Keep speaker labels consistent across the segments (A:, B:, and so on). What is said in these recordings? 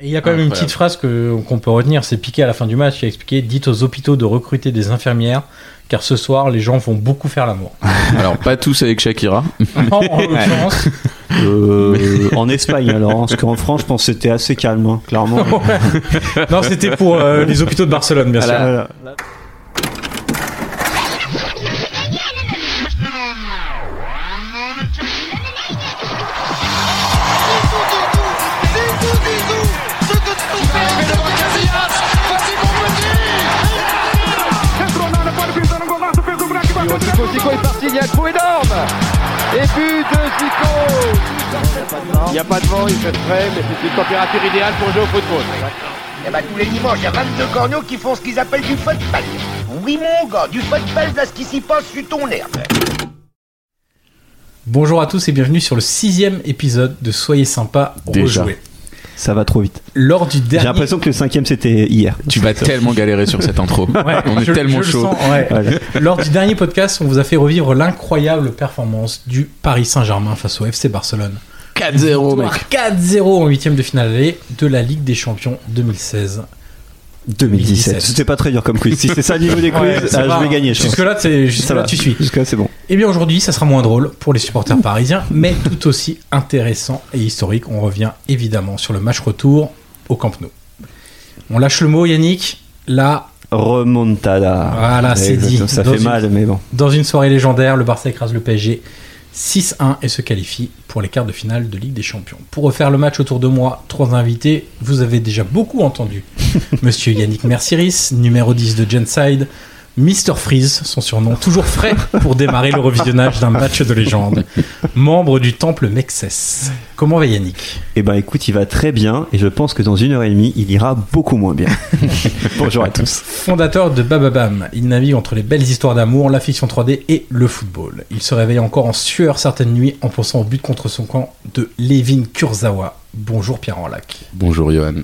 A: Et il y a quand même une petite phrase que- qu'on peut retenir, c'est Piqué à la fin du match qui a expliqué dites aux hôpitaux de recruter des infirmières, car ce soir les gens vont beaucoup faire l'amour.
B: Alors, pas tous avec Shakira.
A: Non, en l'occurrence,
C: Euh, en Espagne alors, hein, parce qu'en France, je pense que c'était assez calme, hein, clairement.
A: non, c'était pour euh, les hôpitaux de Barcelone, bien sûr.
C: Voilà.
D: Zico, Zico est parti, il y a un trou énorme Et but de Zico Il n'y a pas de vent, il fait frais, mais c'est une température idéale pour jouer au football.
E: Eh ben, tous les dimanches, il y a 22 corneaux qui font ce qu'ils appellent du football. Oui, mon gars, du football, là, ce qui s'y passe, sur ton herbe.
A: Bonjour à tous et bienvenue sur le sixième épisode de Soyez sympa,
B: Déjà.
A: rejouez.
C: Ça va trop vite.
A: Lors du
C: J'ai
A: dernier.
C: l'impression que le cinquième c'était hier.
B: Tu vas tellement galérer sur cette intro.
A: Ouais,
B: On est
A: je-
B: tellement
A: je le
B: chaud.
A: sens, ouais.
C: Ouais.
A: Lors du dernier podcast, on vous a fait revivre l'incroyable performance du Paris Saint-Germain face au FC Barcelone.
B: 4-0, mec.
A: Victoire 4-0 en huitième de finale aller de la Ligue des Champions 2016.
C: 2017. C'était pas très dur comme quiz. Si c'est ça le niveau des quiz,
A: Ouais, ça
C: ah,
A: va,
C: je vais
A: hein.
C: gagner. Je pense.
A: Jusque-là, c'est- jusque-là,
C: va. Mmh.
A: tu suis.
C: Jusque-là, c'est bon.
A: Eh bien aujourd'hui, ça sera moins drôle pour les supporters parisiens, mais tout aussi intéressant et historique. On revient évidemment sur le match retour au Camp Nou. On lâche le mot, Yannick. Là,
C: Remontada.
A: Voilà, c'est dit.
C: Exactement. Ça
A: Dans
C: fait
A: une-
C: mal, mais bon.
A: dans une soirée légendaire, le Barça écrase le PSG 6-1 et se qualifie pour les quarts de finale de Ligue des Champions. Pour refaire le match autour de moi, trois invités. Vous avez déjà beaucoup entendu. Monsieur Yannick Mercieris, numéro 10 de Genside. Mr Freeze, son surnom, toujours frais pour démarrer le revisionnage d'un match de légende. Membre du temple Mexès. Comment va Yannick
C: Eh ben, écoute, il va très bien, et je pense que dans une heure et demie, il ira beaucoup moins bien. Bonjour à tous.
A: Fondateur de Bababam, il navigue entre les belles histoires d'amour, la fiction 3D et le football. Il se réveille encore en sueur certaines nuits en pensant au but contre son camp de Levin Kurzawa. Bonjour Pierre Enlac.
B: Bonjour, Johan.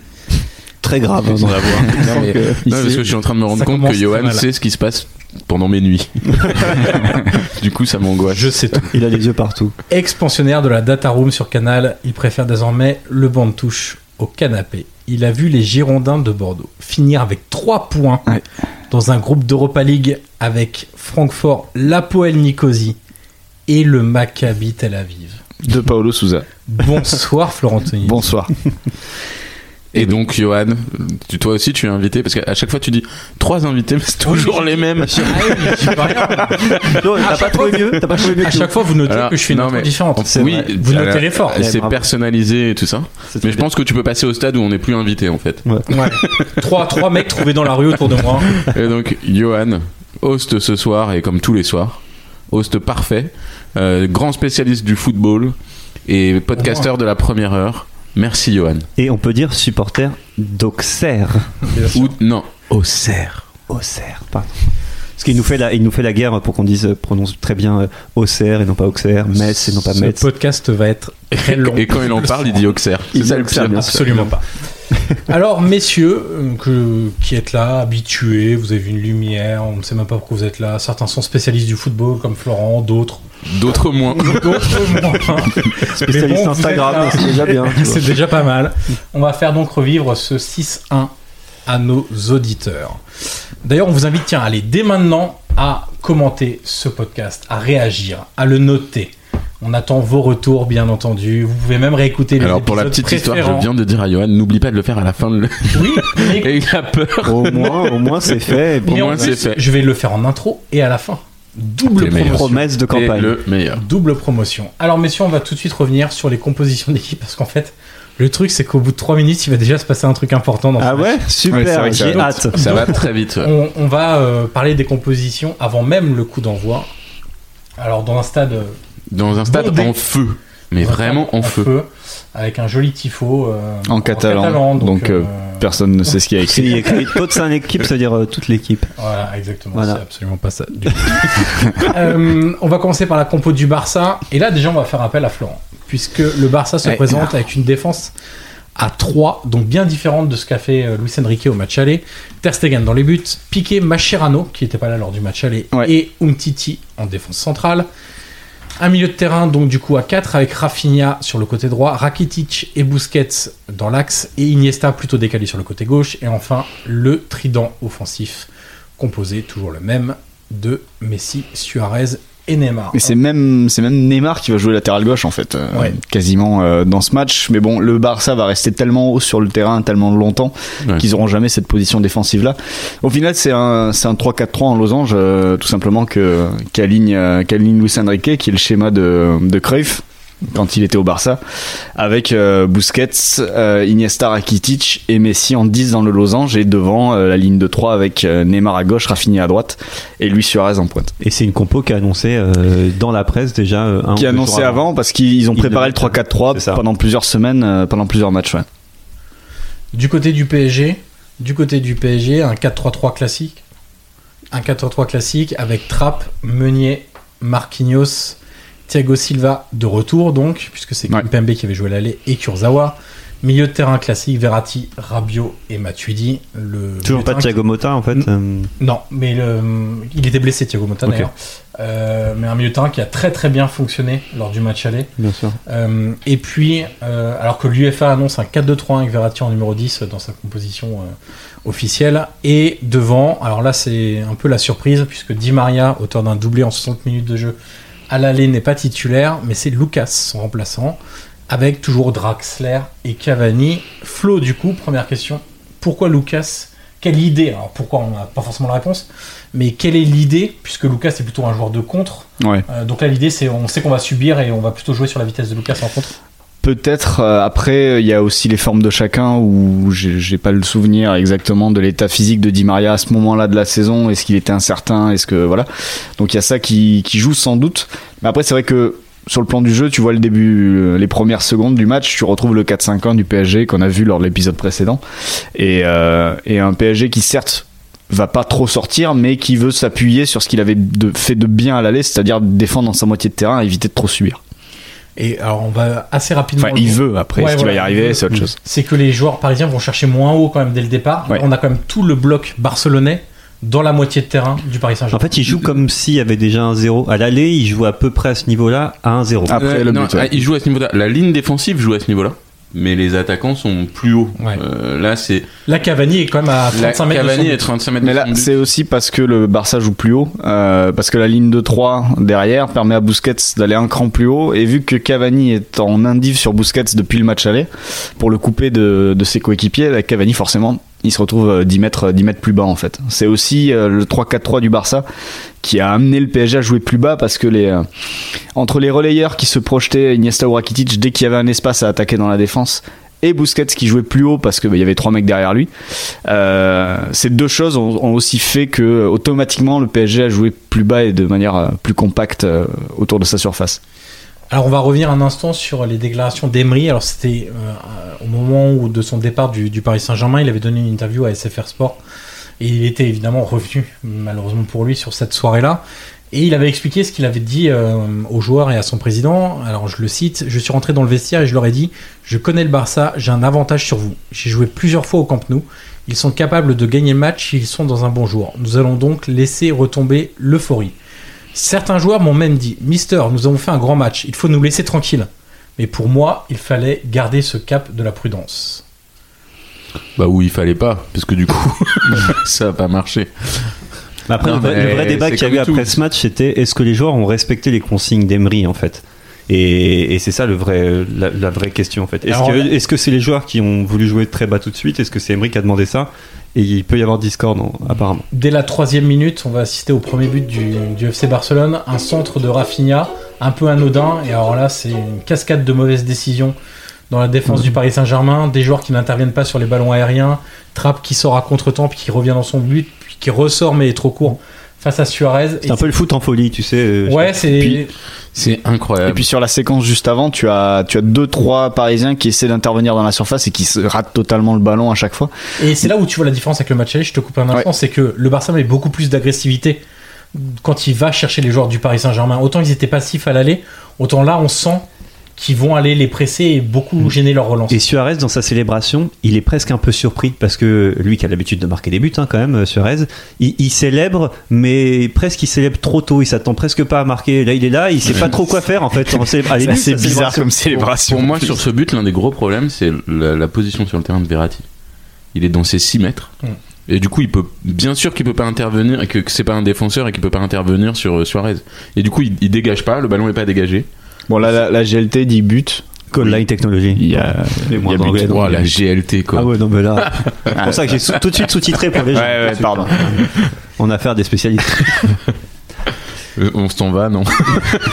C: Très grave. hein,
B: Sans la voix. Non, mais-
C: que-
B: non, parce que je suis en train de me rendre
A: Ça
B: compte
A: commence
B: que
A: très
B: Johan
A: mal.
B: sait ce qui se passe pendant mes nuits. du coup, ça m'angoisse.
A: Bah, Je sais tout.
C: Il a les yeux partout.
A: Expansionnaire de la Data Room sur Canal, il préfère désormais le banc de touche au canapé. Il a vu les Girondins de Bordeaux finir avec 3 points
B: Ouais.
A: dans un groupe d'Europa League avec Francfort, l'Apoel Nicosie et le Maccabi Tel Aviv.
B: De Paolo Souza.
A: Bonsoir Florent Tony.
C: Bonsoir.
B: Et donc, Johan, tu- toi aussi, tu es invité parce qu'à chaque fois, tu dis trois invités, mais c'est toujours les mêmes.
A: Ah oui, je suis pas rien.
C: Non, t'as pas trouvé mieux. T'as pas trouvé mieux.
A: À
C: que
A: chaque fois, vous notez
B: Alors,
A: que je suis une
B: non,
A: intro
B: mais-
A: différente.
C: C'est
B: oui,
C: vrai.
A: Vous notez
B: alors,
A: l'effort. hein.
B: C'est
C: Bravo.
B: personnalisé et tout ça.
C: nous. C'est
B: Mais
C: très
B: je pense que tu peux passer au stade où on n'est plus invité en fait.
A: Ouais. trois, trois mecs trouvés dans la rue autour de moi.
B: Et donc, Johan, host ce soir et comme tous les soirs, host parfait, euh, grand spécialiste du football et podcasteur de la première heure. Merci, Johan.
C: bien. Et on peut dire supporter d'Auxerre.
B: Ou non,
A: Auxerre.
C: Auxerre, pardon. Parce qu'il nous fait la, il nous fait la guerre pour qu'on dise, prononce très bien euh, Auxerre et non pas Auxerre, Metz et non pas
A: Ce
C: Metz.
A: podcast va être très long.
B: et quand il en parle, il dit Auxerre. C'est
C: Il
B: ça
C: dit
B: le
C: Auxerre,
B: pire.
C: bien sûr.
A: Absolument pas. Alors, messieurs euh, que- qui êtes là, habitués, vous avez vu une lumière, on ne sait même pas pourquoi vous êtes là. Certains sont spécialistes du football, comme Florent, d'autres.
B: D'autres moins.
A: D'autres moins. Mais
C: Spécialiste
A: bon, vous êtes
C: Instagram,
A: là.
C: c'est déjà bien. tu vois.
A: C'est déjà pas mal. On va faire donc revivre ce 6-1 à nos auditeurs. D'ailleurs, on vous invite, tiens, allez, dès maintenant à commenter ce podcast, à réagir, à le noter. On attend vos retours, bien entendu. Vous pouvez même réécouter les
B: Alors pour la
A: épisodes
B: petite histoire,
A: préférents.
B: je viens de dire à Johan, n'oublie pas de le faire à la fin de le...
A: Oui, mais-
B: Et il a peur.
C: Au moins, au moins c'est fait. Et puis,
A: mais en
B: moins,
A: plus,
B: c'est fait.
A: je vais le faire en intro et à la fin. Double
B: T'es meilleur.
A: promotion.
C: promesse de
B: T'es
C: campagne.
B: le meilleur.
A: Double promotion. Alors messieurs, on va tout de suite revenir sur les compositions d'équipe parce qu'en fait, le truc c'est qu'au bout de 3 minutes, il va déjà se passer un truc important dans ce
C: Ah
A: match.
C: ouais,
B: Ouais, c'est
C: super.
B: vrai que ça-
C: J'ai hâte.
B: Ça va très vite. ouais.
A: On, on va euh, parler des compositions avant même le coup d'envoi. Alors dans un stade, euh,
B: Dans un stade
A: Bondé.
B: en feu. Mais vraiment en feu.
A: avec un joli tifo euh,
F: En catalan,
A: donc,
F: donc, euh, Personne ne sait ce qu'il y a écrit.
C: C'est écrit toute une équipe, ça veut dire euh, toute l'équipe.
A: voilà exactement.
C: Voilà.
A: C'est absolument pas ça. du tout. Euh, on va commencer par la compo du Barça et là déjà on va faire appel à Florent puisque le Barça se
F: Ouais.
A: présente avec une défense à 3, donc bien différente de ce qu'a fait euh, Luis Enrique au match aller. Ter Stegen dans les buts, Piqué, Mascherano, qui n'était pas là lors du match aller,
F: Ouais.
A: et Umtiti en défense centrale. Un milieu de terrain, donc du coup à 4 avec Rafinha sur le côté droit, Rakitic et Busquets dans l'axe et Iniesta plutôt décalé sur le côté gauche. Et enfin, le trident offensif composé, toujours le même, de Messi, Suarez et Neymar.
F: Mais c'est même, c'est même Neymar qui va jouer latéral gauche en fait, euh,
A: Ouais.
F: quasiment euh, dans ce match. Mais bon, le Barça va rester tellement haut sur le terrain tellement longtemps
B: Ouais.
F: qu'ils auront jamais cette position défensive là. Au final, c'est un, c'est un 3-4-3 en losange, euh, tout simplement que qu'aligne, euh, qu'aligne Luis Enrique, qui est le schéma de, de Cruyff quand il était au Barça, avec euh, Busquets, euh, Iniesta, Rakitic et Messi en 10 dans le losange et devant euh, la ligne de 3 avec euh, Neymar à gauche, Rafinha à droite et Luis Suarez en pointe.
C: Et c'est une compo qui a annoncé euh, dans la presse déjà. euh, un ou
F: qui
C: deux
F: annoncé
C: jours
F: avant parce qu'ils ont
C: Ils
F: préparé le
C: devaient- c'est
F: 3-4-3
C: ça.
F: pendant plusieurs semaines, euh, pendant plusieurs matchs. ouais.
A: Du côté du PSG, du côté du PSG, un 4-3-3 classique. Un 4-3-3 classique avec Trapp, Meunier, Marquinhos, Thiago Silva de retour donc, puisque c'est
F: Ouais.
A: Kimpembe qui avait joué l'aller et Kurzawa. Milieu de terrain classique, Verratti, Rabiot et Matuidi. Le milieu
C: Toujours pas
A: terrain
C: Thiago Motta en fait.
A: Mm.
C: euh,
A: non, mais le- il était blessé, Thiago Motta,
C: Ok.
A: d'ailleurs. Euh, mais un milieu de terrain qui a très très bien fonctionné lors du match aller.
C: bien sûr.
A: Euh, et puis, euh, alors que l'UFA annonce un 4-2-3 avec Verratti en numéro 10 dans sa composition euh, officielle, et devant, alors là c'est un peu la surprise, puisque Di Maria, auteur d'un doublé en 60 minutes de jeu, à l'aller n'est pas titulaire, mais c'est Lucas son remplaçant, avec toujours Draxler et Cavani. Flo, du coup, première question, pourquoi Lucas Quelle idée Alors pourquoi on n'a pas forcément la réponse, mais quelle est l'idée, puisque Lucas est plutôt un joueur de contre
F: Ouais.
A: euh, donc là, l'idée, c'est on sait qu'on va subir et on va plutôt jouer sur la vitesse de Lucas en contre.
F: Peut-être euh, après, il y a aussi les formes de chacun où j'ai j'ai pas le souvenir exactement de l'état physique de Di Maria à ce moment-là de la saison. Est-ce qu'il était incertain Est-ce que voilà Donc il y a ça qui, qui joue sans doute. Mais après, c'est vrai que sur le plan du jeu, tu vois le début, euh, les premières secondes du match, tu retrouves le 4-5-1 du PSG qu'on a vu lors de l'épisode précédent et, euh, et un PSG qui certes va pas trop sortir, mais qui veut s'appuyer sur ce qu'il avait de, fait de bien à l'aller, c'est-à-dire défendre dans sa moitié de terrain, et éviter de trop subir.
A: Et alors, on va assez rapidement.
F: Enfin, il veut après,
A: Ouais,
F: ce qui
A: voilà,
F: va y
A: il veut. Mm.
F: arriver, c'est autre chose.
A: C'est que les joueurs parisiens vont chercher moins haut quand même dès le départ.
F: Ouais.
A: On a quand même tout le bloc barcelonais dans la moitié de terrain du Paris
C: En
A: Saint-Germain.
C: fait, il joue comme s'il y avait déjà un 0. À l'aller, il joue à peu près à ce niveau-là, à un 0.
F: Après
B: Ouais,
F: le
B: non,
F: but, ouais.
B: ah, Il joue à ce niveau-là. La ligne défensive joue à ce niveau-là. Mais les attaquants sont plus hauts.
A: Ouais.
B: Euh, là, c'est.
A: La Cavani est quand même à
B: la
A: 35 mètres de son
B: Cavani
A: but.
B: est 35 mètres
F: Mais
B: de
F: là,
B: son but.
F: c'est aussi parce que le Barça joue plus haut, euh, parce que la ligne de 3 derrière permet à Busquets d'aller un cran plus haut, et vu que Cavani est en indive sur Busquets depuis le match aller, pour le couper de, de ses coéquipiers, là, Cavani forcément, il se retrouve euh, 10 mètres, 10 mètres plus bas en fait. C'est aussi euh, le 3-4-3 du Barça qui a amené le PSG à jouer plus bas parce que les euh, entre les relayeurs qui se projetaient Iniesta ou Rakitic dès qu'il y avait un espace à attaquer dans la défense et Busquets qui jouait plus haut parce que bah, il y avait trois mecs derrière lui. Euh, ces deux choses ont, ont aussi fait que euh, automatiquement le PSG a joué plus bas et de manière euh, plus compacte euh, autour de sa surface.
A: Alors on va revenir un instant sur les déclarations d'Emery. Alors c'était euh, au moment où, de son départ du, du Paris Saint-Germain, il avait donné une interview à SFR Sport et il était évidemment revenu, malheureusement pour lui, sur cette soirée-là. Et il avait expliqué ce qu'il avait dit euh, aux joueurs et à son président. Alors je le cite, je suis rentré dans le vestiaire et je leur ai dit, je connais le Barça, j'ai un avantage sur vous. J'ai joué plusieurs fois au Camp Nou. Ils sont capables de gagner le match, ils sont dans un bon jour. Nous allons donc laisser retomber l'euphorie. Certains joueurs m'ont même dit Mister, nous avons fait un grand match, il faut nous laisser tranquille. Mais pour moi, il fallait garder ce cap de la prudence.
B: Bah où il fallait pas, parce que du coup, ça a pas marché.
C: Mais après,
B: Non,
C: le, vrai,
B: Ah, mais
C: le vrai débat
B: c'est
C: qu'il y a
B: comme
C: eu après
B: tout.
C: ce match, c'était est-ce que les joueurs ont respecté les consignes d'Emery en fait et, et c'est ça le vrai, la, la vraie question en fait. Est-ce
A: Alors,
C: que
A: là-
C: est-ce que c'est les joueurs qui ont voulu jouer très bas tout de suite Est-ce que c'est Emery qui a demandé ça Et il peut y avoir discorde en- apparemment.
A: Dès la troisième minute, on va assister au premier but du, du FC Barcelone, un centre de Rafinha, un peu anodin, et alors là, c'est une cascade de mauvaises décisions dans la défense du Paris Saint-Germain, des joueurs qui n'interviennent pas sur les ballons aériens, Trapp qui sort à contre-temps, puis qui revient dans son but, puis qui ressort mais est trop court face à Suarez.
C: C'est un peu le foot en folie, tu sais. euh,
A: Ouais, c'est...
F: Puis-
B: C'est
F: Et
B: incroyable.
F: puis sur la séquence juste avant, tu as tu as deux trois Parisiens qui essaient d'intervenir dans la surface et qui se ratent totalement le ballon à chaque fois.
A: Et c'est là où tu vois la différence avec le match aller, je te coupe un instant, c'est que le Barça met beaucoup plus d'agressivité quand il va chercher les joueurs du Paris Saint-Germain. Autant ils étaient passifs à l'aller, autant là on sent qui vont aller les presser et beaucoup gêner leur relance.
C: Mm. Et Suarez, dans sa célébration, il est presque un peu surpris parce que lui qui a l'habitude de marquer des buts, hein, quand même, euh, Suarez, il, il célèbre, mais presque il célèbre trop tôt. Il s'attend presque pas à marquer. Là, il est là, il sait pas trop quoi faire en fait. en célé- à
F: C'est
C: les buts, sa
F: assez bizarre
C: célébration.
F: comme célébration.
B: Pour moi, sur ce but, l'un des gros problèmes, c'est la, la position sur le terrain de Verratti. Il est dans ses 6 mètres.
A: Mm.
B: Et du coup, il peut, bien sûr qu'il peut pas intervenir, et que, que c'est pas un défenseur et qu'il peut pas intervenir sur euh, Suarez. Et du coup, il, il dégage pas, le ballon est pas dégagé.
F: Bon, là, la, la GLT dit but.
C: Goal line technology.
F: Il y a.
C: Mais moi,
F: il y a
C: dans
F: but.
C: l'anglais, non.
B: Oh, la GLT, quoi.
C: Ah ouais, non, mais là, c'est pour ça que j'ai sous- tout de suite sous-titré pour les gens.
F: Ouais, ouais, pardon.
C: On a affaire à des spécialistes.
B: Euh, On s'en va, non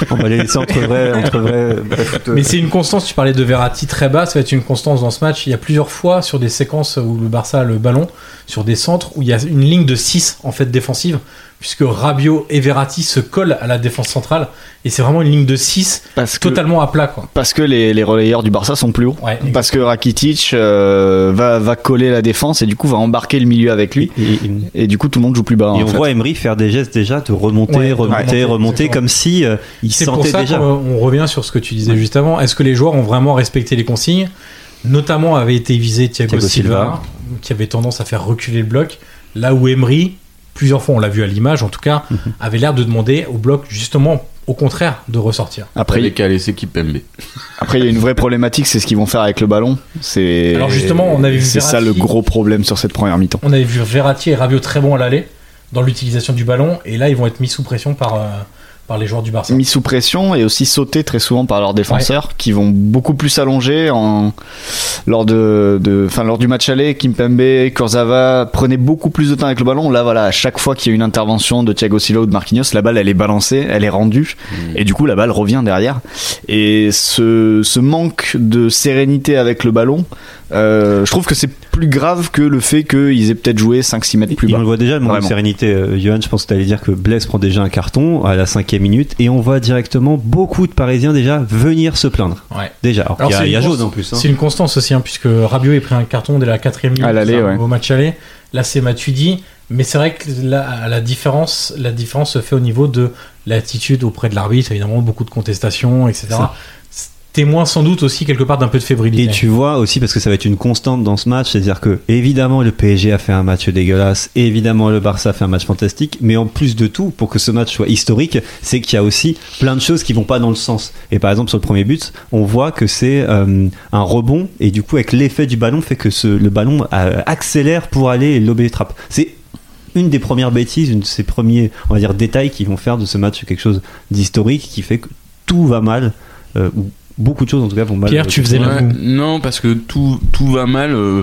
C: On va les laisser entre vrais, entre vrais. bref, euh,
A: Mais c'est une constance, tu parlais de Verratti très bas, ça va être une constance dans ce match. Il y a plusieurs fois sur des séquences où le Barça a le ballon, sur des centres, où il y a une ligne de 6 en fait défensive, puisque Rabiot et Verratti se collent à la défense centrale, et c'est vraiment une ligne de 6
F: Parce que,
A: totalement à plat. Quoi.
F: parce que les, les relayeurs du Barça sont plus hauts.
A: Ouais,
F: Parce que Rakitic euh, va, va coller la défense et du coup va embarquer le milieu avec lui.
C: et- et-
F: Et du coup, tout le monde joue plus bas.
C: Et
F: en
C: on
F: fait.
C: voit Emery faire des gestes déjà de remonter,
A: Ouais, de
C: remonter,
A: remonter,
C: remonter,
A: exactement.
C: comme si euh, il
A: C'est pour
C: sentait
A: ça
C: déjà.
A: qu'on on revient sur ce que tu disais juste avant. Est-ce que les joueurs ont vraiment respecté les consignes Notamment avait été visé Thiago,
C: Thiago
A: Silva, qui avait tendance à faire reculer le bloc, là où Emery, plusieurs fois on l'a vu à l'image en tout cas,
C: Mhm.
A: avait l'air de demander au bloc justement au contraire de ressortir.
F: Après,
B: Avec qu'à laisser équipe MB.
F: Après, il y a une vraie problématique, c'est ce qu'ils vont faire avec le ballon. C'est
A: Alors justement, on avait vu
F: c'est ça
A: Verratti.
F: le gros problème sur cette première mi-temps.
A: On avait vu Verratti et Rabiot très bons à l'aller dans l'utilisation du ballon, et là ils vont être mis sous pression par, euh, par les joueurs du Barça.
F: Mis sous pression et aussi sauté très souvent par leurs défenseurs qui vont beaucoup plus s'allonger en lors de, de enfin lors du match aller Kimpembe, Kurzawa prenaient beaucoup plus de temps avec le ballon. Là voilà, à chaque fois qu'il y a une intervention de Thiago Silva ou de Marquinhos, la balle elle est balancée, elle est rendue
B: Mm.
F: et du coup la balle revient derrière. Et ce, ce manque de sérénité avec le ballon, euh, je trouve que c'est plus grave que le fait qu'ils aient peut-être joué 5-6 mètres plus
C: Et
F: bas.
C: on le voit déjà, le manque de
F: Vraiment.
C: sérénité. Euh, Johan, je pense que tu allais dire que Blaise prend déjà un carton à la cinquième minute et on voit directement beaucoup de Parisiens déjà venir se plaindre.
A: Ouais.
C: Déjà, alors,
A: Alors,
C: qu'il y a-
A: c'est
C: il y a,
A: une
C: jaune
A: const-
C: en plus. hein.
A: C'est une constance aussi, hein, puisque Rabiot est pris un carton dès la quatrième minute
F: À l'aller,
A: ça,
F: ouais.
A: au match aller. Là, c'est Matuidi, mais c'est vrai que la, la différence, la différence se fait au niveau de l'attitude auprès de l'arbitre. Évidemment, beaucoup de contestations, etc.
C: Ça.
A: C'est Témoin sans doute aussi quelque part d'un peu de fébrilité.
C: Et tu vois aussi, parce que ça va être une constante dans ce match, c'est-à-dire que évidemment le PSG a fait un match dégueulasse, évidemment le Barça a fait un match fantastique, mais en plus de tout, pour que ce match soit historique, c'est qu'il y a aussi plein de choses qui vont pas dans le sens. Et par exemple sur le premier but, on voit que c'est euh, un rebond, et du coup avec l'effet du ballon fait que ce, le ballon euh, accélère pour aller lober les trappes. C'est une des premières bêtises, une de ces premiers, on va dire, détails qui vont faire de ce match quelque chose d'historique qui fait que tout va mal, euh, ou beaucoup de choses en tout cas vont mal.
A: Pierre, tu faisais la
B: Ouais,
C: Euh,
A: moue.
B: non, parce que tout, tout va mal. euh,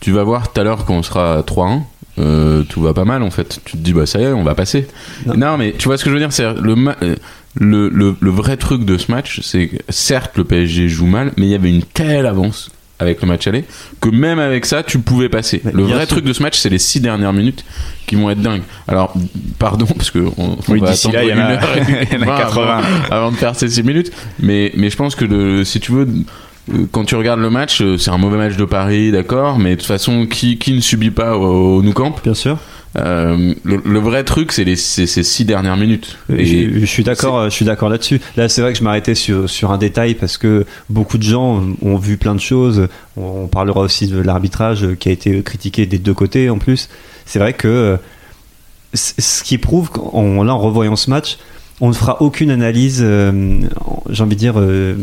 B: tu vas voir tout à l'heure quand on sera à 3-1. euh, tout va pas mal en fait. Tu te dis, bah ça y est, on va passer.
C: Non.
B: Non, mais tu vois ce que je veux dire c'est le, ma- euh, le, le, le vrai truc de ce match, c'est que certes, le PSG joue mal, mais il y avait une telle avance avec le match aller que même avec ça, tu pouvais passer.
C: Mais
B: le
C: bien
B: vrai
C: sûr.
B: truc de ce match, c'est les six dernières minutes qui vont être dingues. Alors, pardon, parce que on, on
F: Oui,
B: va
F: d'ici
B: attendre
F: là, il y en a-
B: une heure et
F: il y en a
B: vingt avant-
F: 80.
B: avant de faire ces 6 minutes. Mais, mais je pense que le- si tu veux, euh, quand tu regardes le match, euh, c'est un mauvais match de Paris, d'accord, mais de toute façon, qui, qui ne subit pas au, au Nou Camp
C: Bien sûr.
B: Euh, le, le vrai truc, c'est les c'est ces 6 dernières minutes. Et
C: je, je suis d'accord, euh, je suis d'accord là-dessus. Là, c'est vrai que je m'arrêtais sur, sur un détail parce que beaucoup de gens ont vu plein de choses. On, on parlera aussi de l'arbitrage euh, qui a été critiqué des deux côtés en plus. C'est vrai que euh, c- ce qui prouve qu'en là, en revoyant ce match, on ne fera aucune analyse, euh, en- j'ai envie de dire, euh,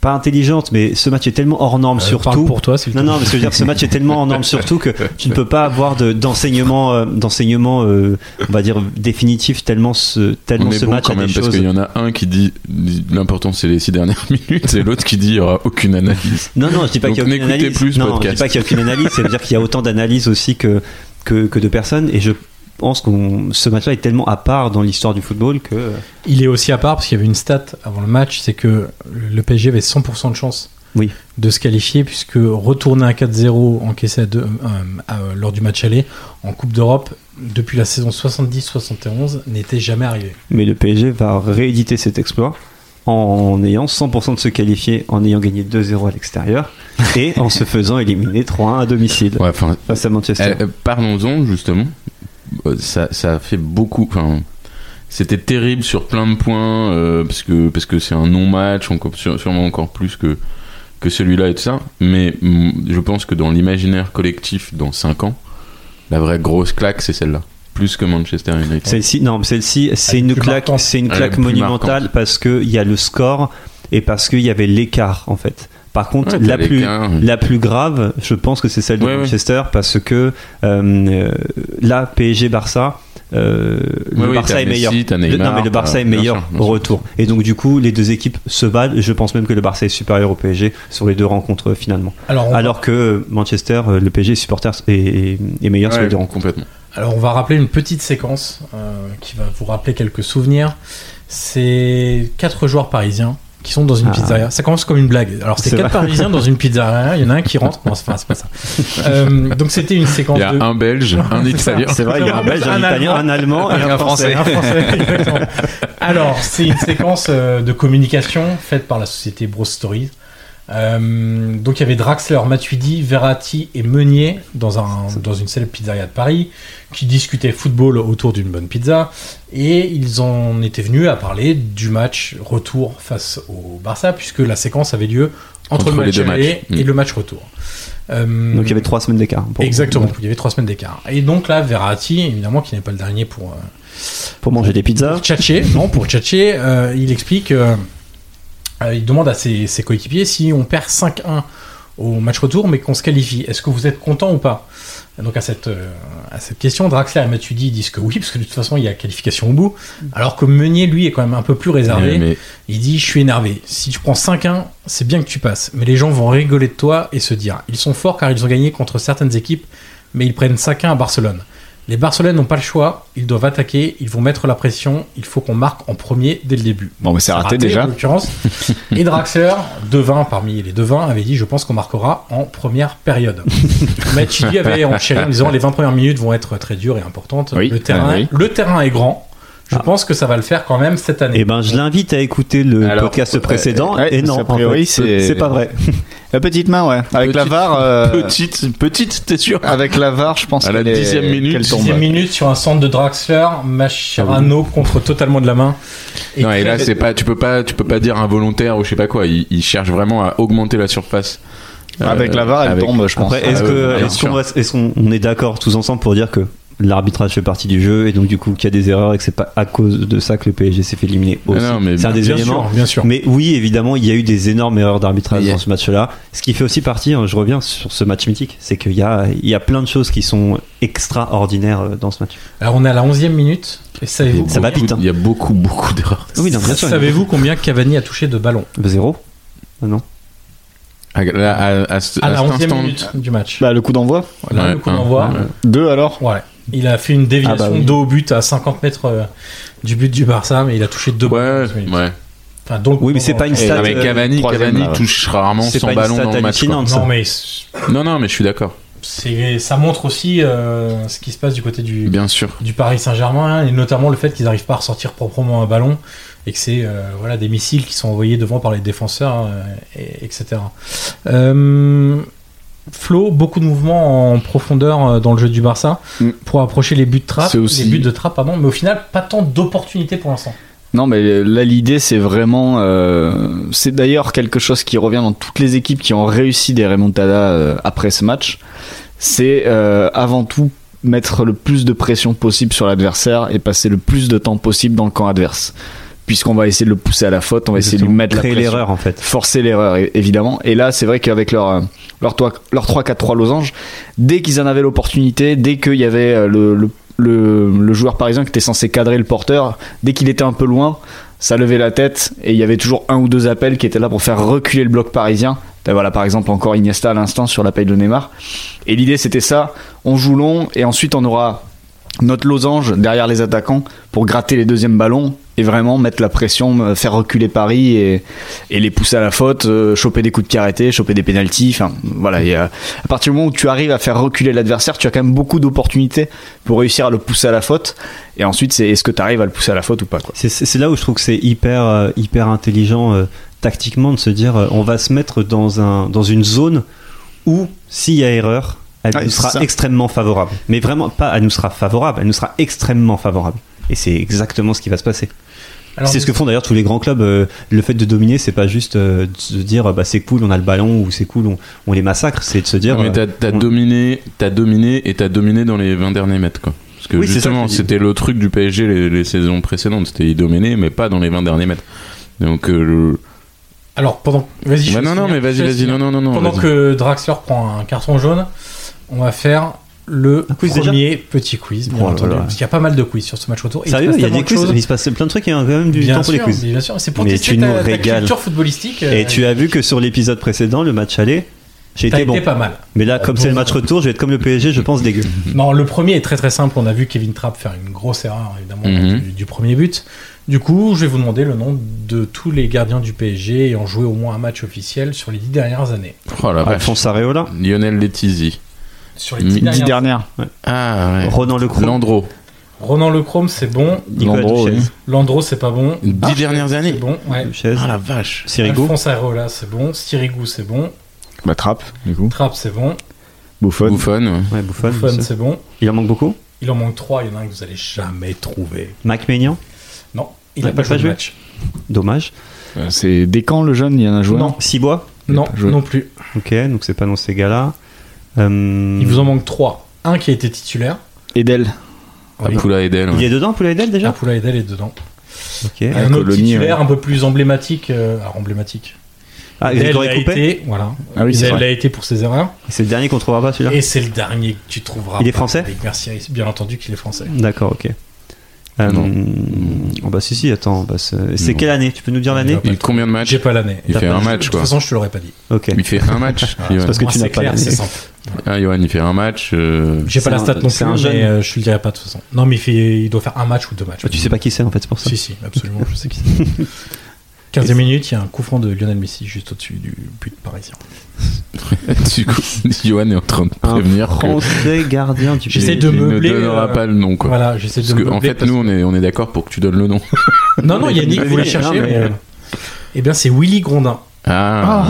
C: pas intelligente, mais ce match est tellement hors norme
A: Euh, parle
C: surtout.
A: pour toi, c'est le
C: Non,
A: temps.
C: non, mais ce que je veux dire, ce match est tellement en norme surtout que tu ne peux pas avoir de- d'enseignement, euh, d'enseignement, euh, on va dire définitif tellement ce, tellement
B: on est
C: ce
B: bon
C: match
B: quand
C: a des
B: même, parce
C: choses.
B: qu'il y en a un qui dit dit, l'important, c'est les 6 dernières minutes, et l'autre qui dit il n'y aura aucune analyse.
C: Non, non, je dis pas
B: Donc,
C: qu'il y a aucune
B: n'écoutez
C: analyse.
B: plus ce
C: non, je dis
B: podcast.
C: pas qu'il y a aucune analyse. Ça veut dire qu'il y a autant d'analyses aussi que, que que de personnes. Et je pense que ce match-là est tellement à part dans l'histoire du football que
A: Il est aussi à part parce qu'il y avait une stat avant le match, c'est que le PSG avait 100% de chance
C: Oui.
A: de se qualifier puisque retourner à 4-0 encaissé à deux- euh, à- euh, lors du match aller en Coupe d'Europe depuis la saison 70-71 n'était jamais arrivé.
C: Mais le PSG va rééditer cet exploit en ayant 100% de se qualifier, en ayant gagné 2-0 à l'extérieur et en se faisant éliminer 3-1 à domicile
B: Ouais, Eh, enfin,
C: face à Manchester.
B: Euh, euh, Parlons-en justement. Euh, Ça, ça fait beaucoup. Enfin, C'était terrible sur plein de points, euh, parce que parce que c'est un non-match, encore- sûre- sûrement encore plus que, que celui-là et tout ça. Mais mm, je pense que dans l'imaginaire collectif, dans 5 ans, la vraie grosse claque, c'est celle-là. Plus que Manchester United.
C: Celle-ci, non, mais celle-ci, c'est
A: Elle est
C: une
A: plus
C: claque,
A: marquante.
C: c'est une
B: Elle est
C: claque
B: plus
C: monumentale
B: marquante.
C: parce que il y a le score et parce qu'il y avait l'écart en fait. Par contre,
B: Ouais, t'as
C: la plus
B: l'écart.
C: la plus grave, je pense que c'est celle de
B: Ouais, ouais.
C: Manchester parce que euh, là, PSG Barça. euh,
B: Ouais,
C: le
B: oui,
C: Barça
B: t'as
C: est
B: Messi,
C: meilleur.
B: t'as
C: Le-
B: Neymar,
C: non, mais le Barça
B: t'as-
C: est
B: bien
C: meilleur
B: sûr, bien
C: au
B: sûr.
C: retour. Et donc, du coup, les deux équipes se battent. Je pense même que le Barça est supérieur au PSG sur les deux rencontres euh, finalement.
A: Alors, on,
C: Alors que euh, Manchester, euh, le PSG est supporter est, est- est meilleur sur les
B: Ouais,
C: deux rencontres.
B: complètement.
A: alors, on va rappeler une petite séquence euh, qui va vous rappeler quelques souvenirs. C'est quatre joueurs parisiens qui sont dans une
C: Ah.
A: pizzeria. Ça commence comme une blague. Alors, c'est
C: C'est
A: quatre
C: vrai.
A: parisiens dans une pizzeria. Il y en a un qui rentre. Non, c'est pas, c'est pas ça. Euh, donc, c'était une séquence
B: Il y a
A: de.
B: un Belge, un
A: C'est ça.
B: Italien.
C: C'est vrai, il y a un Belge, un
A: Un
C: Italien,
A: Allemand.
C: un Allemand et un Français.
A: Un Français, exactement. Alors, c'est une séquence euh, de communication faite par la société Bros Stories. Euh, donc il y avait Draxler, Matuidi, Verratti et Meunier dans, un, dans une célèbre pizzeria de Paris qui discutaient football autour d'une bonne pizza et ils en étaient venus à parler du match retour face au Barça puisque la séquence avait lieu entre,
B: Entre
A: le
B: les
A: match
B: deux
A: aller
B: matchs.
A: et
B: Mm.
A: le match retour. Euh,
C: Donc il y avait trois semaines d'écart. pour-
A: Exactement, il y avait trois semaines d'écart. Et donc là, Verratti, évidemment, qui n'est pas le dernier pour, euh,
C: Pour manger des pizzas.
A: pour tchatcher, non, pour tchatcher, euh, il explique, euh, euh, il demande à ses, ses coéquipiers si on perd 5-1 au match retour, mais qu'on se qualifie, est-ce que vous êtes content ou pas Donc à cette, euh, à cette question, Draxler et Matuidi disent que oui, parce que de toute façon, il y a qualification au bout, alors que Meunier, lui, est quand même un peu plus réservé.
B: Euh, Mais-
A: Il dit Je suis énervé. Si tu prends 5-1, c'est bien que tu passes. Mais les gens vont rigoler de toi et se dire Ils sont forts car ils ont gagné contre certaines équipes, mais ils prennent 5-1 à Barcelone. Les Barcelonais n'ont pas le choix, ils doivent attaquer, ils vont mettre la pression, il faut qu'on marque en premier dès le début.
F: Bon, mais c'est raté, déjà.
A: En
B: hein.
A: l'occurrence. Et Draxler, devin parmi les devins, avait dit Je pense qu'on marquera en première période. Matuidi avait enchaîné en disant Les 20 premières minutes vont être très dures et importantes.
F: Oui,
A: le, terrain,
F: ah oui. Ah.
A: le terrain est grand. Je pense que ça va le faire quand même cette année.
C: Eh ben, je l'invite à écouter le
B: Alors, euh,
C: podcast
B: ouais,
C: précédent.
F: ouais,
C: et non,
F: a priori,
C: en fait,
F: c'est-
C: c'est pas vrai.
F: La petite main, ouais. Avec la
B: Petite-
F: VAR. euh,
B: Petite, petite, t'es sûr
F: Avec la VAR, je pense
B: À la
F: qu'elle est-
B: dixième minute,
F: qu'elle tombe.
A: Sixième minute sur un centre de Draxler, Mascherano contre totalement de la main.
B: Non, et
A: très-
B: là, c'est pas, tu peux pas, tu peux pas dire involontaire ou je sais pas quoi. Il, il cherche vraiment à augmenter la surface. Euh,
F: Avec la VAR, elle
B: avec-
F: tombe, je pense.
C: Après, est-ce
B: Ah, ouais,
C: que,
B: bien
C: est-ce
B: sûr.
C: qu'on va- est-ce qu'on on est d'accord tous ensemble pour dire que l'arbitrage fait partie du jeu et donc, du coup, qu'il y a des erreurs et que c'est pas à cause de ça que le PSG s'est fait éliminer aussi.
B: Ah non, mais
C: c'est un
B: bien-
C: des
A: bien
C: éléments.
A: sûr, bien sûr.
C: Mais oui, évidemment, il y a eu des énormes erreurs d'arbitrage
B: Mais il y a-
C: dans ce match-là. Ce qui fait aussi partie, hein, je reviens sur ce match mythique, c'est qu'il y a, il y a plein de choses qui sont extraordinaires euh, dans ce match.
A: Alors on est à la 11 minute. Et savez-vous
C: Ça va
B: beaucoup-
C: vite, hein.
B: Il y a beaucoup, beaucoup d'erreurs.
C: Oui, non, bien sûr.
A: savez-vous combien Cavani a touché de ballons
C: Zéro Ah Non.
B: À, là, à- à ce-
A: à
B: à
A: la
B: cet
A: 11
B: instant-
A: minute du match
F: Bah, le coup d'envoi.
A: Voilà,
B: Ouais,
A: le coup
B: un,
A: d'envoi.
B: ouais.
F: Deux alors.
A: Voilà. Il a fait une déviation
F: Ah bah oui.
A: dos au but à 50 mètres euh, du but du Barça, mais il a touché deux ballons. en 11
B: Ouais,
A: minutes.
B: ouais.
A: Enfin, donc,
C: Oui, mais c'est
A: bon,
C: pas une
A: euh,
C: stat.
B: Non, mais
C: euh,
B: Cavani,
F: Ah, troisième,
B: Cavani
F: là, ouais.
B: touche rarement
C: C'est pas
B: 100
C: une
B: ballons
C: stat
B: dans le match. quoi.
C: hallucinante, ça.
A: Non, mais c'est-
B: Non, non, mais je suis d'accord.
A: c'est- ça montre aussi euh, ce qui se passe du côté du,
B: Bien sûr.
A: du Paris Saint-Germain, hein, et notamment le fait qu'ils n'arrivent pas à ressortir proprement un ballon et que c'est euh, voilà, des missiles qui sont envoyés devant par les défenseurs, euh, et- etc. Euh, Flo, beaucoup de mouvements en profondeur euh, dans le jeu du Barça
F: Mm.
A: pour approcher les buts de trappe,
F: C'est aussi-
A: les buts de trappe, pardon, mais au final, pas tant d'opportunités pour l'instant.
F: Non, mais là, l'idée, c'est vraiment. euh, c'est d'ailleurs quelque chose qui revient dans toutes les équipes qui ont réussi des remontadas euh, après ce match. C'est euh, avant tout mettre le plus de pression possible sur l'adversaire et passer le plus de temps possible dans le camp adverse. Puisqu'on va essayer de le pousser à la faute, on va essayer de lui mettre la
C: créer
F: pression.
C: l'erreur en fait.
F: forcer l'erreur é- évidemment et là c'est vrai qu'avec leur euh, leur, toi- leur 3-4-3 losange dès qu'ils en avaient l'opportunité dès qu'il y avait euh, le, le, le, le joueur parisien qui était censé cadrer le porteur dès qu'il était un peu loin ça levait la tête et il y avait toujours un ou deux appels qui étaient là pour faire reculer le bloc parisien Là, voilà par exemple encore Iniesta à l'instant sur la paille de Neymar et l'idée c'était ça on joue long et ensuite on aura notre losange derrière les attaquants pour gratter les deuxièmes ballons et vraiment mettre la pression, euh, faire reculer Paris et, et les pousser à la faute, euh, choper des coups de pied arrêtés, choper des pénalties. Enfin, voilà. et, euh, à partir du moment où tu arrives à faire reculer l'adversaire, tu as quand même beaucoup d'opportunités pour réussir à le pousser à la faute. Et ensuite, c'est est-ce que tu arrives à le pousser à la faute ou pas quoi.
C: C'est- C'est c'est là où je trouve que c'est hyper, euh, hyper intelligent euh, tactiquement de se dire euh, on va se mettre dans, un, dans une zone où s'il y a erreur, elle
F: Ouais,
C: nous
F: c'est
C: sera
F: ça.
C: extrêmement favorable. Mais vraiment pas, elle nous sera favorable, elle nous sera extrêmement favorable. Et c'est exactement ce qui va se passer.
A: Alors,
C: c'est ce que font d'ailleurs tous les grands clubs. euh, le fait de dominer, c'est pas juste euh, de se dire bah, c'est cool, on a le ballon ou c'est cool, on, on les massacre. C'est de se dire.
B: Non, mais t'as
C: bah,
B: t'as
C: on-
B: dominé, t'as dominé et t'as dominé dans les 20 derniers mètres, quoi. Parce que
C: Oui, c'est ça
B: justement,
C: que je dis.
B: c'était le truc du PSG les, les saisons précédentes, c'était ils dominaient, mais pas dans les 20 derniers mètres. Donc, euh, le-
A: Alors, pendant. Vas-y, je
B: Bah
A: vais
B: non, non,
A: finir,
B: mais
A: je
B: vas-y,
A: vais
B: vas-y,
A: finir.
B: non, non, non, non.
A: Pendant
B: vas-y.
A: que Draxler prend un carton jaune, on va faire le
C: Un quiz
A: premier petit quiz, bien
C: Oh là
A: entendu.
C: là.
A: Parce qu'il y a pas mal de quiz sur ce match retour. Et se
C: Sérieux,
A: passe
C: il y a
A: tellement
C: des
A: de
C: quiz,
A: choses.
C: il se passe plein de trucs, il y a quand même du
A: Bien
C: temps pour les
A: sûr,
C: quiz.
A: bien sûr. C'est pour
C: Mais
A: tester
C: tu nous
A: ta, ta
C: régales.
A: culture footballistique. euh,
C: Et tu as vu que sur l'épisode précédent, le match aller, j'ai
A: T'as
C: été bon.
A: été pas mal.
C: Mais là, comme c'est le match retour, je vais être comme le PSG, je pense dégueu.
A: Non, le premier est très très simple. On a vu Kevin Trapp faire une grosse erreur, évidemment,
B: Mhm.
A: du, du premier but. Du coup, je vais vous demander le nom de tous les gardiens du PSG ayant joué au moins un match officiel sur les dix dernières années.
B: Oh la vache.
C: Alphonse Areola,
B: Lionel Letizy.
A: Sur
C: Mm,
A: les dix
B: Dix
F: Dix
A: dernières
F: dernières.
B: Ah ouais.
C: Ronan Lecroix,
B: Landreau.
A: Ronan Lechrome, c'est bon.
C: Nicolas
F: Landreau,
C: Duchesne,
A: Landreau, c'est pas bon.
B: Dix dernières
A: C'est
B: années.
A: bon, ouais.
C: Duchesne,
B: Ah la vache.
C: Sirigo,
A: Alphonse Areola, c'est bon. Sirigu, c'est bon.
F: Bah, Trapp, du coup.
A: Trapp, c'est bon.
F: Bouffon.
B: Bouffon. ouais.
C: ouais, Buffon,
A: Buffon,
C: ça.
A: c'est bon.
C: il en manque beaucoup.
A: Il en manque trois. Il y en a un que vous allez jamais trouver.
C: Mac Maignan,
A: Non, il
C: Ah,
A: n'a
C: il
A: pas
C: a
A: joué
C: pas
A: de
C: joué
A: match.
C: dommage.
F: Euh, C'est Descamps, le jeune, il y en a joué
A: Non.
C: Sibois,
F: Il a
A: Non,
F: pas joué.
A: non plus.
C: ok, donc c'est pas dans ces gars-là. Euh,
A: Il vous en manque trois. Un qui a été titulaire.
F: Edel.
A: Oui.
B: Poula Edel.
C: Il est dedans, Pouladel déjà
A: Apoula Edel est dedans.
C: Ok.
A: Et un autre
F: Colonie,
A: titulaire
F: ouais.
A: un peu plus emblématique. euh, alors emblématique.
C: Ah,
A: Edel
C: Grégory
A: l'a
C: Coupet
A: été, voilà.
F: Ah oui, c'est
A: Edel
F: vrai.
A: l'a été pour ses erreurs.
C: C'est le dernier qu'on trouvera pas celui-là
A: Et c'est le dernier que tu trouveras.
C: Il est
A: pas,
C: français
A: Eric Mercier, bien entendu qu'il est français.
C: D'accord, ok. Euh, oh, bah si, si, attends. bah, c'est c'est
B: Non.
C: quelle année Tu peux nous dire l'année
B: Il combien de matchs
A: J'ai pas l'année.
B: Il
A: T'as
B: fait
A: pas-
B: un match,
A: De toute
B: quoi.
A: façon, je te l'aurais pas Ah, dit.
C: Ok.
B: Il fait un match. Johan.
F: parce que
A: Moi,
F: tu n'as
A: c'est
F: pas
A: clair,
F: l'année.
A: c'est simple.
B: Ah Johan, il fait un match. euh,
A: J'ai pas
C: C'est
A: la
C: un-
A: stat non
C: c'est
A: plus,
C: un jeune.
A: mais euh, je le dirai pas de toute façon. Non, mais il, fait, il doit faire un match ou deux matchs.
C: Ah, Tu sais pas qui c'est en fait, c'est pour ça.
A: Si, si, absolument, je sais qui c'est. 15 e minute, il y a un coup franc de Lionel Messi juste au-dessus du but parisien.
B: du coup, Johan est en train de
C: Un
B: prévenir que
C: Français gardien du
A: J'essaie
C: PSG.
A: de
B: il
A: meubler,
B: ne donnera
A: euh,
B: pas le nom quoi.
A: Voilà, j'essaie
B: Parce
A: de
B: que,
A: me
B: en
A: meubler
B: fait,
A: parce
B: nous, on est, on est d'accord pour que tu donnes le nom.
A: que- Non, non, Yannick, vous la
C: Oui,
A: cherchez.
C: non, mais-
A: mais, euh, Eh bien, c'est Willy Grondin.
B: Ah,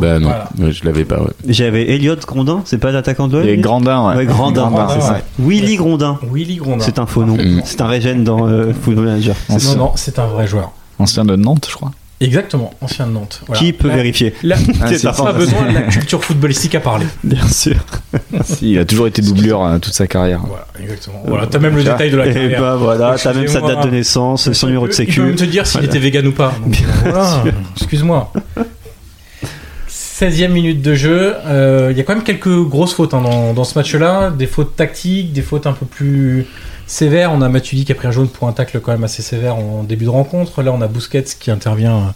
B: bah non,
A: Voilà.
B: Ouais, je l'avais pas. ouais.
C: J'avais Elliot Grondin, c'est pas l'attaquant de l'OM
F: Et
C: lui
F: Grandin, ouais.
C: Ouais, Grandin,
A: Grandin,
C: c'est ça.
A: ouais.
C: Willy Grondin.
A: Willy Grondin.
C: C'est un faux nom.
B: Mm.
C: C'est un régène dans euh, Football Manager.
F: C'est
A: Non,
F: ça.
A: non, c'est un vrai joueur.
F: Ancien de Nantes, je crois.
A: Exactement, ancien de Nantes. Voilà.
C: Qui peut
A: Là-
C: vérifier
A: là,
F: Ah,
C: C'est
F: si,
C: pas
F: si,
A: Pas
C: Enfin,
A: besoin de la culture footballistique à parler.
C: Bien sûr.
F: si, il a toujours été doublure euh, toute sa carrière.
A: Voilà, exactement. Voilà, t'as même le
F: ça.
A: détail de la
C: Et
A: carrière.
C: bah voilà, t'as même sa
A: Excusez-moi.
C: date de naissance, son numéro de
A: Il peut- Il peut
C: sécu.
A: même te dire s'il était vegan ou pas. Donc, euh, voilà, excuse-moi. 16e minute de jeu. Euh, Il y a quand même quelques grosses fautes hein, dans, dans ce match-là. Des fautes tactiques, des fautes un peu plus sévères. On a Matuidi qui a pris un jaune pour un tacle quand même assez sévère en début de rencontre. Là, on a Busquets qui intervient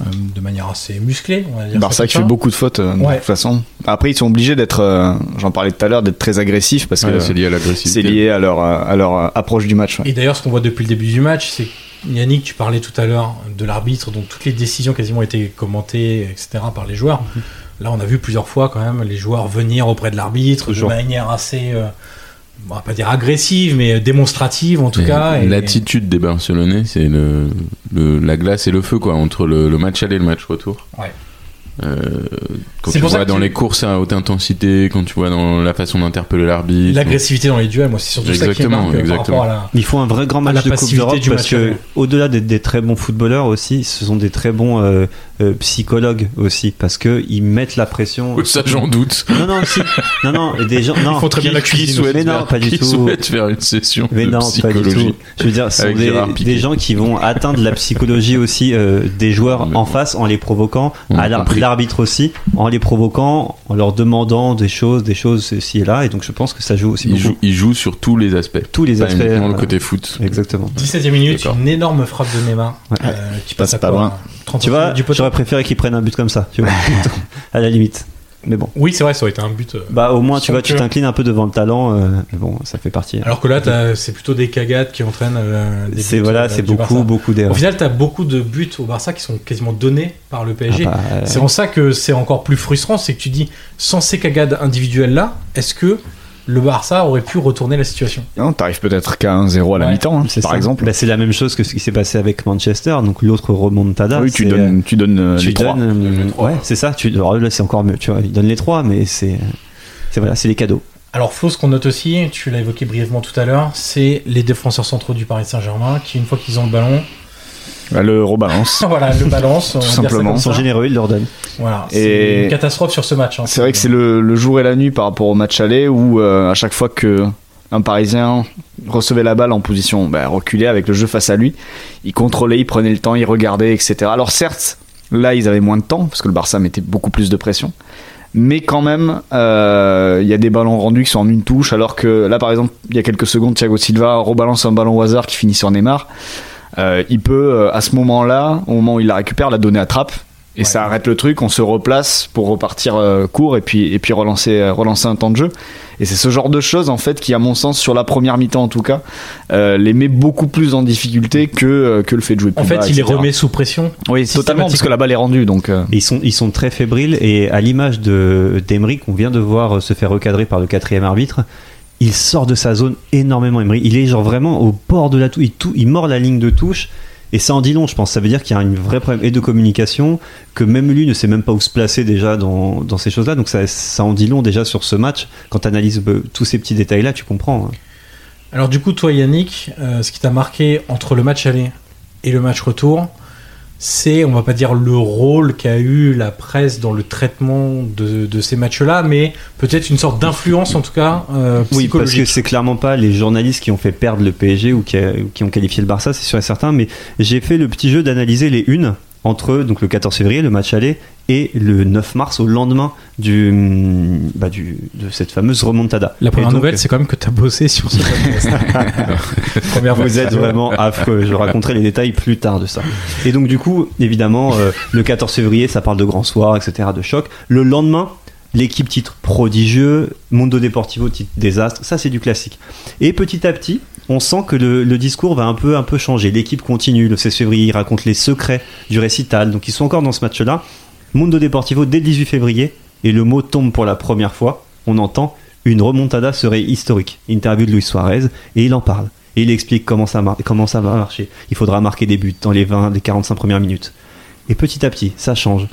A: euh, de manière assez musclée. On va dire ça
F: Barça
A: comme
F: qui
A: ça.
F: fait beaucoup de fautes euh,
A: Ouais.
F: de toute façon. Après, ils sont obligés d'être, euh, j'en parlais tout à l'heure, d'être très agressifs parce que
B: Ouais, c'est lié à l'agressivité.
F: c'est lié à leur, euh, à leur euh, approche du match. ouais.
A: Et d'ailleurs, ce qu'on voit depuis le début du match, c'est que, Yannick, tu parlais tout à l'heure de l'arbitre, donc toutes les décisions quasiment ont été commentées, etc., par les joueurs.
C: Mhm.
A: Là, on a vu plusieurs fois quand même les joueurs venir auprès de l'arbitre de
F: Toujours.
A: manière assez, euh, on va pas dire agressive, mais démonstrative en tout
B: Mais
A: cas. et-
B: L'attitude des Barcelonais, c'est le, le- la glace et le feu, quoi, entre le, le match aller et le match retour.
A: Ouais.
B: Euh, quand
A: C'est
B: tu
A: pour ça
B: vois
A: que
B: dans
A: tu-
B: les courses à haute intensité, quand tu vois dans la façon d'interpeller l'arbitre.
A: L'agressivité dans les duels, moi, c'est surtout ça qui me
B: Exactement,
A: marque euh, par
B: exactement.
A: rapport à la.
C: Il faut un vrai grand
A: À la
C: match de Coupe
A: passivité
C: d'Europe
A: du
C: parce
A: match
C: que
A: aller.
C: au-delà d'être des très bons footballeurs aussi, ce sont des très bons euh, euh, psychologues aussi parce que ils mettent la pression.
B: Oh, ça, j'en doute.
C: Non non si. non non des gens non.
A: Ils font très bien la
B: Qui
A: cuisine. hein.
B: souhaite
C: mais non,
B: faire-
C: pas du
B: qui
C: tout.
B: souhaite faire une session
C: Mais
B: de
C: non, pas du
B: psychologie
C: tout. Je veux dire, ce sont
B: Avec
C: des,
B: Gérard Piqué.
C: des gens qui vont atteindre la psychologie aussi euh, des joueurs
B: Mais
C: en
B: bon.
C: face en les provoquant,
B: On a
C: à l'ar-
B: compris.
C: l'arbitre aussi, en les provoquant, en leur demandant des choses, des choses ceci et là. Et donc je pense que ça joue aussi
B: Il
C: beaucoup.
B: joue, il joue sur tous les aspects.
C: Tous les
B: pas
C: aspects.
B: uniquement le
C: euh,
B: côté foot.
C: Exactement.
A: 17e minute,
B: D'accord.
A: une énorme frappe de Neymar
C: Ouais.
A: euh, qui passe
F: passe
A: à
F: pas
A: quoi,
F: loin.
A: hein, 30
C: Tu vois,
A: du poteau.
C: j'aurais préféré qu'ils prennent un but comme ça, tu vois, à la limite. Mais bon.
A: Oui, c'est vrai, ça aurait été un but. euh,
C: Bah au moins, tu
A: Sans
C: vois, tu
A: que-
C: t'inclines un peu devant le talent. euh, mais bon, ça fait partie.
A: Alors que là, t'as- c'est plutôt des cagades qui entraînent. euh, des
C: C'est
A: buts, euh,
C: voilà, c'est
A: du
C: beaucoup,
A: Barça.
C: beaucoup
A: Au
C: d'erreurs.
A: final, tu as beaucoup de buts au Barça qui sont quasiment donnés par le PSG.
C: Ah bah, euh,
A: C'est en ça que c'est encore plus frustrant, c'est que tu dis, sans ces cagades individuelles là, est-ce que le Barça aurait pu retourner la situation
F: Non, t'arrives peut-être qu'à 1-0 à la
A: Ouais,
F: mi-temps, hein,
C: C'est
F: par
C: ça.
F: exemple.
C: Bah, c'est la même chose que ce qui s'est passé avec Manchester, donc l'autre remontada.
F: oui, tu
C: c'est,
F: donnes, tu donnes euh,
C: euh, tu
F: les trois.
C: donnes, euh, ouais, c'est ça. Tu, alors là, c'est encore mieux. Tu vois, ils donnent les trois, mais c'est, c'est voilà, c'est les cadeaux.
A: Alors, faut ce qu'on note aussi, tu l'as évoqué brièvement tout à l'heure, c'est les défenseurs centraux du Paris Saint-Germain qui, une fois qu'ils ont le ballon,
F: Bah, le rebalance.
A: voilà, le balance. on va dire ça
F: simplement.
A: comme
C: Ils sont
A: ça.
C: généreux, ils leur donnent.
A: Voilà,
F: Et-
A: c'est une catastrophe sur ce match. hein.
F: C'est vrai que c'est le, le jour et la nuit par rapport au match aller où euh, à chaque fois que un Parisien recevait la balle en position bah, reculée avec le jeu face à lui, il contrôlait, il prenait le temps, il regardait, etc. Alors certes, là ils avaient moins de temps parce que le Barça mettait beaucoup plus de pression. Mais quand même, euh, il y a des ballons rendus qui sont en une touche, alors que là, par exemple, il y a quelques secondes, Thiago Silva rebalance un ballon au hasard qui finit sur Neymar. Euh, il peut, euh, à ce moment-là, au moment où il la récupère, la donner à Trapp. Et
A: Ouais.
F: ça arrête le truc, on se replace pour repartir euh, court et puis, et puis relancer, euh, relancer un temps de jeu. Et c'est ce genre de choses, en fait, qui, à mon sens, sur la première mi-temps en tout cas, euh, les met beaucoup plus en difficulté que, euh, que le fait de jouer plus
A: En fait,
F: bas,
A: il les
F: etc..
A: remet sous pression.
F: Oui, totalement, parce que la balle est rendue, donc. euh,
C: Et Ils sont, ils sont très fébriles et à l'image de d'Emery qu'on vient de voir euh, se faire recadrer par le quatrième arbitre, il sort de sa zone énormément. Emery, il est genre vraiment au bord de la touche, il, tou- il mord la ligne de touche et ça en dit long, je pense. Ça veut dire qu'il y a un vrai problème et de communication que même lui ne sait même pas où se placer déjà dans, dans ces choses-là. Donc ça, ça en dit long déjà sur ce match. Quand tu analyses tous ces petits détails-là, tu comprends. hein.
A: Alors du coup, toi Yannick, euh, ce qui t'a marqué entre le match aller et le match retour, c'est, on va pas dire le rôle qu'a eu la presse dans le traitement de, de ces matchs-là, mais peut-être une sorte d'influence en tout cas euh,
C: Oui, parce que
A: psychologique.
C: c'est clairement pas les journalistes qui ont fait perdre le PSG ou qui, a- ou qui ont qualifié le Barça, c'est sûr et certain. Mais j'ai fait le petit jeu d'analyser les unes entre donc le 14 février, le match aller, et le 9 mars, au lendemain du, hum, bah, du- de cette fameuse remontada.
A: la première
C: Et donc,
A: nouvelle, c'est quand même que t'as bossé sur ce podcast. première
C: vous
A: fois.
C: êtes vraiment affreux. Je raconterai les détails plus tard de ça. Et donc, du coup, évidemment, euh, le 14 février, ça parle de grand soir, etc., de choc. Le lendemain, l'équipe titre prodigieux, Mondo Deportivo titre désastre. Ça, c'est du classique. Et petit à petit, on sent que le, le discours va un peu, un peu changer. L'équipe continue. Le 16 février, il raconte les secrets du récital. Donc, ils sont encore dans ce match-là. Mondo Deportivo dès le 18 février. Et le mot tombe pour la première fois. On entend une remontada serait historique. Interview de Luis Suarez. Et il en parle. Et il explique comment ça, mar- comment ça va marcher. Il faudra marquer des buts dans les 20, les 45 premières minutes. Et petit à petit, ça change.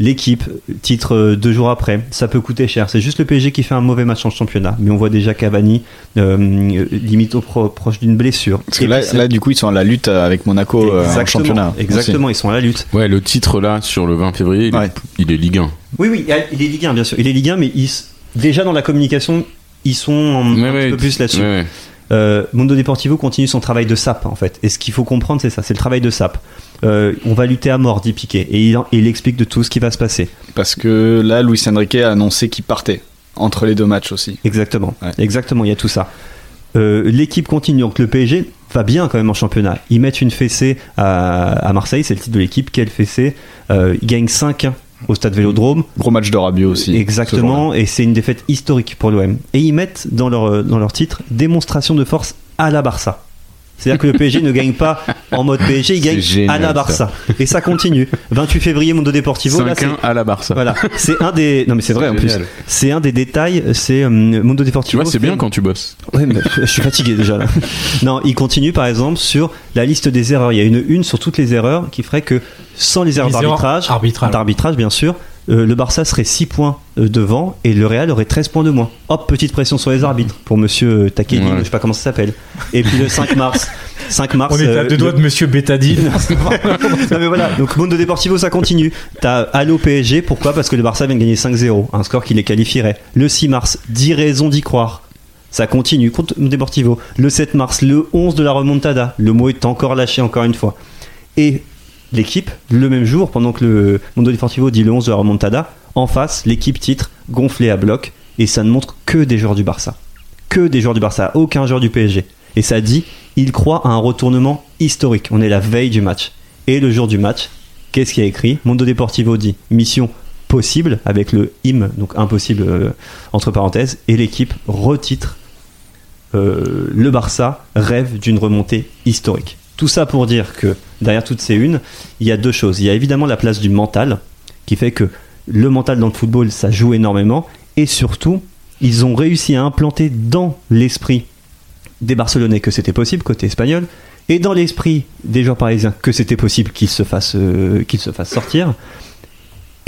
C: L'équipe, titre euh, deux jours après, ça peut coûter cher. C'est juste le PSG qui fait un mauvais match en championnat. Mais on voit déjà Cavani euh, euh, limite au pro- proche d'une blessure.
F: Parce que
C: Et
F: là,
C: puis c'est-
F: là, du coup, ils sont à la lutte avec Monaco euh, en
C: Exactement.
F: championnat.
C: Exactement, ils sont à la lutte.
B: Ouais, le titre là, sur le 20 février, il, est-
F: Ouais.
B: il est Ligue 1.
C: Oui, oui, ah, il est Ligue 1, bien sûr. Il est Ligue 1, mais ils s- déjà dans la communication, ils sont en- un petit peu plus là-dessus.
B: ouais, ouais.
C: Euh, Mondo Deportivo continue son travail de sap en fait. Et ce qu'il faut comprendre, c'est ça, c'est le travail de sap. Euh, on va lutter à mort, dit Piquet, et il, il explique de tout ce qui va se passer.
F: Aussi. Parce que là, Luis Enrique a annoncé qu'il partait entre les deux matchs aussi.
C: Exactement,
F: Ouais.
C: exactement, il y a tout ça. Euh, L'équipe continue, donc le PSG va bien quand même en championnat. Ils mettent une fessée à, à Marseille, c'est le titre de l'équipe, quelle fessée Euh, Ils gagnent 5-1 au stade Vélodrome.
F: Gros match de Rabiot aussi.
C: Exactement, et c'est une défaite historique pour l'OM. Et ils mettent dans leur, euh, dans leur titre démonstration de force à la Barça. C'est-à-dire que le PSG ne gagne pas en mode PSG, il
B: C'est
C: gagne
B: génial,
C: à la Barça. Et ça continue. 28 février, Mondo Deportivo.
B: 5-1
C: là, c'est-
B: à la Barça.
C: voilà, c'est un des. Non mais c'est vrai en plus.
B: génial.
C: C'est un des détails. C'est euh, Mondo
B: Tu
C: Deportivo.
B: vois, c'est
C: fait-
B: bien quand tu bosses.
C: Ouais, mais je suis fatigué déjà là. Non, il continue par exemple sur la liste des erreurs. Il y a une une sur toutes les erreurs qui ferait que sans les erreurs
A: Les erreurs
C: d'arbitrage,
A: arbitrales.
C: d'arbitrage bien sûr, euh, le Barça serait 6 points euh, devant et le Real aurait 13 points de moins. Hop, petite pression sur les arbitres pour monsieur euh, Takedi,
B: Ouais.
C: je sais pas comment ça s'appelle. Et puis le 5 mars, 5 mars
A: On est à
C: euh,
A: deux
C: le-
A: doigts de Monsieur Bétadine.
C: non mais voilà, donc Mondo Deportivo ça continue. T'as Allo PSG, pourquoi Parce que le Barça vient de gagner 5-0, un score qui les qualifierait. Le 6 mars, 10 raisons d'y croire. Ça continue contre Mondo Deportivo. Le 7 mars, le 11 de la remontada. Le mot est encore lâché encore une fois. Et l'équipe, le même jour, pendant que le Mondo Deportivo dit le 11 de la remontada, en face, l'équipe titre gonflée à bloc. Et ça ne montre que des joueurs du Barça. Que des joueurs du Barça, aucun joueur du PSG. Et ça dit, il croit à un retournement historique. On est la veille du match. Et le jour du match, qu'est-ce qui a écrit Mondo Deportivo dit mission possible avec le im, donc impossible euh, entre parenthèses, et l'équipe retitre euh, le Barça rêve d'une remontée historique. Tout ça pour dire que derrière toutes ces unes, il y a deux choses. Il y a évidemment la place du mental, qui fait que le mental dans le football, ça joue énormément, et surtout, ils ont réussi à implanter dans l'esprit des Barcelonais que c'était possible côté espagnol, et dans l'esprit des joueurs parisiens que c'était possible qu'ils se fassent euh, qu'ils se fassent sortir.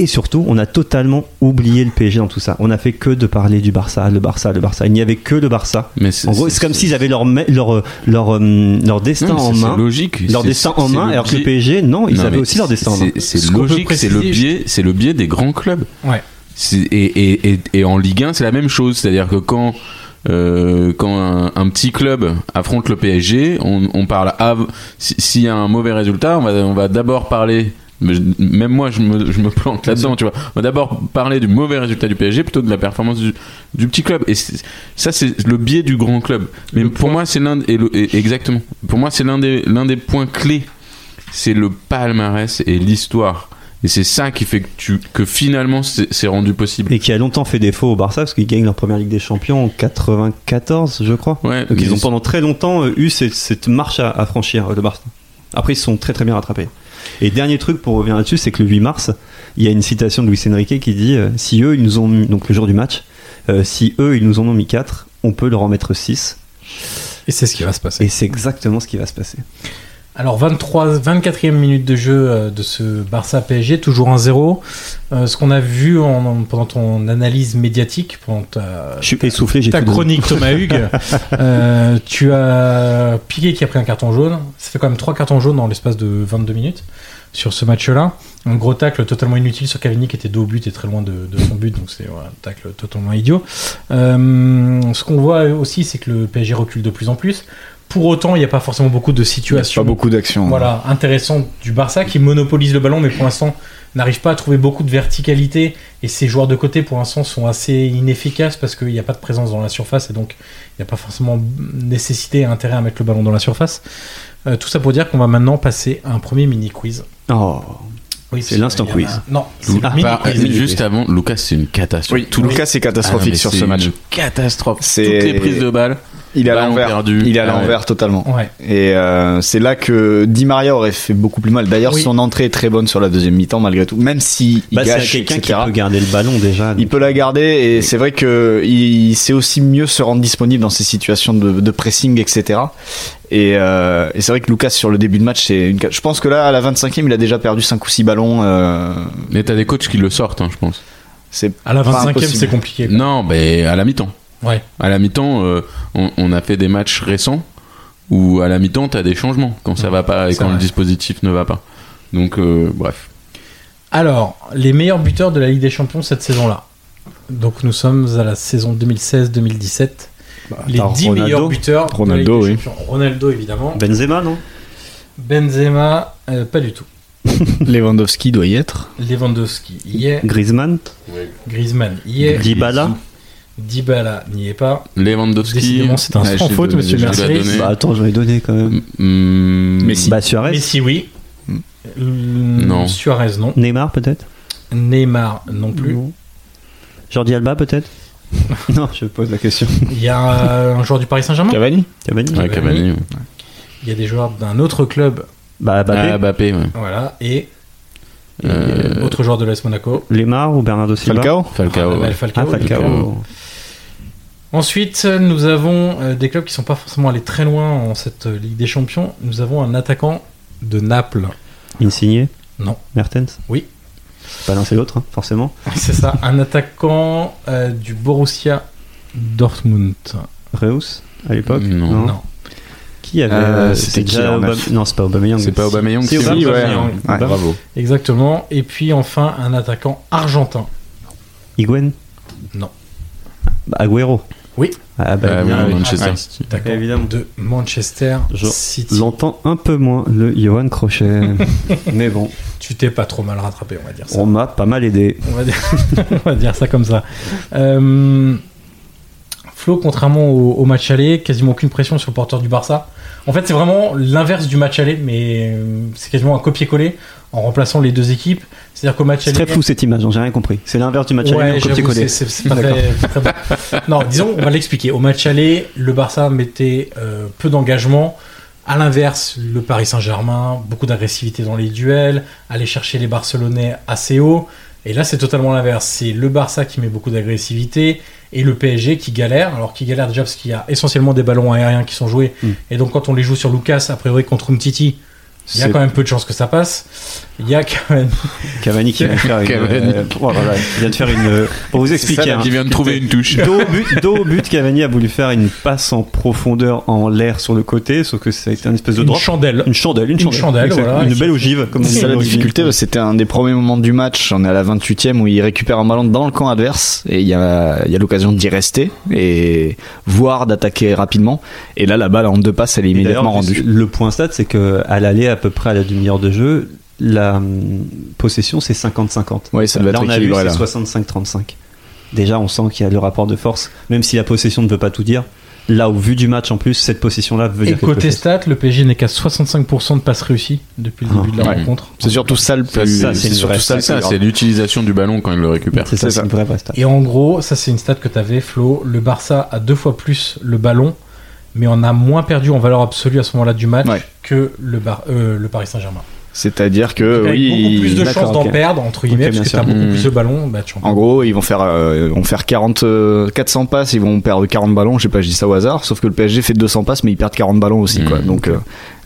C: Et surtout, on a totalement oublié le PSG dans tout ça. On a fait que de parler du Barça, le Barça, le Barça. Il n'y avait que le Barça.
B: Mais c'est-
C: En gros, c'est comme s'ils avaient leur, ma- leur, euh, leur, euh, leur destin
B: Non, mais
C: en
B: c'est-
C: main.
B: C'est logique.
C: Leur
B: C'est-
C: destin
B: c'est
C: en main,
B: le
C: alors que
B: biais-
C: le PSG, non, ils
B: Non,
C: avaient
B: mais
C: aussi leur destin en main.
B: c'est- C'est
A: Ce qu'on peut
B: logique, c'est le
A: préciser-
B: biais, c'est le biais des grands clubs.
A: Ouais.
B: C'est- Et, et, et, et en Ligue 1, c'est la même chose. C'est-à-dire que quand, euh, quand un, un petit club affronte le PSG, on, on parle. av- si- S'il y a un mauvais résultat, on va, on va d'abord parler. mais je- Même moi, je me, je me plante là-dedans, tu vois. On va d'abord parler du mauvais résultat du PSG plutôt que de la performance du, du petit club. Et c'est- ça, c'est le biais du grand club. Mais pour moi, c'est l'un et le- et- exactement. Pour moi, c'est l'un des l'un des points clés. C'est le palmarès et l'histoire. Et c'est ça qui fait que tu que finalement c'est c'est rendu possible.
C: Et qui a longtemps fait défaut au Barça parce qu'ils gagnent leur première Ligue des Champions en 94, je crois.
B: Ouais.
C: Donc ils
B: mais
C: ont pendant très longtemps euh, eu cette, cette marche à, à franchir, euh, le Barça. Après, ils se sont très très bien rattrapés. Et dernier truc pour revenir là-dessus, c'est que le 8 mars, il y a une citation de Luis Enrique qui dit euh, Si eux, ils nous ont mis, donc le jour du match, euh, si eux, ils nous en ont mis 4, on peut leur en mettre 6.
A: Et c'est ce qui va se passer.
C: Et c'est exactement ce qui va se passer.
A: Alors 23, 24e minute de jeu euh, de ce Barça PSG, toujours 1-0. Euh, ce qu'on a vu en- en- pendant ton analyse médiatique, pendant ta,
C: Je suis essoufflé, j'ai
A: ta
C: fait deux-
A: chronique Thomas Hugues, euh, tu as Piqué qui a pris un carton jaune. Ça fait quand même trois cartons jaunes dans l'espace de 22 minutes sur ce match-là. Un gros tacle totalement inutile sur Cavani qui était dos au but et très loin de, de son but, donc c'est voilà, un tacle totalement idiot. Euh, ce qu'on voit aussi, c'est que le PSG recule de plus en plus. Pour autant, il n'y a pas forcément beaucoup de situations
F: Pas beaucoup d'actions.
A: voilà, intéressante du Barça qui monopolise le ballon, mais pour l'instant n'arrive pas à trouver beaucoup de verticalité. Et ses joueurs de côté, pour l'instant, sont assez inefficaces parce qu'il n'y a pas de présence dans la surface et donc il n'y a pas forcément nécessité et intérêt à mettre le ballon dans la surface. Euh, tout ça pour dire qu'on va maintenant passer à un premier mini quiz.
C: Oh,
A: Oui,
C: C'est l'instant
A: il y en a-
C: quiz.
A: Non, c'est le
B: Ah,
A: mini
B: par-
A: quiz.
B: euh, juste avant, Lucas, c'est une catastrophe.
F: Oui, tout le cas c'est
B: Ah,
C: Ah,
F: catastrophique sur ce match.
B: catastrophe. Toutes
F: C'est-
B: les prises de balles.
F: Il est à
B: Ballon
F: l'envers.
B: perdu.
F: Il est à
B: Ah ouais.
F: l'envers totalement.
A: Ouais.
F: Et euh, c'est là que Di Maria aurait fait beaucoup plus mal. D'ailleurs,
A: Oui.
F: son entrée est très bonne sur la deuxième mi-temps malgré tout. Même si il
C: bah, c'est
F: gâche,
C: quelqu'un qui
F: etc.
C: peut garder le ballon déjà. euh,
F: Il peut la garder et c'est vrai que il sait aussi mieux se rendre disponible dans ces situations de, de pressing, etc. Et, euh, et c'est vrai que Lucas sur le début de match, c'est une. ca- Je pense que là à la 25e, il a déjà perdu 5 ou 6 ballons. euh,
B: Mais t'as des coachs qui le sortent, hein, je pense.
F: c'est
A: À la
F: pas
A: 25e,
F: impossible.
A: c'est compliqué. quoi.
B: Non, mais à la mi-temps.
A: Ouais.
B: À la mi-temps, euh, on, on a fait des matchs récents où à la mi-temps, t'as des changements quand ça va pas et
A: c'est
B: quand le
A: vrai.
B: dispositif ne va pas. Donc, euh, bref.
A: Alors, les meilleurs buteurs de la Ligue des Champions cette saison-là. Donc nous sommes à la saison 2016-2017. Les 10
C: Attends,
A: meilleurs
C: Ronaldo,
A: buteurs. de la
F: Ronaldo,
A: Ligue des
F: oui.
A: Champions. Ronaldo, évidemment.
C: Benzema, non
A: Benzema, euh, pas du tout.
F: Lewandowski doit y être.
A: Lewandowski, y est.
C: Griezmann
A: Griezmann, y est.
C: Dybala
A: Dybala, n'y est pas.
B: Lewandowski.
A: Décidément, c'est un sans
B: je-
A: faute,
B: je-
A: monsieur
B: je l'ai
A: Mercier.
B: donné.
C: Bah attends, je vais donner quand même.
B: Mm,
F: Messi.
C: Bah Suarez
A: Messi, oui. Euh,
B: Non.
A: Suarez, non.
C: Neymar peut-être
A: Neymar, non plus.
C: Non. Jordi Alba peut-être Non, je pose la question.
A: Il y a euh, un joueur du Paris Saint-Germain.
F: Cavani.
C: Cavani
B: Ouais, Cavani. ouais.
A: Il y a des joueurs d'un autre club.
C: Bah Mbappé,
B: Ah, Mbappé, ouais.
A: Voilà. Et
B: Euh,
A: autre joueur de l'AS Monaco.
C: Lemar ou Bernardo Silva
F: Falcao.
B: Falcao. ouais.
A: Rafael Falcao.
C: Ah Falcao.
A: Ensuite, nous avons euh, des clubs qui sont pas forcément allés très loin en cette euh, Ligue des Champions. Nous avons un attaquant de Naples.
C: Insigné
A: Non.
C: Mertens
A: Oui.
C: Pas l'un c'est l'autre, hein, forcément.
A: C'est ça, un attaquant euh, du Borussia Dortmund.
C: Reus à l'époque
B: Non.
A: Non.
C: Qui avait
F: Euh,
C: euh,
F: c'était
C: c'était
F: qui,
C: déjà
F: en
C: Aubame-
F: neuf
C: Non, c'est pas Aubameyang.
B: C'est pas Aubameyang,
C: C'est
B: c'est
C: Aubame-
F: Si, ouais.
C: Aubameyang.
F: Ouais.
C: Aubame-
B: Bravo.
A: Exactement. Et puis enfin, un attaquant argentin.
C: Higuain
A: Non.
C: Bah, Agüero
A: Oui.
C: Ah bah
B: Ah, oui,
C: bien, oui.
B: Manchester
A: Ah,
B: City.
A: Attaquant
C: Évidemment.
A: de Manchester
C: Je
A: City.
C: J'entends un peu moins le Johan Crochet. Mais bon,
A: Tu t'es pas trop mal rattrapé, on va dire ça.
C: on m'a pas mal aidé.
A: On va dire, on va dire ça comme ça. Euh, Flo, contrairement au, au match aller, quasiment aucune pression sur le porteur du Barça. En fait, c'est vraiment l'inverse du match aller, mais euh, c'est quasiment un copier-coller en remplaçant les deux équipes. C'est-à-dire qu'au match
C: C'est
A: aller.
C: très flou cette image, hein, j'ai rien compris. C'est l'inverse du match aller,
A: Ouais,
C: donc
A: j'avoue,
C: copier-coller.
A: c'est- c'est- c'est pas très- très bon. Non, disons, on va l'expliquer. Au match aller, le Barça mettait euh, peu d'engagement. À l'inverse, le Paris Saint-Germain, beaucoup d'agressivité dans les duels, aller chercher les Barcelonais assez haut. Et là, c'est totalement l'inverse. C'est le Barça qui met beaucoup d'agressivité et le PSG qui galère. Alors, qui galère déjà parce qu'il y a essentiellement des ballons aériens qui sont joués.
C: Mm.
A: Et donc, quand on les joue sur Lucas, a priori contre Umtiti, Il y a
F: C'est-
A: quand même peu de chances que ça passe. Il y a quand même.
C: Cavani qui vient de faire une.
B: Cavani.
C: euh, voilà, il vient de faire une. euh, Pour vous
B: C'est ça,
C: expliquer.
B: là,
C: hein.
B: qui vient de trouver une touche.
C: Dos au, but, dos au but, Cavani a voulu faire une passe en profondeur en l'air sur le côté, sauf que ça a été un espèce de
A: Une
C: drop.
A: chandelle.
C: Une chandelle, une
A: Une
C: chandelle.
A: chandelle,
C: Exact.
A: voilà.
C: Une belle ogive, comme on
F: C'est
C: dit.
F: ça la
C: Une ogive.
F: difficulté, parce que c'était un des premiers moments du match. On est à la 28e où il récupère un ballon dans le camp adverse et il y a, il y a l'occasion d'y rester et voire d'attaquer rapidement. Et là, la balle en deux passes, elle est
C: Et d'ailleurs,
F: immédiatement rendue.
C: Le point stat, c'est que à l'aller, à peu près à la demi-heure de jeu, la hum, possession, c'est 50-50.
F: Oui, ça devait
C: Là,
F: être
C: on a vu,
F: équilibré là.
C: c'est 65-35. Déjà, on sent qu'il y a le rapport de force, même si la possession ne veut pas tout dire. Là, au vu du match, en plus, cette possession-là veut
A: Et
C: dire quelque
A: côté
C: chose.
A: stat, le PSG n'est qu'à 65% de passes réussies depuis le
C: Ah,
A: début de la
B: ouais.
A: rencontre.
F: C'est surtout ça le plus.
C: ça, c'est une
F: surtout
C: vraie-
B: C'est
F: ça le
B: ça,
F: plus
B: c'est
F: grave.
B: l'utilisation du ballon quand il le récupère.
C: C'est ça,
F: C'est
C: c'est
F: ça.
C: une vraie, vraie stat.
A: Et en gros, ça c'est une stat que t'avais, Flo. Le Barça a deux fois plus le ballon, mais on a moins perdu en valeur absolue à ce moment-là du match
F: Ouais.
A: que le, Bar- euh, le Paris Saint-Germain.
F: C'est-à-dire que
A: Donc, avec beaucoup plus
F: oui,
A: de
C: Euh, d'accord,
A: chances d'en
C: ok.
A: perdre, entre guillemets,
C: Ok, bien
A: parce que
C: sûr. Mm.
A: t'as beaucoup
B: Mmh.
A: plus de ballon. Bah, tu en
F: En gros, ils vont faire, euh, vont faire 40, euh, 400 passes, ils vont perdre 40 ballons, je sais pas, je dis ça au hasard, sauf que le PSG fait 200 passes, mais ils perdent 40 ballons aussi, quoi.
B: Mmh.
F: Donc euh,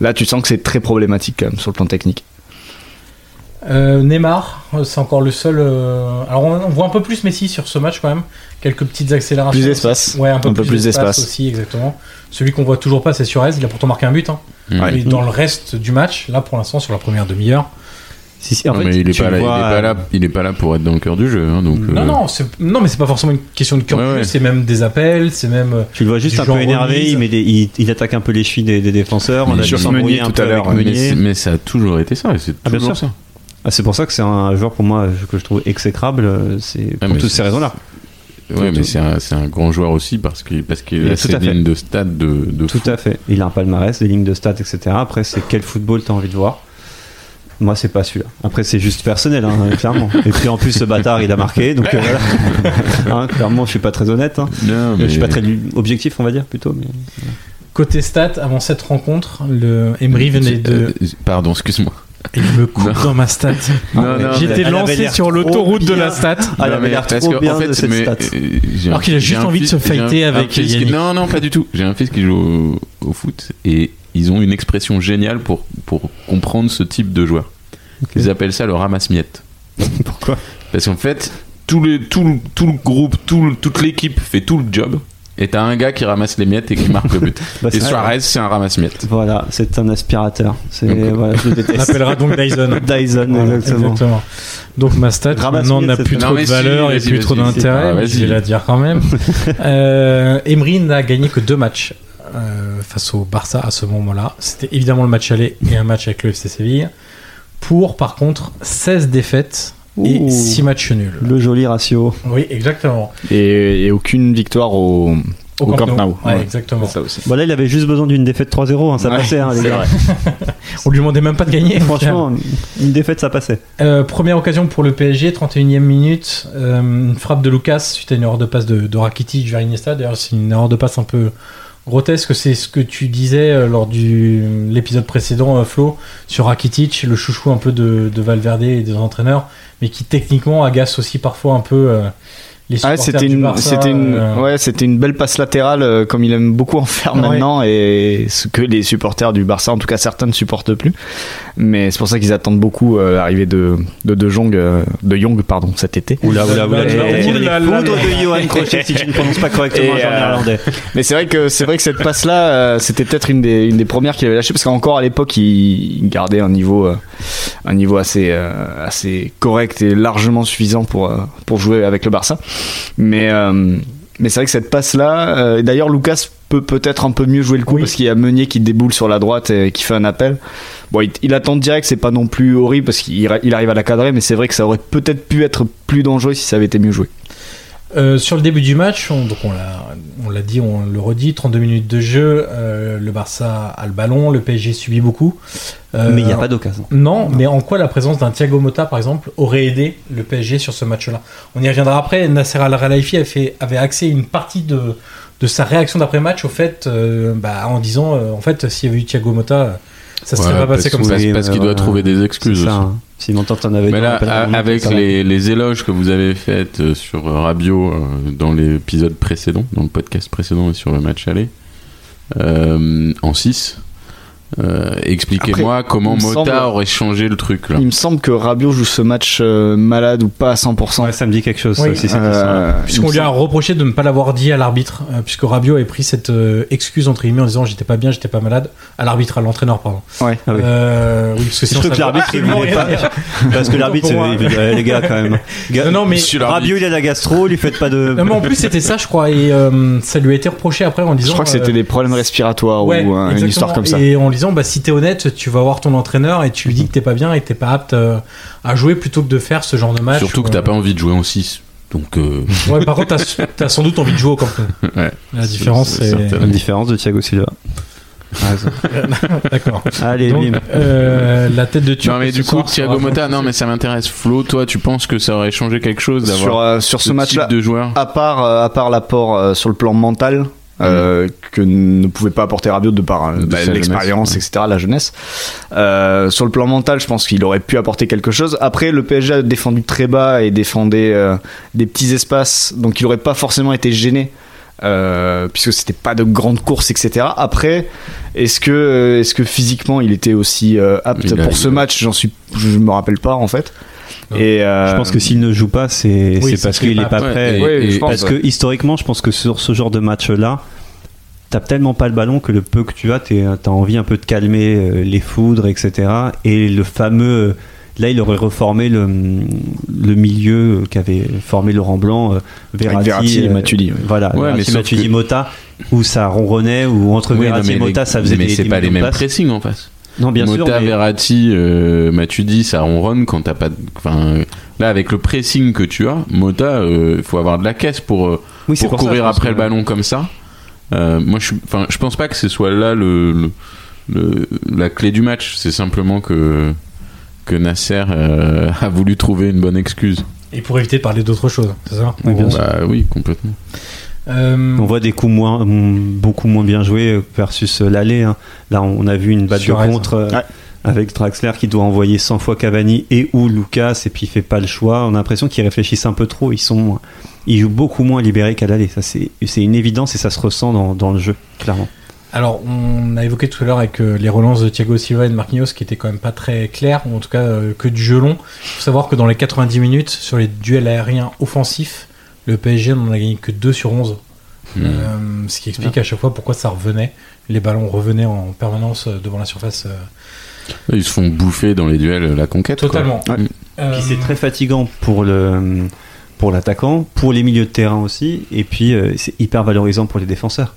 F: là, tu sens que c'est très problématique, quand même, sur le plan technique.
A: Euh, Neymar, euh, c'est encore le seul. euh, Alors on, on voit un peu plus Messi sur ce match quand même. Quelques petites accélérations.
F: Plus d'espace.
A: Ouais, un peu,
F: Un
A: plus, d'espace
F: d'espace.
A: aussi, exactement. Celui qu'on voit toujours pas, c'est Suarez. Il a pourtant marqué un but. Hein.
B: Ouais.
A: Mais dans le reste du match, là pour l'instant, sur la première demi-heure.
C: Si, si, en
B: Non,
C: fait,
B: mais il est,
C: tu
B: pas là, il, est
C: vois,
B: pas là, il est pas là pour être dans le cœur du jeu. hein, donc, euh,
A: Non, non, c'est- non, mais c'est pas forcément une question de cœur.
B: Ouais, ouais.
A: C'est même des appels, c'est même. euh,
C: Tu le vois juste
A: Du
C: un
A: genre
C: peu énervé,
A: remise.
C: il, met des- il, il attaque un peu les chevilles des, des défenseurs.
B: Mais
C: on a
B: sur
C: dû s'embrouiller
F: Meunier
C: un
F: tout
C: peu
F: à
C: avec
F: l'heure,
B: mais, c'est-
C: Meunier.
B: mais ça a toujours été ça. et C'est
C: Ah, bien
B: toujours
C: sûr.
B: ça.
C: Ah, c'est pour ça que c'est un joueur pour moi je- que je trouve exécrable, euh, c'est
B: Ah,
C: pour
B: mais
C: toutes
B: c'est-
C: ces raisons-là.
B: Ouais,
C: Tout-
B: mais c'est un, c'est un grand joueur aussi parce qu'il parce qu'il
C: Tout
B: a ses
C: à fait.
B: lignes de stade de, de
C: Tout
B: fou.
C: à fait. Il a un palmarès, des lignes de stats, etc. Après, c'est quel football t'as envie de voir Moi, c'est pas celui-là. Après, c'est juste personnel, hein, clairement. Et puis en plus, ce bâtard, il a marqué, donc euh, voilà. Hein, clairement, je suis pas très honnête. hein.
B: Non,
C: Je suis
B: mais-
C: pas très objectif, on va dire plutôt. Mais...
A: Côté stats, avant cette rencontre, le Emery venait de.
B: Euh, Pardon, excuse-moi.
A: Il me coupe dans ma stat.
B: Non,
C: mais
B: non,
C: j'ai-
A: J'étais
C: elle avait
A: lancé
C: l'air
A: sur l'autoroute
C: trop
A: de la
C: bien.
A: stat.
C: Ah, elle
B: Non,
C: avait
B: mais
C: l'air
B: parce
C: trop
B: que,
C: bien
B: en fait,
C: de cette
B: mais,
C: stat.
B: euh, j'ai
A: Alors
B: un-
A: qu'il a
B: j'ai
A: juste
B: un
A: envie de
B: fils-
A: se fighter
B: j'ai un- un
A: avec
B: fils qui-
A: Yannick.
B: Non, non, pas du tout. J'ai un fils qui joue au, au foot et ils ont une expression géniale pour, pour comprendre ce type de joueur. Ils appellent ça le ramasse-miette.
C: Pourquoi
B: Parce qu'en fait, tout le, tout le, tout le groupe, tout le- toute l'équipe fait tout le job et t'as un gars qui ramasse les miettes et qui marque le but.
C: Bah,
B: et
C: c'est-
B: Suarez, c'est un ramasse-miette.
C: Voilà, c'est un aspirateur. C'est
B: Donc-
C: voilà, je le
A: On
C: déteste.
A: appellera donc Dyson.
C: Dyson,
A: Voilà,
C: exactement.
A: Donc ma stat
C: Ramasse
A: maintenant n'a
C: cette-
A: plus
B: Non,
A: trop
B: mais
A: de
B: si,
A: valeur et
B: vas-y,
A: plus trop
B: vas-y, vas-y.
A: d'intérêt.
B: Ah,
A: mais
B: vas-y.
A: je vais la dire quand même. euh, Emery n'a gagné que deux matchs euh, face au Barça à ce moment-là. C'était évidemment le match aller et un match avec le FC Séville. Pour par contre 16 défaites et
C: Ouh.
A: 6 matchs nuls.
C: Le joli ratio.
A: Oui, exactement.
F: Et, et aucune victoire au, au Camp Nou.
A: Ouais,
F: Ouais.
A: exactement.
F: Ça aussi.
C: Voilà, Bah, il avait juste besoin d'une défaite 3-0, hein, ça
F: Ouais,
C: passait, hein, les
F: c'est
C: gars.
F: vrai.
A: On lui demandait même pas de gagner.
C: Franchement, une défaite, ça passait.
A: Euh, première occasion pour le PSG, 31e minute, euh, une frappe de Lucas suite à une erreur de passe de, de Rakitic vers Iniesta. D'ailleurs, c'est une erreur de passe un peu grotesque. C'est ce que tu disais euh, lors de l'épisode précédent, euh, Flo, sur Rakitic, le chouchou un peu de, de Valverde et des entraîneurs, mais qui techniquement agace aussi parfois un peu euh, les
F: Ah,
A: supporters
F: c'était
A: du
F: une,
A: Barça,
F: c'était une,
A: euh,
F: ouais, c'était une belle passe latérale euh, comme il aime beaucoup en faire
A: Ouais.
F: maintenant et ce que les supporters du Barça, en tout cas certains, ne supportent plus. Mais c'est pour ça qu'ils attendent beaucoup euh, l'arrivée de de De Jong, euh, de Jong pardon, cet été.
C: Oula,
A: oula, oula,
F: je vais
A: retirer les foudres
C: de Johan Crochet si tu ne prononces pas correctement
F: un
A: euh,
F: genre néerlandais. Mais c'est vrai que c'est vrai que cette passe là, c'était peut-être une des une des premières qu'il avait lâchée parce qu'encore à l'époque, il, il gardait un niveau euh, un niveau assez euh, assez correct et largement suffisant pour euh, pour jouer avec le Barça. Mais euh, mais c'est vrai que cette passe là, d'ailleurs Lucas peut peut-être un peu mieux jouer le coup
A: Oui.
F: parce qu'il y a Meunier qui déboule sur la droite et qui fait un appel. Bon, il, il attend direct, c'est pas non plus horrible parce qu'il il arrive à la cadrer, mais c'est vrai que ça aurait peut-être pu être plus dangereux si ça avait été mieux joué.
A: Euh, sur le début du match, on, donc on l'a, on l'a dit, on le redit, 32 minutes de jeu, euh, le Barça a le ballon, le PSG subit beaucoup. Euh,
C: Mais il n'y a pas d'occasion.
A: Non, mais en quoi la présence d'un Thiago Motta, par exemple, aurait aidé le PSG sur ce match-là On y reviendra après. Nasser Al-Khelaifi avait, fait- avait axé une partie de, de sa réaction d'après-match au fait, euh, bah, en disant, euh, en fait, s'il y avait eu Thiago Motta, euh, ça se serait
B: Ouais,
A: pas passé
B: parce-
A: comme ça.
B: parce- Parce qu'il doit
C: euh,
B: trouver des
C: C'est
B: excuses
C: ça.
B: aussi.
C: hein. Si longtemps t'en avais
B: Mais
C: dit,
B: là,
C: on peut
B: a-
C: pas
B: avec
C: remonter,
B: les, les éloges que vous avez faites euh, sur euh, Rabiot euh, dans l'épisode précédent, dans le podcast précédent et sur le match aller, euh, en 6, Euh, Expliquez-moi comment
F: il
B: Mota
F: me semble-
B: aurait changé le truc là.
F: Il me semble que Rabiot joue ce match euh, malade ou pas à 100%.
C: Ouais, ça me dit quelque chose, ça
A: Oui.
C: aussi, cette histoire.
F: Euh, il
A: Puisqu'on
F: me
A: lui a reproché de ne pas l'avoir dit à l'arbitre, euh, puisque Rabiot avait pris cette euh, excuse entre guillemets en disant j'étais pas bien, j'étais pas malade, à l'arbitre, à l'entraîneur, pardon.
F: semble- ouais.
C: Ah oui.
A: Euh, oui, parce que
C: Je
A: sinon,
C: trouve
A: ça
C: que
A: veut
C: l'arbitre, il
A: absolument
C: voulait
A: rien dire.
C: Parce que l'arbitre,
A: Pour moi.
C: il veut dire, eh, les gars, quand même. Gars,
A: Non, non, mais,
B: Monsieur l'arbitre.
C: Rabiot, il a la gastro, lui faites pas de.
A: non, mais en plus, c'était ça, je crois, et euh, ça lui a été reproché après en disant.
F: Je crois que c'était
A: euh,
F: des problèmes respiratoires
A: ouais,
F: ou euh, une
A: exactement.
F: histoire comme ça.
A: Et en lui disant, bah, si t'es honnête, tu vas voir ton entraîneur et tu
B: Mhm.
A: lui dis que t'es pas bien et que t'es pas apte euh, à jouer plutôt que de faire ce genre de match.
B: Surtout que t'as pas envie de jouer en 6. Donc, euh,
A: pas. Ouais, par contre, t'as- t'as sans doute envie de jouer au Camp Nou.
B: Ouais.
A: La différence,
B: C'est-
A: c'est.
B: c'est certain.
C: La différence de Thiago Silva.
A: D'accord.
C: Allez,
A: Ah, Donc,
C: bim.
A: euh, la tête de Turc.
B: non, mais
A: ce
B: du coup,
A: soir
B: Thiago
A: sera-
B: Motta, non, mais ça m'intéresse. Flo, toi, tu penses que ça aurait changé quelque chose
F: Sur,
B: d'avoir
F: euh, sur ce
B: type
F: match-là,
B: de joueur
F: à part, euh, à part l'apport euh, sur le plan mental euh, que ne pouvait pas apporter Rabiot de par euh, de
B: Mhm. Bah,
F: sa-
B: la
F: l'expérience,
B: jeunesse,
F: etc., la jeunesse. Euh, sur le plan mental, je pense qu'il aurait pu apporter quelque chose. Après, le PSG a défendu très bas et défendait euh, des petits espaces, donc il aurait pas forcément été gêné. euh, puisque c'était pas de grandes courses etc après est-ce que euh, est-ce que physiquement il était aussi euh, apte
B: Il a-
F: pour
B: il
F: ce
B: a-
F: match j'en suis je me rappelle pas en fait
A: Non.
F: et euh,
C: Je pense que s'il ne joue pas, c'est
A: Oui,
C: c'est
A: c'est
C: parce qu'il est pas
B: Ouais,
C: prêt.
B: et-
F: Ouais,
B: et-
F: je pense.
C: Parce que historiquement, je pense que sur ce genre de match-là, t'as tellement pas le ballon que le peu que tu as, t'es- t'as envie un peu de calmer euh, les foudres, etc. Et le fameux. euh, Là, il aurait reformé le, mm, le milieu qu'avait formé Laurent Blanc, euh, Verratti, euh,
F: Avec Verratti et Matuidi, ouais.
C: Voilà,
B: Ouais,
C: Verratti,
B: mais sauf
C: Matuidi,
B: que-
C: Mota, où ça ronronnait, où entre
B: Oui, non,
C: Verratti
B: mais
C: et Mota,
B: les-
C: ça faisait
B: mais
C: des
B: c'est
C: des
B: pas les
C: millions de
B: mêmes
C: passes.
B: pressings en face.
C: Non, bien
B: Mota,
C: sûr. mais-
B: Verratti, euh, Matuidi, ça ronronne quand t'as pas. de- Enfin, là, avec le pressing que tu as, Mota, il faut avoir de la caisse pour, euh,
C: oui, c'est
B: pour
C: ça,
B: courir
C: je pense
B: après
C: que-
B: le ballon comme ça. Euh, moi, je, suis- enfin, je pense pas que ce soit là le, le- le- la clé du match. C'est simplement que que Nasser euh, a voulu trouver une bonne excuse.
A: Et pour éviter de parler d'autre chose, c'est ça
C: Oui, bien
B: Bon,
C: sûr.
B: bah oui, complètement.
A: Euh,
C: On voit des coups moins, mm, beaucoup moins bien joués euh, versus euh, l'aller. hein. Là, on a vu une batte de
A: Suarez,
C: contre euh,
F: Ouais.
C: avec Draxler qui doit envoyer 100 fois Cavani et ou Lucas et puis il fait pas le choix. On a l'impression qu'ils réfléchissent un peu trop. Ils sont, ils jouent beaucoup moins libérés qu'à l'aller. Ça, c'est, c'est une évidence et ça se ressent dans, dans le jeu, clairement.
A: Alors, on a évoqué tout à l'heure avec euh, les relances de Thiago Silva et de Marquinhos qui étaient quand même pas très claires, ou en tout cas euh, que du jeu long. Il faut savoir que dans les 90 minutes, sur les duels aériens offensifs, le PSG n'en a gagné que 2 sur 11.
B: Hmm.
A: Euh, ce qui explique à chaque fois pourquoi ça revenait. Les ballons revenaient en permanence euh, devant la surface. euh,
B: Ils se font bouffer dans les duels euh, la conquête. quoi.
A: totalement.
B: Ouais.
A: Euh,
C: Puis c'est très fatigant pour le pour l'attaquant, pour les milieux de terrain aussi, et puis euh, c'est hyper valorisant pour les défenseurs.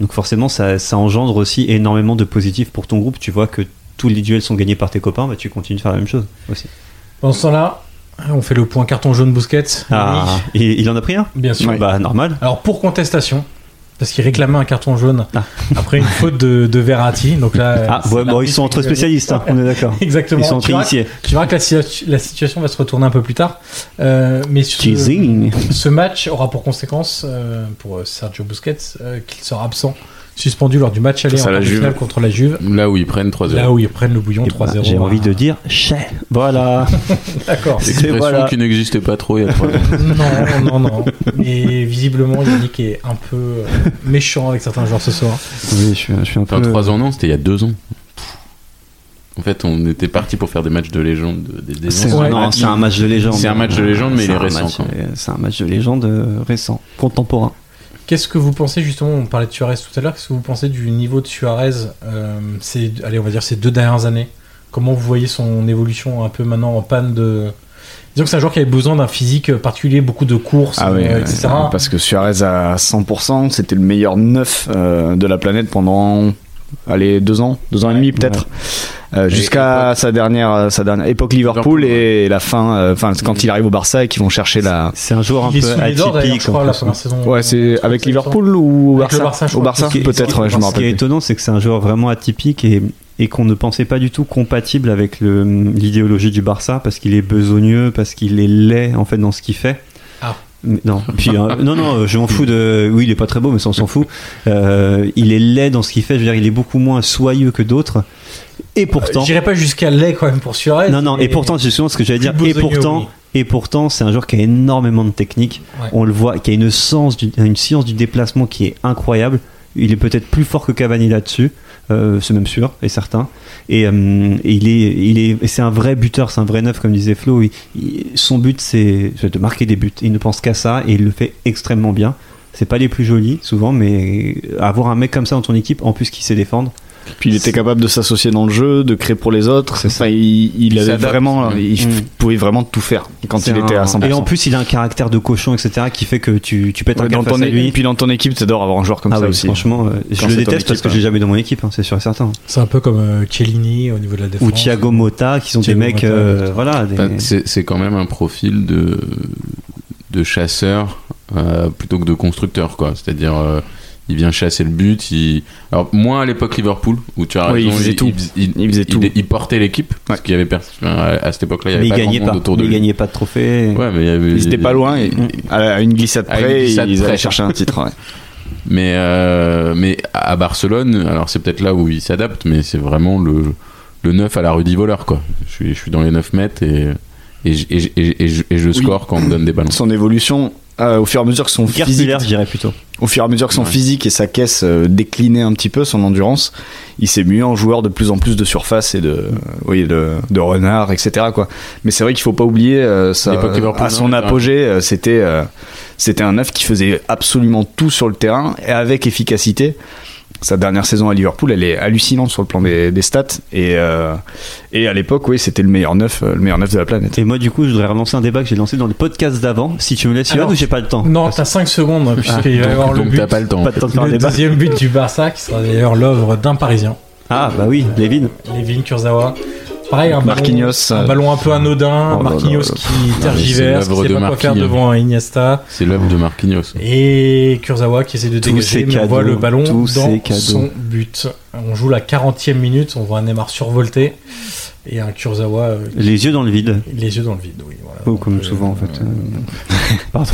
C: Donc forcément, ça, ça engendre aussi énormément de positifs pour ton groupe. Tu vois que tous les duels sont gagnés par tes copains, bah, tu continues de faire la même chose aussi.
A: Dans ce temps-là, on fait le point carton jaune Bousquet.
C: Ah, et il en a pris un
A: Bien sûr.
C: Bah normal.
A: Alors pour contestation, parce qu'il réclamait un carton jaune
C: Ah.
A: après une faute de, de Verratti. Donc là,
C: Ah,
A: c'est
C: ouais,
A: la
C: bon, ils sont entre spécialistes, hein, on est d'accord.
A: Exactement.
C: Ils sont
A: tu, verras,
C: entre initiés.
A: tu verras que la, si- la situation va se retourner un peu plus tard. Euh, mais sur ce,
C: Teasing.
A: ce match aura pour conséquence euh, pour euh, Sergio Busquets euh, qu'il sera absent, suspendu lors du match aller en
B: Ça, la
A: quart de
B: Juve.
A: finale contre la Juve.
B: Là où ils prennent 3-0.
A: Là où ils prennent le bouillon
C: Eh ben,
A: 3-0.
C: J'ai envie de
A: Ah,
C: dire, chais. Voilà.
A: D'accord.
C: C'est
B: Expression
C: voilà.
B: qui n'existait pas trop il y a trois ans.
A: non, non, non. Mais visiblement, Yannick est un peu euh, méchant avec certains joueurs ce soir.
C: Oui, je suis, je suis un peu.
B: Enfin, 3 ans, non, c'était il y a 2 ans. En fait, on était parti pour faire des matchs de légende. de- Des, des
C: C'est
B: anciens
A: Ouais.
C: non,
B: matchs.
C: c'est un match de légende.
B: C'est un match de légende, mais il
C: C'est
B: est
C: un
B: récent,
C: match- euh,
B: quand
C: C'est un match de légende euh, récent, contemporain.
A: Qu'est-ce que vous pensez justement On parlait de Suarez tout à l'heure. Qu'est-ce que vous pensez du niveau de Suarez euh, ces, allez, on va dire ces deux dernières années Comment vous voyez son évolution un peu maintenant en panne de Disons que c'est un joueur qui avait besoin d'un physique particulier, beaucoup de courses,
F: Ah ouais,
A: euh,
F: ouais,
A: etc.
F: ouais, parce que Suarez à 100%, c'était le meilleur neuf euh, de la planète pendant allez deux ans, deux ans et demi peut-être, Euh, jusqu'à sa dernière euh, sa dernière époque Liverpool,
B: Liverpool,
F: et la fin, euh, enfin quand il arrive au Barça et qu'ils vont chercher la.
C: C'est un joueur un
A: Il est
C: peu
A: sous les dents, d'ailleurs,
C: atypique.
A: je crois,
C: en
A: la
C: plus.
A: première saison.
F: Ouais, c'est avec Liverpool ou au
A: Avec
F: Barça,
A: le Barça, je
F: Au
A: crois.
F: Barça
A: Parce que-
F: peut-être, ouais, je me
A: parce
C: Ce qui
F: rappelle.
C: est
F: plus.
C: étonnant, c'est que c'est un joueur vraiment atypique et, et qu'on ne pensait pas du tout compatible avec le- l'idéologie du Barça parce qu'il est besogneux, parce qu'il est laid en fait dans ce qu'il fait.
A: Ah.
C: Mais Non, puis, euh, non, non, euh, je m'en fous de. Oui, il est pas très beau, mais ça, on s'en fout. Euh, il est laid dans ce qu'il fait. Je veux dire, il est beaucoup moins soyeux que d'autres. Et pourtant,
A: J'irai pas jusqu'à lait quand même pour Suarez.
C: non, non, et
A: mais-
C: pourtant, c'est souvent ce que j'allais dire.
A: Plus
C: Et
A: besogneux,
C: pourtant,
A: oui.
C: et pourtant, c'est un joueur qui a énormément de technique.
A: Ouais.
C: On le voit, qui a une science du, une science du déplacement qui est incroyable, Il est peut-être plus fort que Cavani là-dessus, euh, c'est même sûr et certain. Et, euh, et il est, il est, et c'est un vrai buteur, c'est un vrai neuf comme disait Flo. Il- il- son but c'est c'est de marquer des buts. Il ne pense qu'à ça et il le fait extrêmement bien. C'est pas les plus jolis souvent, mais avoir un mec comme ça dans ton équipe, en plus qui sait défendre,
F: Puis il était capable de s'associer dans le jeu, de créer pour les autres.
C: C'est ça.
F: Enfin, il, il
B: Il
F: avait
B: s'adapte.
F: vraiment, il
C: Mm.
F: pouvait vraiment tout faire quand
C: c'est
F: il était
C: un-
F: à 100%.
C: Et en plus, il a un caractère de cochon, etc., qui fait que tu, tu pètes
F: Ouais,
C: un
F: dans
C: câble
F: ton
C: face à
F: é-
C: lui.
F: puis dans ton équipe, t'adores avoir un joueur comme
C: Ah
F: ça
C: oui,
F: aussi. hein.
C: franchement, euh, je
F: Quand
C: le
F: c'est ton
C: déteste parce
F: équipe,
C: que
F: hein.
C: j'ai jamais dans mon équipe, hein, c'est sûr et certain.
A: C'est un peu comme euh, Chiellini au niveau de la défense.
C: Ou Thiago Motta, qui sont
A: Thiago
C: des mecs,
A: Motta,
C: euh,
A: ouais.
C: voilà, des-
B: Enfin, c'est c'est quand même un profil de, de chasseur euh, plutôt que de constructeur, quoi. C'est-à-dire, euh, il vient chasser le but. Il... Alors, moins à l'époque Liverpool, où tu as
F: Oui,
B: raison,
F: il faisait tout.
B: Il,
F: Il faisait tout.
B: il- il portait l'équipe, parce qu'il y avait personne. enfin, à- à cette époque-là, il
C: mais
B: n'y
C: ils
B: avait pas
C: gagnaient
B: grand monde
C: pas,
B: autour de
C: ils
B: lui.
C: gagnaient pas de trophée.
B: Ouais, mais il y avait-
F: Ils étaient pas loin et Mm. à une glissade
B: À une
F: près,
B: glissade
F: ils
B: près.
F: allaient chercher un titre. ouais.
B: Mais, euh, mais à Barcelone, alors c'est peut-être là où il s'adapte, mais c'est vraiment le, le 9 à la Rudy Voleur, quoi. Je suis, je suis dans les 9 mètres et, et, je- et je- et je- et je- et je score quand on me donne des ballons.
F: Son évolution, euh, au fur et à mesure que son physique,
C: Gertulaire, je dirais plutôt.
F: au fur et à mesure que son
B: Ouais.
F: physique et sa caisse euh, déclinaient un petit peu son endurance, il s'est mué en joueur de plus en plus de surface et de, euh, oui, de, de renard, etc. Quoi. Mais c'est vrai qu'il faut pas oublier euh, ça-
B: L'époque Liverpool,
F: à son
B: hein,
F: apogée, euh, c'était euh, c'était un neuf qui faisait absolument tout sur le terrain et avec efficacité. Sa dernière saison à Liverpool, elle est hallucinante sur le plan des, des stats et euh, et à l'époque, oui, c'était le meilleur neuf, euh, le meilleur neuf de la planète.
C: Et moi, du coup, je voudrais relancer un débat que j'ai lancé dans le podcast d'avant. Si tu me laisses
A: Alors-
C: une ou j'ai pas le temps.
A: Non, t'as 5 secondes, hein, puisqu'il va y
B: donc,
A: avoir le
B: donc
A: but.
B: t'as pas le temps.
C: Ah, Pas de temps de faire un
A: Le
C: débat.
A: deuxième but du Barça, qui sera d'ailleurs l'œuvre d'un Parisien,
C: Ah, bah oui, Lévin.
A: Lévin Kurzawa. Pareil, un ballon,
F: Marquinhos,
A: un
F: euh,
A: ballon un peu anodin,
F: Oh là
A: Marquinhos
F: là là.
A: qui
B: c'est
A: tergiverse, qui
B: l'œuvre
A: sait
B: de
A: pas quoi faire
B: Marquinhos.
A: devant un Iniesta,
B: C'est l'œuvre de Marquinhos.
A: et Kurzawa qui essaie de
C: Tous
A: dégager,
C: ces
A: mais on
C: cadeaux,
A: voit le ballon
C: tous ces
A: dans
C: cadeaux.
A: son but. On joue la 40e minute, on voit un Neymar survolté, et un Kurzawa euh,
C: Les yeux dans le vide.
A: les yeux dans le vide. Oui, voilà.
C: Oh,
A: Donc,
C: comme
A: euh,
C: souvent, en fait. Euh, Pardon.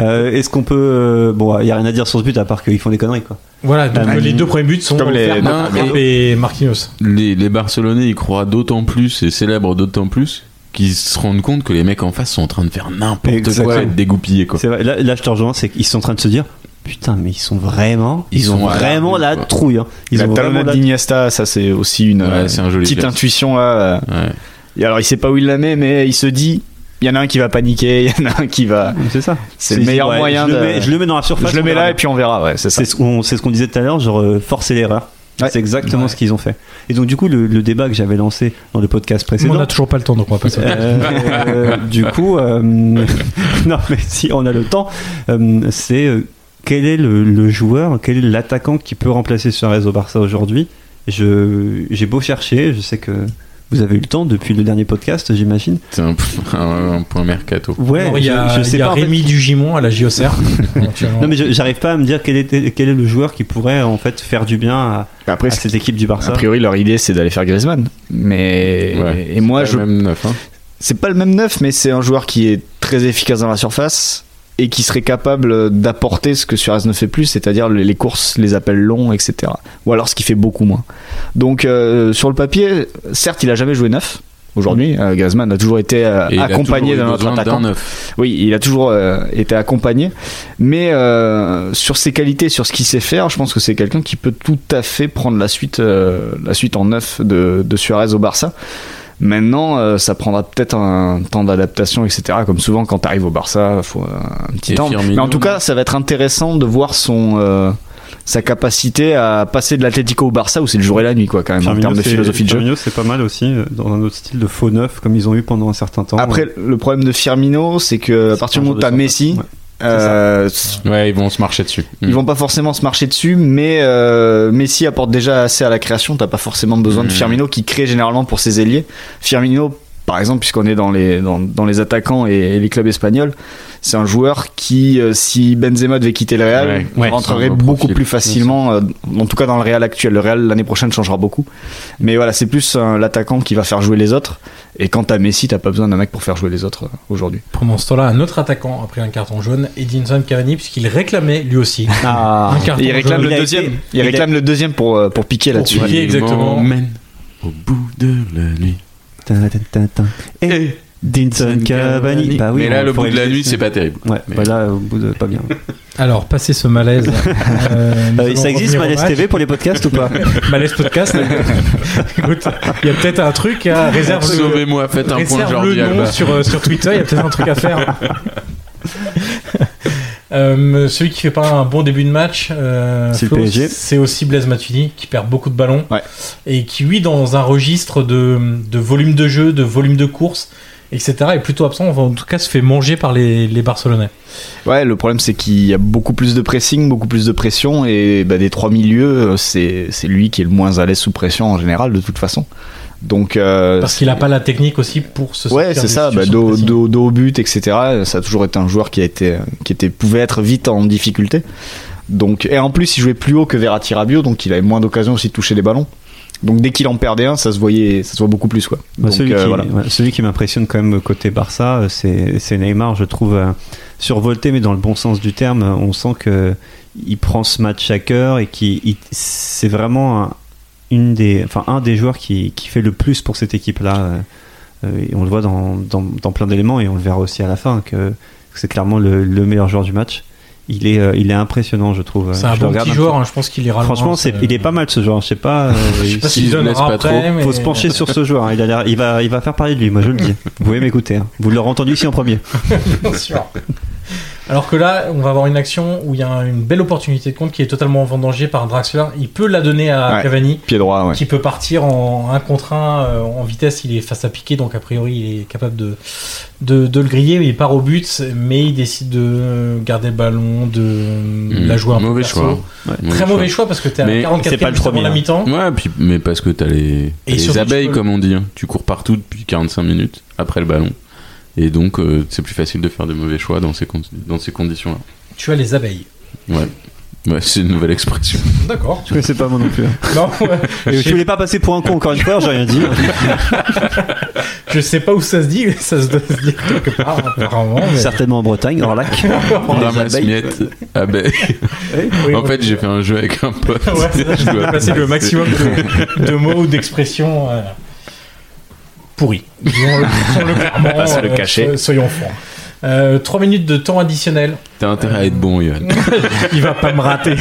C: Euh, Est-ce qu'on peut. euh, Bon, il y a rien à dire sur ce but à part qu'ils font des conneries, quoi.
A: Voilà, donc
C: Ah,
A: euh, les deux premiers buts sont
F: Comme les-
A: offerts par
B: non,
A: Trapp et Marquinhos.
B: Les, les Barcelonais y croient d'autant plus et célèbrent d'autant plus qu'ils se rendent compte que les mecs en face sont en train de faire n'importe
C: Exactement.
B: quoi et de dégoupiller, quoi.
C: C'est vrai, là, là, je te rejoins, c'est qu'ils sont en train de se dire Putain, mais ils sont vraiment. Ils,
B: Ils
C: ont
B: sont à la
C: vraiment
B: rue,
C: la
B: quoi.
C: trouille. hein. Ils
F: la
C: ont vraiment
F: talonnade
C: la
F: d'Iniesta, ça c'est aussi une
B: Ouais,
F: euh,
B: c'est un joli
F: petite
B: geste.
F: intuition là. euh,
B: Ouais.
F: Et alors il sait pas où il la met, mais il se dit, il y en a un qui va paniquer, il y en a un qui va.
C: C'est ça.
F: C'est
C: ils
F: le
C: disent,
F: meilleur
C: ouais,
F: moyen
C: Je,
F: de.
C: le mets, je le mets dans la surface.
F: Je le
C: on
F: mets
C: verra
F: là
C: bien.
F: et puis on verra. Ouais, c'est ça.
C: C'est ce qu'on c'est ce qu'on disait tout à l'heure, genre euh, forcer l'erreur.
F: Ouais.
C: C'est exactement
A: Ouais.
C: ce qu'ils ont fait. Et donc du coup, le, le débat que j'avais lancé dans le podcast
A: On
C: précédent.
A: n'a toujours pas le temps, donc on va passer.
C: euh, du coup, euh, non mais si on a le temps, euh, c'est euh, quel est le, le joueur, quel est l'attaquant qui peut remplacer Suarez au Barça aujourd'hui Je j'ai beau chercher, je sais que vous avez eu le temps depuis le dernier podcast, j'imagine.
B: C'est un, un- un point mercato.
C: Ouais,
A: Alors, il y a,
C: je, je sais
A: il y a
C: pas. en fait.
A: Rémi Dugimon à la JOCR. éventuellement.
C: Non mais je- j'arrive pas à me dire quel, était, quel est le joueur qui pourrait en fait faire du bien à,
F: Après,
C: à cette équipe du
F: Ah, a
C: Barça.
F: priori leur idée c'est d'aller faire Griezmann. Mais
B: Ouais.
F: et moi
B: C'est
F: je,
B: pas le même neuf, hein.
F: c'est pas le même neuf, mais c'est un joueur qui est très efficace dans la surface et qui serait capable d'apporter ce que Suarez ne fait plus, c'est-à-dire les les courses, les appels longs, etc. Ou alors ce qui fait beaucoup moins. Donc euh, sur le papier, certes, il a jamais joué neuf. Aujourd'hui, euh, Griezmann a toujours été euh,
B: Et il a
F: accompagné
B: toujours eu
F: d'un autre
B: besoin
F: attaquant.
B: d'un neuf.
F: Oui, il a toujours euh, été accompagné, mais euh, sur ses qualités, sur ce qu'il sait faire, je pense que c'est quelqu'un qui peut tout à fait prendre la suite, euh, la suite en neuf de, de Suarez au Barça. Maintenant, euh, ça prendra peut-être un temps d'adaptation, etc. Comme souvent quand t'arrives au Barça, faut euh, un petit
B: Et
F: temps.
B: Firmino,
F: mais en tout cas, ça va être intéressant de voir son euh, sa capacité à passer de l'Atlético au Barça où c'est le jour et la nuit quoi quand même en
C: Firmino,
F: termes de
C: c'est-
F: philosophie de jeu.
C: Firmino, c'est pas mal aussi, euh, dans un autre style de faux neuf, comme ils ont eu pendant un certain temps.
F: Après,
C: Euh,
F: le problème de Firmino, c'est que à
C: c'est
F: partir
C: un
F: du
C: joueur
F: moment où
C: de
F: t'as
C: surface.
F: Messi,
C: Ouais.
F: euh,
B: Ouais, ils vont se marcher dessus.
F: Ils vont pas forcément se marcher dessus, mais euh, Messi apporte déjà assez à la création. T'as pas forcément besoin de
B: Mhm.
F: Firmino qui crée généralement pour ses ailiers. Firmino, par exemple, puisqu'on est dans les dans, dans les attaquants et, et les clubs espagnols, c'est un joueur qui, euh, si Benzema devait quitter le Real,
B: Ouais.
F: il
B: Ouais.
F: rentrerait
B: Sur le
F: beaucoup
B: profil.
F: plus facilement. euh, en tout cas, dans le Real actuel, le Real l'année prochaine changera beaucoup. Mais voilà, c'est plus euh, l'attaquant qui va faire jouer les autres. Et quand t'as Messi, t'as pas besoin d'un mec pour faire jouer les autres euh, aujourd'hui.
A: Pendant ce temps-là, un autre attaquant a pris un carton jaune, Edinson Cavani, puisqu'il réclamait lui aussi
C: Ah.
A: un carton
F: Et il réclame
A: jaune.
F: le
C: a
F: deuxième.
C: été-
F: il,
C: il a-
F: réclame le deuxième pour euh, pour piquer là-dessus.
A: piquer, exactement.
B: m'emmène au bout de la nuit.
C: Tin, tin, tin, tin. Et Dinson Cavani. Bah oui,
B: mais là,
C: on-
B: le
C: faut
B: bout de la
C: éviter
B: nuit,
C: ce-
B: c'est pas terrible.
C: Ouais,
B: Mais-
C: bah là, au bout de. Pas bien.
A: Alors, passez ce malaise. euh, nous
C: Euh,
A: allons
C: ça existe,
A: revenir au
C: Malaise
A: match.
C: TV, pour les podcasts ou pas
A: Malaise podcast. Écoute, il y a peut-être un truc à réserve. le-
B: Sauvez-moi, faites un point
A: Réserve
B: Jordi
A: le nom
B: Alba.
A: sur, euh, sur Twitter, il y a peut-être un truc à faire. Euh, celui qui fait pas un bon début de match, euh,
C: C'est le
A: Flo,
C: PSG.
A: c'est aussi Blaise Matuidi qui perd beaucoup de ballons
F: Ouais.
A: et qui, lui, dans un registre de, de volume de jeu, de volume de course, etc., est plutôt absent. Enfin, en tout cas, se fait manger par les, les Barcelonais.
F: Ouais, le problème c'est qu'il y a beaucoup plus de pressing, beaucoup plus de pression, et bah, des trois milieux, euh, c'est c'est lui qui est le moins à l'aise sous pression en général, de toute façon. Donc, euh,
A: Parce qu'il a pas la technique aussi pour se
F: Ouais,
A: sortir
F: c'est
A: des
F: ça, bah,
A: situations de
F: dos,
A: pressing.
F: dos- dos au but, etc. Ça a toujours été un joueur qui, a été, qui était, pouvait être vite en difficulté. Donc, et en plus, il jouait plus haut que Verratti Rabiot, donc il avait moins d'occasions aussi de toucher les ballons. Donc dès qu'il en perdait un, ça se voyait, ça se voit beaucoup plus quoi.
C: Bah,
F: Donc,
C: celui,
F: euh,
C: qui,
F: voilà.
C: ouais, celui qui m'impressionne quand même côté Barça, euh, c'est c'est Neymar, je trouve euh, survolté, mais dans le bon sens du terme. euh, On sent que il prend ce match à cœur et qui il- c'est vraiment un, une des, enfin un des joueurs qui, qui fait le plus pour cette équipe-là. euh, euh, et on le voit dans, dans, dans plein d'éléments et on le verra aussi à la fin que, que c'est clairement le, le meilleur joueur du match. Il est, euh, il est impressionnant, je trouve.
A: C'est
C: Euh,
A: un
C: je le
A: bon
C: regarde
A: petit
C: un
A: joueur,
C: peu.
A: hein, je pense qu'il ira loin,
C: Franchement,
A: ça-
C: c'est, il est pas mal ce joueur. Je sais pas. euh,
A: Je sais pas
B: S'il
A: s'il
B: se
A: donnera
B: blesse pas
A: après,
B: trop,
A: mais-
C: faut se pencher sur ce joueur. hein. Il, a l'air- il, va, il va faire parler de lui, moi je le dis. Vous pouvez m'écouter. hein. Vous l'aurez entendu ici en premier.
A: Bien sûr. Alors que là, on va avoir une action où il y a une belle opportunité de compte qui est totalement vendangée par Draxler. Il peut la donner à
F: Ouais.
A: Cavani,
F: Pied droit, ouais.
A: qui peut partir en 1 contre 1 euh, en vitesse. Il est face à Piqué, donc a priori, il est capable de, de, de le griller. Il part au but, mais il décide de garder le ballon, de
C: Hmm.
A: la jouer un peu
B: Hmm. Mauvais
A: perso.
B: choix.
C: hein.
A: Très mauvais choix parce que t'es à
B: Mais
A: 44
C: c'est pas le
A: juste avant
C: premier,
A: la
C: hein.
A: mi-temps.
B: Ouais, puis, mais parce que t'as les,
A: Et
B: t'as les
A: surtout, tu
B: abeilles,
A: peux-
B: comme on dit. hein. Tu cours partout depuis 45 minutes après le ballon. Et donc, euh, c'est plus facile de faire de mauvais choix dans ces, con- dans ces conditions-là.
A: Tu as les abeilles.
B: Ouais. Ouais, c'est une nouvelle expression.
A: D'accord.
C: Je connaissais pas moi non plus. hein.
A: Non,
C: Je voulais pas passer pour un con encore une fois, j'ai rien dit.
A: je sais pas où ça se dit, mais ça se doit se dire quelque part apparemment. mais-
C: Certainement en Bretagne, hors lac.
B: Ramasse miettes, abeilles.
A: Oui,
B: en
A: oui.
B: fait, j'ai fait un jeu avec un pote.
A: Ouais, c'est ça,
B: Je
A: je
B: dois
A: vais passer le maximum de, de mots ou d'expressions euh, pourries. Disons-le disons-le clairement. euh,
F: Pas se le cacher.
A: so- soyons francs. Euh, Trois minutes de temps additionnel.
B: T'as intérêt à être bon, Yann.
A: Il va pas me rater.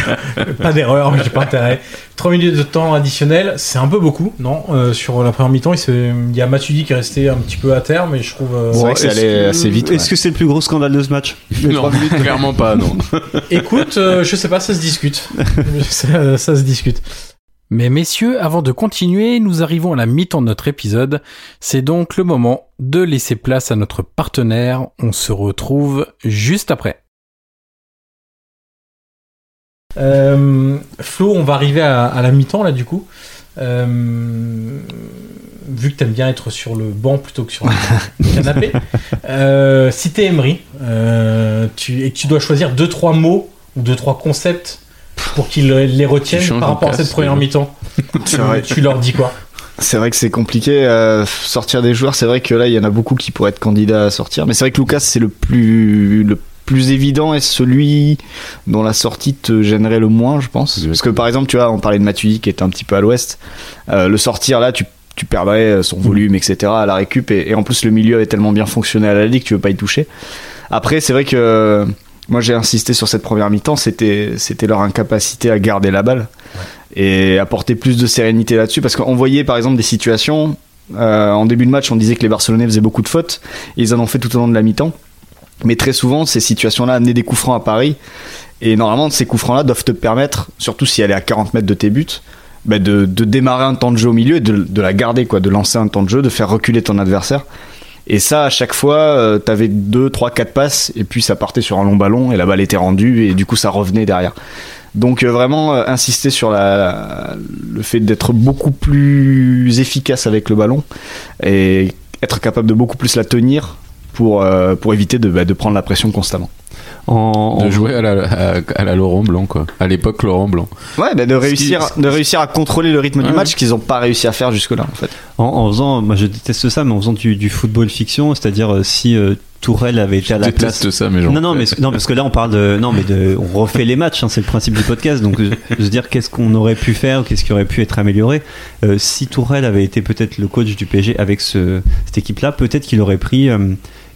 A: Pas d'erreur, j'ai pas intérêt. Trois minutes de temps additionnel, c'est un peu beaucoup, non Euh, Sur la première mi-temps, il, se- il y a Matuidi qui est resté un petit peu à terre, mais je trouve. euh,
F: C'est vrai que ça
C: Est-ce
F: allait
C: que-
F: assez vite, ouais.
C: Est-ce que c'est le plus gros scandale de ce match
B: Non, clairement pas, non.
A: Écoute, euh, je sais pas, ça se discute. ça, ça se discute.
G: Mais messieurs, avant de continuer, nous arrivons à la mi-temps de notre épisode. C'est donc le moment de laisser place à notre partenaire. On se retrouve juste après.
A: Euh, Flo, on va arriver à, à la mi-temps là du coup. Euh, vu que t'aimes bien être sur le banc plutôt que sur le canapé, euh, si t'es Emery euh, tu, et que tu dois choisir deux trois mots ou deux trois concepts pour qu'ils les
B: Tu
A: retiennent par
B: changes de
A: rapport à
B: place,
A: cette première
B: c'est
A: mi-temps, tu,
F: vrai.
A: tu leur dis quoi
F: C'est vrai que c'est compliqué euh, sortir des joueurs. C'est vrai que là, il y en a beaucoup qui pourraient être candidats à sortir. Mais c'est vrai que Lucas, c'est le plus le plus évident et celui dont la sortie te gênerait le moins, je pense. Parce que par exemple, tu vois, on parlait de Matuidi qui était un petit peu à l'ouest. Euh, le sortir là, tu tu perdrais euh, son volume, etc. à la récup. Et, et en plus, le milieu avait tellement bien fonctionné à la ligue, tu veux pas y toucher. Après, c'est vrai que euh, moi j'ai insisté sur cette première mi-temps, c'était c'était leur incapacité à garder la balle et apporter plus de sérénité là-dessus parce qu'on voyait par exemple des situations euh, en début de match, on disait que les Barcelonais faisaient beaucoup de fautes, ils en ont fait tout au long de la mi-temps. Mais très souvent, ces situations-là amenaient des coups francs à Paris. Et normalement, ces coups francs-là doivent te permettre, surtout si elle est à 40 mètres de tes buts, bah, de, de démarrer un temps de jeu au milieu et de, de la garder, quoi, de lancer un temps de jeu, de faire reculer ton adversaire. Et ça, à chaque fois, euh, t'avais 2, 3, 4 passes, et puis ça partait sur un long ballon, et la balle était rendue, et du coup, ça revenait derrière. Donc, euh, vraiment, euh, insister sur la, le fait d'être beaucoup plus efficace avec le ballon, et être capable de beaucoup plus la tenir pour, euh, pour éviter de, bah, de prendre la pression constamment.
C: En, en-
B: De jouer à la, à, à la Laurent Blanc, quoi. À l'époque, Laurent Blanc.
F: Ouais, bah, de,
B: qui-
F: réussir,
B: ce-
F: de réussir à contrôler le rythme
B: Ouais.
F: du match qu'ils n'ont pas réussi à faire jusque-là, en fait.
C: En, en faisant, moi je déteste ça, mais en faisant du, du football fiction, c'est-à-dire euh, si euh, Tourelle avait été à la place.
B: déteste ça, mais genre.
C: Non, non, mais, non, parce que là, on parle de. Non, mais de, on refait les matchs, hein, c'est le principe du podcast. Donc, je, je veux dire, qu'est-ce qu'on aurait pu faire, qu'est-ce qui aurait pu être amélioré Euh, Si Tourelle avait été peut-être le coach du PSG avec ce, cette équipe-là, peut-être qu'il aurait pris. euh,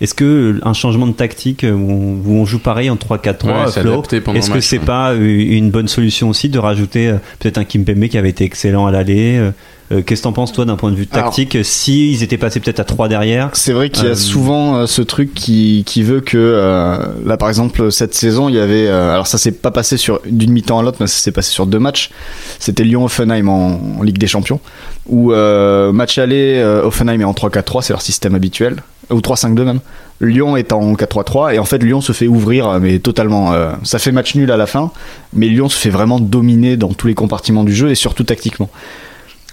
C: est-ce que euh, un changement de tactique euh, où on, où on joue pareil en 3-4-3
B: Ouais,
C: euh,
B: c'est
C: Flo,
B: adapté pendant
C: est-ce
B: le
C: que
B: match,
C: c'est
B: ouais.
C: pas euh, une bonne solution aussi de rajouter euh, peut-être un Kimpembe qui avait été excellent à l'aller euh, euh, Qu'est-ce que t'en penses toi d'un point de vue
F: Alors-
C: tactique euh, S'ils étaient passés peut-être à 3 derrière
F: C'est vrai qu'il y a
C: Euh,
F: souvent euh, ce truc qui, qui veut que euh, là par exemple cette saison il y avait euh, alors ça s'est pas passé sur d'une mi-temps à l'autre mais ça s'est passé sur deux matchs. C'était Lyon Offenheim en, en Ligue des Champions où euh, match aller euh, Offenheim est en 3-4-3, c'est leur système habituel ou 3-5-2 même. Lyon est en 4-3-3 et en fait Lyon se fait ouvrir euh, mais totalement euh, ça fait match nul à la fin mais Lyon se fait vraiment dominer dans tous les compartiments du jeu et surtout tactiquement.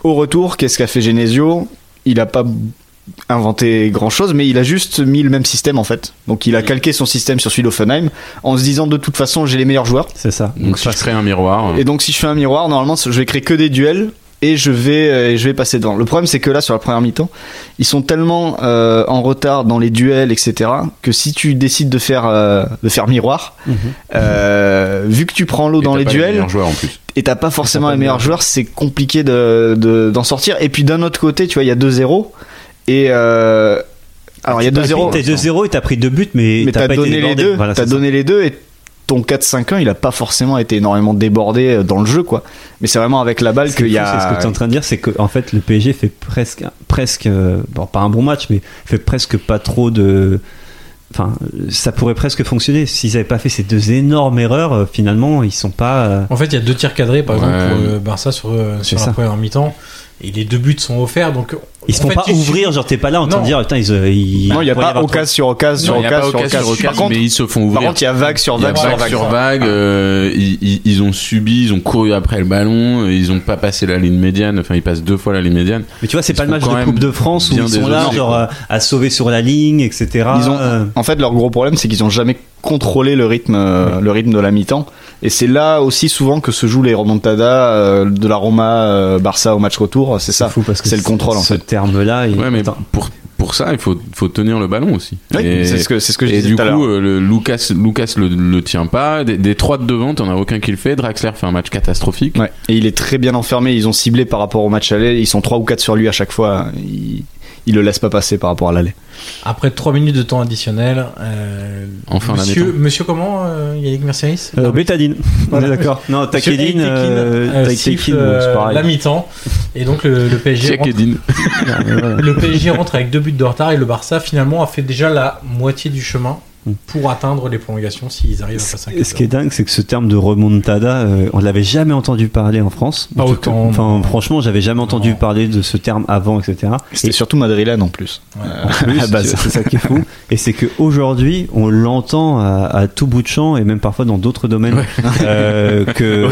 F: Au retour, qu'est-ce qu'a fait Genesio Il a pas inventé grand chose, mais il a juste mis le même système en fait. Donc
B: Mm.
F: il a calqué son système sur celui d'Offenheim en se disant de toute façon j'ai les meilleurs joueurs.
C: C'est ça.
B: Donc, si je crée un miroir.
F: Et donc si je fais un miroir, normalement je vais créer que des duels et je vais, euh, et je vais passer devant. Le problème c'est que là sur la première mi-temps, ils sont tellement euh, en retard dans les duels, etc. que si tu décides de faire, euh, de faire miroir, euh, vu que tu prends l'eau
B: Mm-hmm. et
F: dans
B: t'as
F: les
B: pas
F: duels,
B: meilleurs joueurs en plus.
F: et t'as pas forcément
C: pas
F: les
C: de
F: meilleurs joueurs, c'est compliqué de, de- d'en sortir. Et puis d'un autre côté, tu vois, il y a 2-0. Et euh,
C: Ah,
F: alors il y a 2-0,
C: T'es 2-0 et t'as pris deux buts, mais,
F: mais
C: t'as
F: t'as
C: pas été
F: donné les
C: débordé.
F: deux.
C: Voilà,
F: t'as
C: c'est ça.
F: donné les deux et ton 4-5-1, il a pas forcément été énormément débordé euh, dans le jeu, quoi. Mais c'est vraiment avec la balle
C: Ce qui est
F: qu'il y
C: fou, c'est ce
F: a.
C: que tu es en train de dire, c'est qu'en fait, le PSG fait presque, presque, euh, bon, pas un bon match, mais fait presque pas trop de. Enfin, euh, ça pourrait presque fonctionner. S'ils n'avaient pas fait ces deux énormes erreurs, euh, finalement, ils sont pas. euh,
A: En fait, il y a deux tirs cadrés, par
B: Ouais.
A: exemple, pour le Barça sur, euh, sur
C: C'est
A: la
C: ça.
A: première mi-temps. Et les deux buts sont offerts, donc.
C: ils se
A: en
C: font
A: fait,
C: pas
A: tu-
C: ouvrir, genre t'es pas là en train
A: Non.
C: de dire, putain, ils. euh, ils-
F: Non, il y a
C: pourrait
F: pas
C: avoir trop-
F: occasion sur occasion sur
B: Non, il y a pas
F: occasion sur
B: occasion sur
F: occasion. Par
B: occasion,
F: contre,
B: mais ils se font
F: par
B: ouvrir.
F: contre, il y a vague sur
B: Il y a
F: vague sur
B: vague
F: vague.
B: sur vague, euh, ils, ils- ils ont subi, ils ont couru après le ballon, euh, ils ont pas passé la ligne médiane, enfin ils passent deux fois la ligne médiane.
C: Mais tu vois, c'est
B: Ils
C: pas le
B: sont
C: match
B: quand
C: de
B: même
C: Coupe de France où
B: bien
C: ils sont là,
B: déshonorés,
C: genre,
B: quoi.
C: euh, à sauver sur la ligne, etc.
F: Ils ont-
C: Euh,
F: En fait, leur gros problème, c'est qu'ils ont jamais contrôlé le rythme, euh, le rythme de la mi-temps. Et c'est là aussi souvent que se jouent les remontadas euh, de la Roma euh, Barça au match retour. C'est
C: C'est
F: ça.
C: fou parce que
F: c'est le contrôle, en
C: Ce terme-là, il-
B: Ouais, mais
C: Attends,
B: pour, pour ça, il faut, faut tenir le ballon aussi.
F: Oui,
B: Et-
F: c'est ce que c'est ce que je
B: et
F: disais
B: du
F: tout à l'heure.
B: coup, euh, le- Lucas, Lucas le, le tient pas. Des, des trois de devant, t'en as aucun qui le fait. Draxler fait un match catastrophique.
F: Ouais. Et il est très bien enfermé. Ils ont ciblé par rapport au match aller. Ils sont 3 ou 4 sur lui à chaque fois. Ils, ils le laissent pas passer par rapport à l'aller.
A: Après 3 minutes de temps additionnel. euh,
B: Enfin, la
A: monsieur,
B: mi-temps.
A: monsieur, comment euh, Yannick Merceris
C: euh, Bétadine.
A: Voilà.
C: On est d'accord. Non,
A: Monsieur
C: Takedine,
A: Aitekin,
C: euh,
A: euh,
C: Taitekin,
A: siffle,
C: bon, c'est
A: euh,
C: pareil.
A: la mi-temps. Et donc le, le PSG
B: Check
A: rentre,
B: Edin.
A: le PSG rentre avec deux buts de retard et le Barça finalement a fait déjà la moitié du chemin pour atteindre les prolongations s'ils arrivent à passer un
C: Hmm. Ce ce qui est dingue, c'est que ce terme de remontada, euh, on l'avait jamais entendu parler en France.
A: Pas
C: En tout cas,
A: autant,
C: Enfin, franchement, j'avais jamais entendu
A: Non.
C: parler de ce terme avant, etc.
F: C'était surtout Madrilène en plus.
A: Ouais.
F: Euh,
C: En plus,
F: à la base.
C: c'est c'est ça qui est fou. Et c'est qu'aujourd'hui, on l'entend à, à tout bout de champ et même parfois dans d'autres domaines euh, que,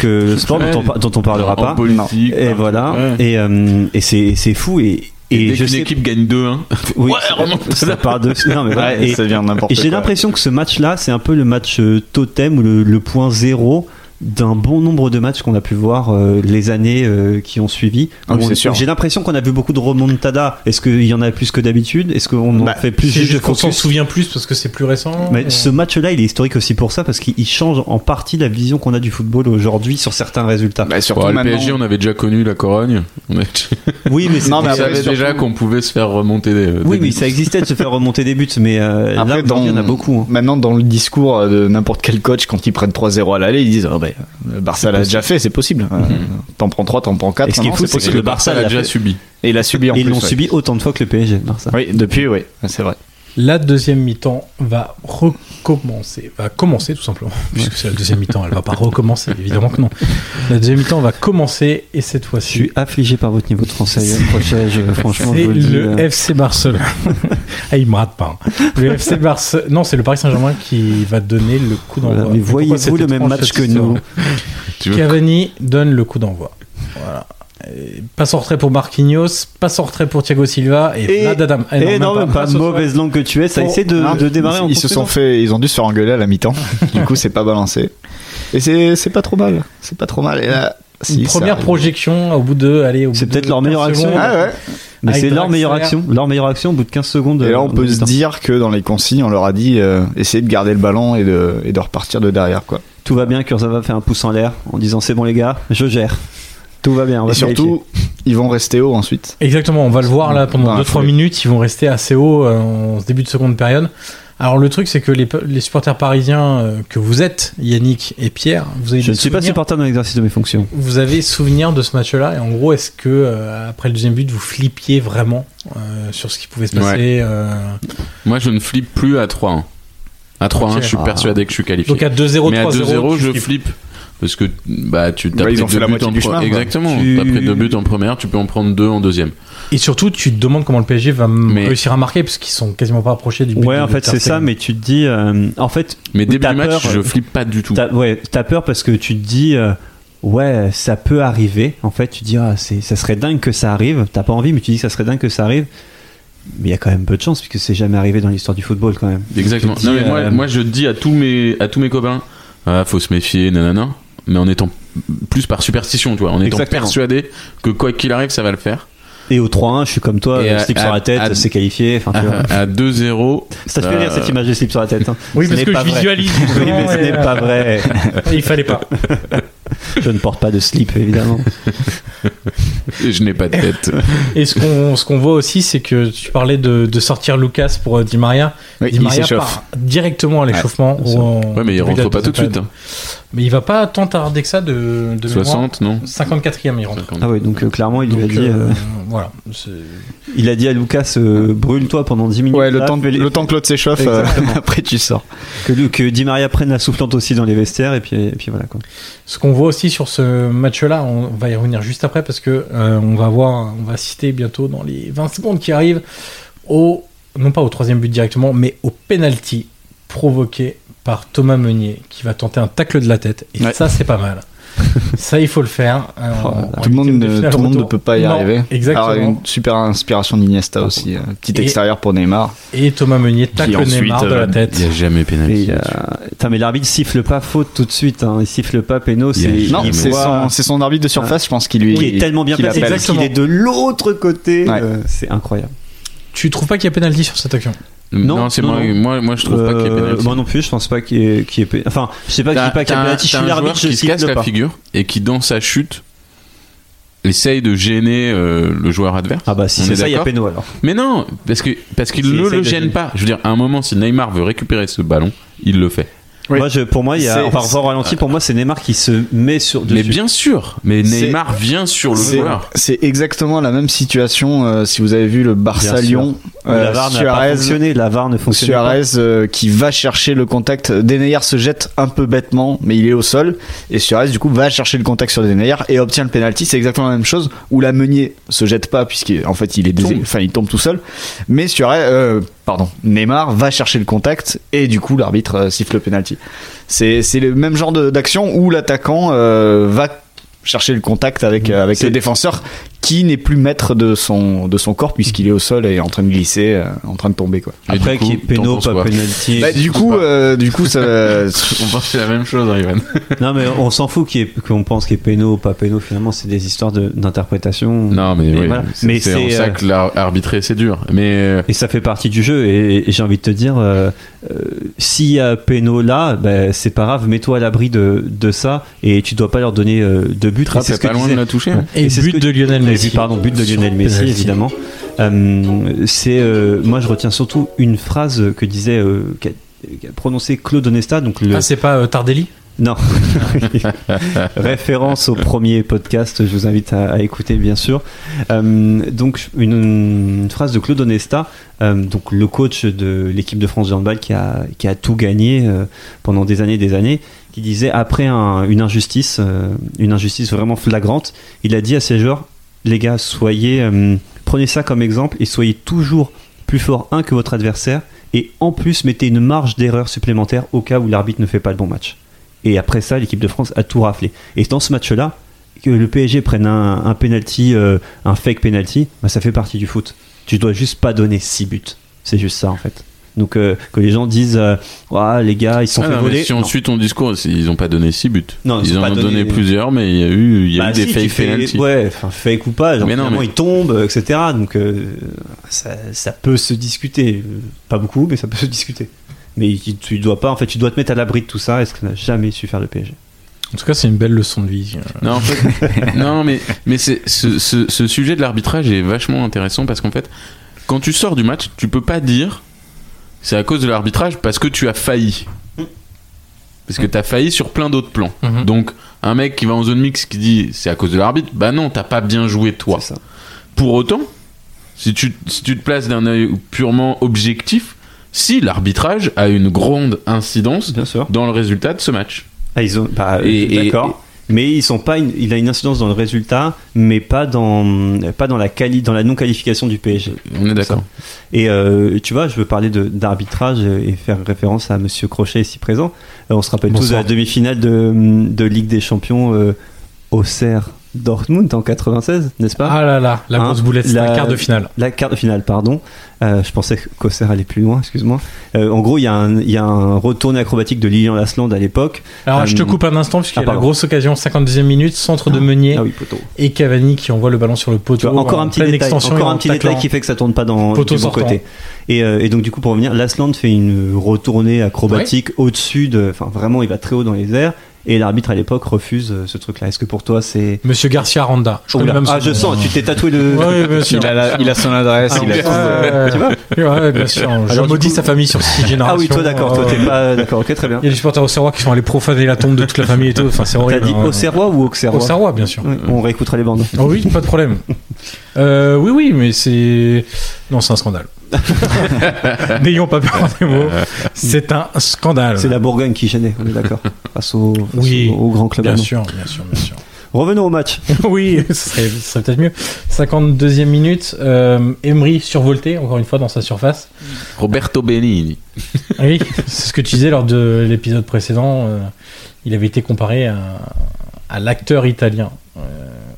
C: que le sport dont on, par- dont on parlera
B: En
C: pas.
B: politique.
C: Et voilà.
B: Ouais.
C: Et, euh, et c'est c'est fou. Et,
B: Et,
C: et
B: dès
C: je
B: qu'une
C: sais
B: équipe gagne 2-1,
C: oui,
B: Ouais, remontada.
C: ça part de. Non, mais voilà.
F: Ouais,
C: Et-
F: ça devient n'importe
C: Et
F: quoi.
C: j'ai l'impression que ce match-là, c'est un peu le match euh, totem ou le, le point zéro d'un bon nombre de matchs qu'on a pu voir euh, les années euh, qui ont suivi.
F: Ah oui,
C: On-
F: c'est sûr.
C: J'ai l'impression qu'on a vu beaucoup de remontada. Est-ce qu'il y en a plus que d'habitude Est-ce qu'on en
F: Bah,
C: fait plus
A: C'est
C: juste de
A: juste qu'on s'en
C: focus
A: souvient plus parce que c'est plus récent.
C: mais
A: Et-
C: ce match-là, il est historique aussi pour ça parce qu'il il change en partie la vision qu'on a du football aujourd'hui sur certains résultats.
F: Bah, surtout
B: Bon, oh, le
F: maintenant-
B: PSG, on avait déjà connu la Corogne. On,
C: Ah,
B: avait-
C: oui, mais c'est-
F: Non,
B: on
F: mais après,
B: savait
F: surtout-
B: déjà qu'on pouvait se faire remonter des.
C: oui,
B: des-
C: mais ça existait de se faire remonter des buts, mais euh, là,
F: Après, dans-
C: aujourd'hui, il y en a beaucoup. hein.
F: Maintenant, dans le discours de n'importe quel coach, quand ils prennent 3-0 à l'aller, ils disent oh, ben, le Barça l'a déjà fait, c'est possible. Euh, T'en prends 3, t'en prends 4.
C: Et ce qui est fou, c'est que
B: Le
C: le
B: Barça
C: Barça
B: l'a
C: l'a
B: déjà
C: fait.
B: subi.
F: Et il a subi en
C: Et ils
F: plus.
C: l'ont
F: ouais.
C: subi autant de fois que le PSG, Barça.
F: Oui, depuis, oui, c'est vrai.
A: La deuxième mi-temps va recommencer, va commencer tout simplement, puisque c'est la deuxième mi-temps, elle va pas recommencer, évidemment que non. La deuxième mi-temps va commencer et cette
C: Je
A: fois-ci,
C: suis affligé par votre niveau de français,
A: C'est-
C: Yann Prochage, euh, franchement.
A: c'est
C: je vous
A: le,
C: le dis, euh,
A: FC Barcelone. ah, il me rate pas. hein. Le FC Barcelone, non, c'est le Paris Saint-Germain qui va donner le coup d'envoi.
C: Voilà, mais
A: Pourquoi
C: voyez-vous
A: cette
C: le même
A: étrange
C: match que
A: cette histoire
C: nous
B: Tu veux-
A: Cavani donne le coup d'envoi. Voilà. Et Passe en retrait pour Marquinhos, passe en retrait pour Thiago Silva et,
C: Et-
A: Vlad Adam. Eh
C: Eh non, même pas,
A: ce soir.
C: mauvaise langue que tu es, ça
A: Bon,
C: essaie de,
F: Non,
C: de démarrer en
F: ils se sont
C: conséquence.
F: fait, ils ont dû se faire engueuler à la mi-temps. du coup, c'est pas balancé. Et c'est, c'est pas trop mal. C'est pas trop mal. Et là,
A: Une
F: Si, ça
A: première
F: arrive.
A: projection au bout de. allez, au
C: C'est
A: bout
C: peut-être
A: de
C: leur meilleure
A: 15
C: action.
A: secondes.
F: Ah ouais.
C: Mais
A: Avec
C: c'est
A: de
C: leur meilleure
A: l'accélère.
C: action, leur meilleure action au bout de 15 secondes.
F: Et là, on
C: euh,
F: peut
C: de
F: se
C: temps.
F: dire que dans les consignes, on leur a dit euh, essayez de garder le ballon et de, et de repartir de derrière. Quoi.
C: Tout va bien, Kurzawa fait un pouce en l'air en disant c'est bon les gars, je gère. Tout va bien, on va
F: Et surtout, ils vont rester haut ensuite.
A: Exactement, on va le voir là pendant
F: Dans la
A: 2-3
F: foulée.
A: minutes, ils vont rester assez haut euh, en ce début de seconde période. Alors le truc c'est que les, les supporters parisiens euh, que vous êtes, Yannick et Pierre, vous avez des
C: Je ne suis pas
A: souvenirs-
C: supporter dans l'exercice de mes fonctions.
A: vous avez souvenir de ce match-là et en gros est-ce que euh, après le deuxième but vous flippiez vraiment euh, sur ce qui pouvait se passer euh,
B: Moi, je ne flippe plus à 3-1. À 3-1,
A: Ok.
B: je suis
C: Ah.
B: persuadé que je suis qualifié.
A: Donc à 2-0,
B: mais à
A: 3-0,
B: 2-0,
A: tu
B: je
A: flippes.
B: flippe. Parce que bah, tu t'as
F: Bah, ils
B: pris
F: ont fait
B: deux
F: la
B: buts
F: moitié
B: en
F: du
B: pre-
F: chemin, quoi.
B: Exactement.
C: Tu-
B: T'as pris deux buts en première, tu peux en prendre deux en deuxième.
A: Et surtout tu te demandes comment le PSG va m-
B: Mais-
A: réussir à marquer parce qu'ils sont quasiment pas approchés du but.
C: Ouais,
A: de
C: en fait,
A: Ter
C: c'est ça,
A: Stegen.
C: mais tu te dis. euh, en fait,
B: Mais début
C: t'as
B: du match,
C: peur,
B: je flippe pas du tout.
C: T'as, ouais, t'as peur parce que tu te dis, euh, ouais, ça peut arriver. En fait, tu te dis, ah, c'est, ça serait dingue que ça arrive. T'as pas envie, mais tu dis que ça serait dingue que ça arrive. Mais il y a quand même peu de chance puisque c'est jamais arrivé dans l'histoire du football quand même.
B: Exactement.
C: Tu te
B: Non,
C: dis,
B: mais moi,
C: euh,
B: moi, je dis à tous mes, à tous mes copains, ah, faut se méfier, nanana. Mais en étant plus par superstition, tu vois, en étant
C: Exactement.
B: persuadé que quoi qu'il arrive, ça va le faire.
C: Et au 3-1, je suis comme toi,
B: Et
C: le
B: à-
C: slip sur
B: à-
C: la tête,
B: à-
C: c'est qualifié. Enfin, tu vois.
B: Euh, À, à 2-0,
C: Ça te fait
B: Euh,
C: rire cette image de slip sur la tête. hein.
A: Oui,
C: Ce
A: parce
C: n'est
A: que
C: pas
A: je
C: vrai.
A: visualise.
C: Oui, mais ce
A: justement,
C: n'est
A: et,
C: pas vrai.
A: euh, Il fallait pas.
C: Je ne porte pas de slip, évidemment.
B: je n'ai pas de tête.
A: Et ce qu'on ce qu'on voit aussi, c'est que tu parlais de, de sortir Lucas pour euh, Di Maria.
F: Oui,
A: Di
F: ils
A: Maria
F: s'échauffent.
A: part directement à l'échauffement.
F: Ouais,
A: ou en-
B: Ouais, mais il
A: au début de
B: rentre
A: la
B: pas tout de
A: deuxième
B: suite. hein.
A: période. Mais il va pas tant tarder que ça de, de mémoire.
B: 60, non
A: 54e, il rentre.
B: 50.
C: Ah oui, donc euh, clairement, il lui a
A: Donc,
C: dit,
A: euh,
C: euh,
A: voilà. c'est-
C: il a dit à Lucas, euh, brûle-toi pendant 10 minutes.
F: Ouais, le
C: là,
F: temps,
C: fais les-
F: le temps que l'autre s'échauffe, euh, après tu sors.
C: que, Lu- que Di Maria prenne la soufflante aussi dans les vestiaires et puis, et puis voilà quoi.
A: Ce qu'on voit aussi sur ce match-là, on va y revenir juste après parce que euh, on va voir, on va citer bientôt dans les 20 secondes qui arrivent au non pas au troisième but directement, mais au penalty provoqué par Thomas Meunier qui va tenter un tacle de la tête. Et
F: Ouais.
A: ça, c'est pas mal. ça, il faut le faire. Euh,
C: Oh là là.
A: en
F: tout le monde,
A: huitième de
F: ne,
A: finale
F: tout le monde ne
A: retour.
F: peut pas y
A: Non,
F: arriver.
A: Exactement.
F: Alors, une super inspiration
C: Ah,
F: d'Iniesta aussi. euh, petit
A: Et-
F: extérieur pour Neymar.
A: Et Thomas Meunier tacle
F: ensuite,
A: Neymar de la
F: euh,
A: tête.
B: Il n'y a jamais
C: Et,
B: pénalité.
C: euh, putain, mais l'arbitre siffle pas faute tout de suite, hein. il siffle pas péno, c'est
B: Il-
F: Non,
C: il
F: c'est
C: voit- Ah.
F: son, c'est son arbitre de surface, je pense, qui lui.
C: il est tellement bien
F: qui
C: placé
F: l'appelle.
C: parce qu'il est de l'autre côté,
F: Ouais.
C: euh, c'est incroyable.
A: Tu trouves pas qu'il y a pénalty sur cette action
B: non,
C: non,
B: c'est
C: non,
B: moi,
C: non.
B: moi, moi, je trouve pas qu'il y ait
C: Euh,
B: pénalité.
C: moi non plus, je pense pas qu'il y ait, qu'il y ait pé- Enfin, je sais pas, je
B: T'as-
C: dis pas qu'il y a
B: t'as un-
C: pénalty, je
B: t'as
C: suis
B: un joueur
C: l'arbitre, je
B: qui se casse
C: siffle
B: la
C: pas.
B: figure et qui, dans sa chute, essaye de gêner euh, le joueur adverse.
C: Ah bah si
B: On
C: c'est
B: est
C: ça, il y a
B: d'accord
C: péno alors.
B: Mais non, parce que parce qu'il
C: C'est-
B: ne
C: essaye
B: le
C: de
B: gêne
C: gêner.
B: pas. Je veux dire, à un moment, si Neymar veut récupérer ce ballon, il le fait.
F: Oui.
C: Moi, je, pour moi, il y
F: C'est-
C: a, enfin, voir au ralenti, pour moi, c'est Neymar qui se met sur.
B: Ah. Mais
C: dessus.
B: bien sûr, mais
F: C'est-
B: Neymar vient sur le
F: C'est-
B: joueur.
F: C'est exactement la même situation euh, si vous avez vu
C: Bien
F: le
C: sûr.
F: Barça-Lyon.
C: la
F: euh,
C: VAR n'a pas
F: Suarez,
C: fonctionné, la VAR ne fonctionne pas.
F: Suarez euh, qui va chercher le contact. Denayer se jette un peu bêtement, mais il est au sol. Et Suarez, du coup, va chercher le contact sur Denayer et obtient le penalty. C'est exactement la même chose où la Meunier se jette pas, puisqu'en fait, il est dés-
B: Tombe.
F: enfin, il tombe tout seul. Mais Suarez, euh, pardon, Neymar va chercher le contact et du coup, l'arbitre euh, siffle le penalty. C'est c'est le même genre de- d'action où l'attaquant euh, va chercher le contact avec, euh, avec
C: C'est-
F: le défenseur qui n'est plus maître de son, de son corps puisqu'il est au sol et en train de glisser, euh, en train de tomber. Quoi.
B: Et
C: Après,
B: du coup,
C: qui est
B: t'en
C: péno,
B: penses
C: pas
B: quoi
C: penalty.
F: Bah, du coup, euh, du coup, ça.
B: On pense la même chose, hein, Ivan.
C: Non, mais on s'en fout qu'il y ait- qu'on pense qu'il est péno ou pas péno. Finalement, c'est des histoires de- d'interprétation.
B: Non, mais
C: Et
B: oui,
C: voilà.
B: c'est
C: Mais
B: c'est en
C: c'est,
B: ça
C: euh,
B: que l'ar- arbitrer, c'est dur. Mais euh,
C: Et ça fait partie du jeu. Et, et j'ai envie de te dire, euh, euh, s'il y a péno là, ben, c'est pas grave, mets-toi à l'abri de, de ça. Et tu dois pas leur donner euh, de but. Et c'est
B: c'est
C: ce que
B: Ah, pas loin
C: disait-
B: de la toucher. hein.
A: Et,
C: c'est ce
A: but
C: que-
A: de Lionel
C: Et
A: Messi.
C: puis, pardon, but de
A: Sur
C: Lionel Messi,
A: penalty.
C: évidemment. Euh, c'est, euh, moi, je retiens surtout une phrase que disait, euh, qu'a qu'a prononcé Claude Onesta, donc le,
A: Ah, c'est pas euh, Tardelli
C: Non. Référence au premier podcast, je vous invite à, à écouter bien sûr. Euh, donc une, une phrase de Claude Onesta, euh, donc le coach de l'équipe de France de handball qui a, qui a tout gagné euh, pendant des années et des années, qui disait après un- une injustice, euh, une injustice vraiment flagrante, il a dit à ses joueurs, les gars, soyez, euh, prenez ça comme exemple et soyez toujours plus fort un que votre adversaire et en plus mettez une marge d'erreur supplémentaire au cas où l'arbitre ne fait pas le bon match. Et après ça, l'équipe de France a tout raflé. Et dans ce match-là, que le PSG prenne un, un penalty, euh, un fake penalty, bah, ça fait partie du foot. Tu dois juste pas donner 6 buts. C'est juste ça en fait. Donc euh, que les gens disent, euh, Ouah, les gars, ils se sont
B: Ah
C: fait
B: non, mais
C: voler.
B: si
C: Non.
B: on suit ton discours, c'est- ils n'ont pas donné 6 buts.
C: Non, ils
B: ils
C: ont
B: en
C: pas
B: ont
C: donné-
B: donné plusieurs, mais il y a eu, il y a
C: Bah
B: eu
C: si,
B: des
C: tu
B: fake
C: fais-
B: penalties.
C: Ouais, enfin, fake ou pas. Genre,
B: Mais non,
C: finalement,
B: mais-
C: ils tombent, etc. Donc euh, ça, ça peut se discuter. Euh, Pas beaucoup, mais ça peut se discuter. Mais tu, tu dois pas, en fait, tu dois te mettre à l'abri de tout ça. Est-ce qu'on n'a jamais su faire le PSG
A: En tout cas, c'est une belle leçon de vie.
B: Non, en fait, non, mais, mais c'est, ce, ce- ce sujet de l'arbitrage est vachement intéressant parce qu'en fait, quand tu sors du match, tu peux pas dire c'est à cause de l'arbitrage parce que tu as failli. Parce que tu as failli sur plein d'autres plans.
A: Mhm.
B: Donc, un mec qui va en zone mixte qui dit c'est à cause de l'arbitre, bah non, t'as pas bien joué toi.
C: C'est ça.
B: Pour autant, si tu, si tu te places d'un œil purement objectif, si l'arbitrage a une grande incidence
C: Bien sûr.
B: dans le résultat de ce match.
C: Ah, ils ont, bah, euh,
B: Et- et-
C: d'accord. Mais ils sont pas. une- il a une incidence dans le résultat, mais pas dans pas dans la quali, dans la non qualification du PSG.
B: On est d'accord.
C: Et euh, tu vois, je veux parler de- d'arbitrage euh, et faire référence à Monsieur Crochet ici présent. Euh, on se rappelle tous de la demi-finale de, de Ligue des Champions euh, Auxerre Dortmund en 96, n'est-ce pas
A: Ah là là, la
C: Hein,
A: grosse boulette, c'est
C: la-
A: un quart de finale.
C: La quart de finale, pardon. Euh, je pensais qu'Auxerre allait plus loin, excuse-moi. Euh, en gros, il y, a un- il y a un retourné acrobatique de Lilian Lasland à l'époque.
A: Alors,
C: Euh,
A: je te coupe un instant, parce qu'il
C: ah,
A: y a la
C: pardon.
A: grosse occasion, 52e minute, centre de Meunier
C: Ah oui, poteau.
A: et Cavani qui envoie le ballon sur le
C: Tu
A: poteau.
C: vois, encore
A: en
C: un petit
A: euh, pleine
C: détail,
A: extension
C: encore
A: et
C: un
A: en
C: petit détail
A: taclant.
C: qui fait que ça tourne pas dans
A: Poteau
C: du bon
A: sortant.
C: côté. Et, euh, et donc du coup pour revenir, Lasland fait une retournée acrobatique au-dessus de, enfin vraiment il va très haut dans les airs et l'arbitre à l'époque refuse euh, ce truc-là. Est-ce que pour toi c'est
A: Monsieur Garcia Randa. Je
C: Oh
A: connais
C: là,
A: même
C: ah
A: son
C: je
A: nom.
C: sens, tu t'es tatoué le.
A: Ouais, bien sûr.
F: Il a, la- il a son adresse,
C: Ah,
F: il a
C: ok.
F: tout.
A: Euh,
C: Tu vois Ah,
A: ouais, bien sûr. Je
C: Alors, du
A: maudis
C: coup-
A: sa famille sur six générations.
C: Ah oui, toi d'accord, toi
A: Euh,
C: t'es pas d'accord, ok très bien.
A: Il y a des supporters au Serrois qui sont allés profaner la tombe de toute la famille et tout. Enfin, c'est
C: T'as
A: horrible.
C: dit
A: hein.
C: Auxerrois ou Auxerrois
A: Auxerrois, bien sûr.
C: Oui, On réécoutera les bandes.
A: Oh oui, pas de problème. Euh, oui, oui, mais c'est. Non, c'est un scandale. N'ayons pas peur des mots. C'est un scandale.
C: C'est la Bourgogne qui gênait, on est d'accord. Face au, face
A: Oui,
C: au- au grand club.
A: Bien
C: allemand.
A: sûr, bien sûr, bien sûr.
C: Revenons au match.
A: oui, ce serait, ce serait peut-être mieux. 52e minute. Euh, Emery survolté, encore une fois, dans sa surface.
B: Roberto Benigni.
A: Oui, c'est ce que tu disais lors de l'épisode précédent. euh, il avait été comparé à, à l'acteur italien, euh,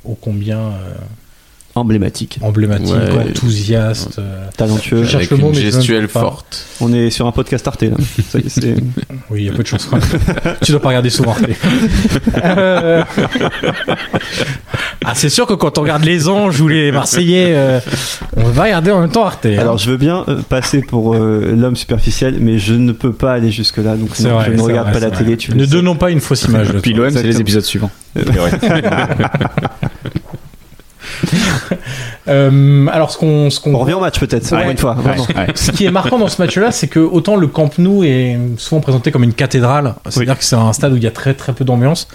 A: ô combien euh,
C: Emblématique,
A: emblématique,
B: Ouais.
A: enthousiaste. euh,
C: talentueux.
A: Je cherche
B: Avec
A: le mot,
B: une
A: mais je ne trouve
B: gestuelle
A: pas.
B: forte.
C: On est sur un podcast Arte là. Ça y est, c'est-
A: oui, il y a peu de chance. tu dois pas regarder souvent. Arte. Euh, ah, c'est sûr que quand on regarde les Anges ou les Marseillais, euh, on va regarder en même temps Arte. hein.
C: Alors je veux bien euh, passer pour euh, l'homme superficiel, mais je ne peux pas aller jusque là, donc
A: C'est
C: non,
A: vrai,
C: je ne
A: c'est
C: regarde
A: vrai,
C: pas la
A: c'est vrai.
C: télé. Tu le
A: ne
C: sais.
A: donnons pas une fausse image. de
F: Puis
A: toi.
F: l'OM, c'est
C: Exactement.
F: les épisodes suivants.
A: Euh, alors ce qu'on, ce qu'on
C: On revient au match peut-être, encore
F: Ouais.
C: une fois. vraiment.
A: Ce qui est marquant dans ce match-là, c'est que autant le Camp Nou est souvent présenté comme une cathédrale, c'est-à-dire que c'est un stade où il y a très très peu d'ambiance,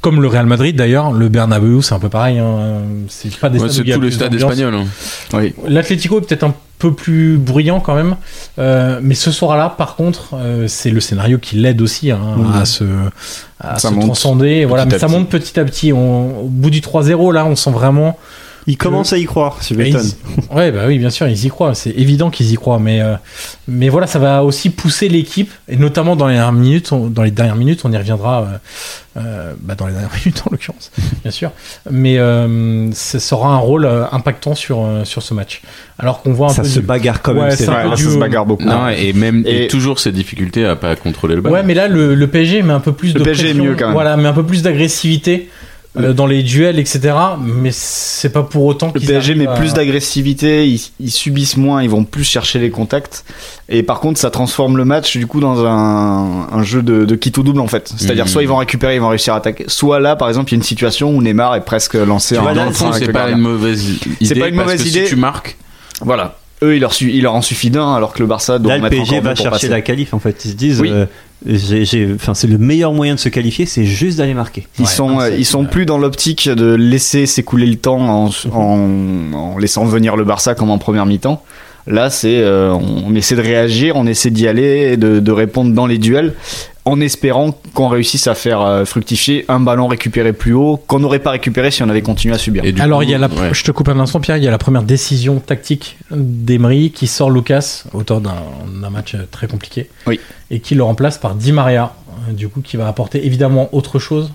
A: comme le Real Madrid d'ailleurs, le Bernabeu, c'est un peu pareil, hein. c'est pas des
B: Ouais,
A: stades où
B: c'est
A: il y a
B: tout le
A: plus
B: stade
A: d'ambiance.
B: espagnol. hein.
A: L'Atlético est peut-être un peu plus bruyant quand même, euh, mais ce soir-là, par contre, euh, c'est le scénario qui l'aide aussi hein,
C: Mhm.
A: à se, à
F: Ça
A: se
F: monte
A: transcender. Voilà,
F: petit
A: mais
F: à
A: ça
F: petit.
A: monte petit à petit. On- au bout du 3-0, là, on sent vraiment
C: Il commence à y croire, si
A: bah,
C: m'étonnes.
A: ils- ouais, bah oui, bien sûr, ils y croient. C'est évident qu'ils y croient, mais euh, mais voilà, ça va aussi pousser l'équipe, et notamment dans les dernières minutes. On, dans les dernières minutes, on y reviendra. euh, euh, bah, dans les dernières minutes, en l'occurrence, bien sûr. Mais euh, ça ça aura un rôle euh, impactant sur euh, sur ce match. Alors qu'on voit un
C: Ça
A: peu.
C: se
A: du-
C: bagarre quand même.
A: Ouais,
C: c'est
A: ça-
C: vrai.
A: un peu
F: Ouais, ça
A: du-
F: se bagarre beaucoup.
B: Non, et même et
F: Et-
B: toujours ces difficultés à pas contrôler le ballon.
A: Ouais, mais là, le, le PSG met un peu plus
F: Bah, Le
A: de
F: PSG est
A: pression,
F: mieux, quand même.
A: Voilà, mais un peu plus d'agressivité. euh, dans les duels, etc. Mais c'est pas pour autant
F: Le
A: qu'ils
F: PSG met
A: arrivent à-
F: plus d'agressivité, ils, ils subissent moins, ils vont plus chercher les contacts. Et par contre, ça transforme le match du coup dans un, un jeu de, de qui tout double en fait. C'est-à-dire
B: Mhm.
F: soit ils vont récupérer, ils vont réussir à attaquer. Soit là, par exemple, il y a une situation où Neymar est presque lancé
C: Tu
F: en hein,
C: vois, là,
B: Dans le
F: train
B: fond,
F: avec
B: c'est
F: le
B: pas
F: gardien.
B: une mauvaise idée.
F: C'est pas une
B: parce
F: mauvaise
B: que
F: idée.
B: Si tu marques,
F: Voilà. Eux, il leur, su- il leur en suffit d'un, alors que le Barça doit
C: Là,
F: en
C: le
F: mettre
C: PSG
F: encore
C: va
F: deux pour
C: chercher
F: passer.
C: la qualif. En fait, ils se disent,
F: Oui.
C: euh, j'ai- j'ai- enfin, c'est le meilleur moyen de se qualifier, c'est juste d'aller marquer.
F: Ils
A: Ouais,
F: sont,
A: un
F: euh,
A: seul,
F: ils sont
A: ouais.
F: plus dans l'optique de laisser s'écouler le temps en, en, en laissant venir le Barça comme en première mi-temps. Là, c'est, euh, on essaie de réagir, on essaie d'y aller, et de, de répondre dans les duels, en espérant qu'on réussisse à faire euh, fructifier un ballon récupéré plus haut qu'on n'aurait pas récupéré si on avait continué à subir.
B: et du
A: Alors,
B: coup,
A: il y a la,
B: ouais.
A: je te coupe un instant, Pierre. Il y a la première décision tactique d'Emery qui sort Lucas, auteur d'un d'un match euh, très compliqué,
F: Oui.
A: et qui le remplace par Di Maria, euh, du coup, qui va apporter évidemment autre chose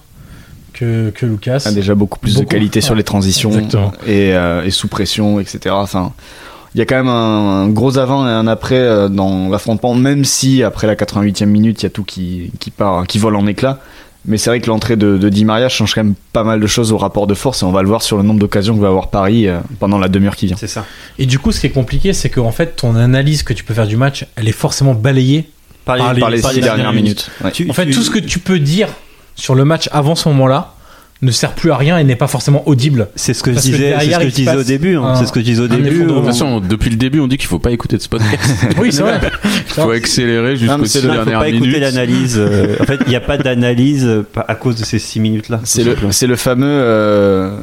A: que, que Lucas.
F: Ah, On a déjà beaucoup plus
A: Beaucoup.
F: de qualité sur les transitions
A: Exactement.
F: et, euh, et sous pression, etc. Enfin, il y a quand même un, un gros avant et un après euh, dans l'affrontement, même si après la 88e minute, il y a tout qui, qui part, qui vole en éclats. Mais c'est vrai que l'entrée de, de Di Maria change quand même pas mal de choses au rapport de force et on va le voir sur le nombre d'occasions que va avoir Paris euh, pendant la demi-heure qui vient.
C: C'est ça.
A: Et du coup, ce qui est compliqué, c'est qu'en fait, ton analyse que tu peux faire du match, elle est forcément balayée
C: Par
A: les-
F: Par les
A: par
F: six
A: les
F: dernières
A: dernières
F: minutes. ouais.
A: En fait, tout ce que tu peux dire sur le match avant ce moment-là ne sert plus à rien et n'est pas forcément audible.
C: C'est ce que je
A: Parce que
C: disais, c'est ce
A: derrière,
C: que je
A: il se
C: disais au
A: passe
C: début. hein.
A: un-
C: C'est ce que je disais au
A: un
C: début.
B: De
A: effondrement.
B: toute
C: on-
B: façon, depuis le début, on dit qu'il faut pas écouter de ce podcast.
A: Oui, c'est vrai.
B: Il faut accélérer
F: Non,
B: jusqu'aux
F: mais c'est
B: six
F: là,
C: Non, faut
B: dernières
C: pas écouter
B: minutes.
C: l'analyse. euh, en fait, il n'y a pas d'analyse euh, pas- à cause de ces 6 minutes-là.
F: C'est le, c'est le fameux euh,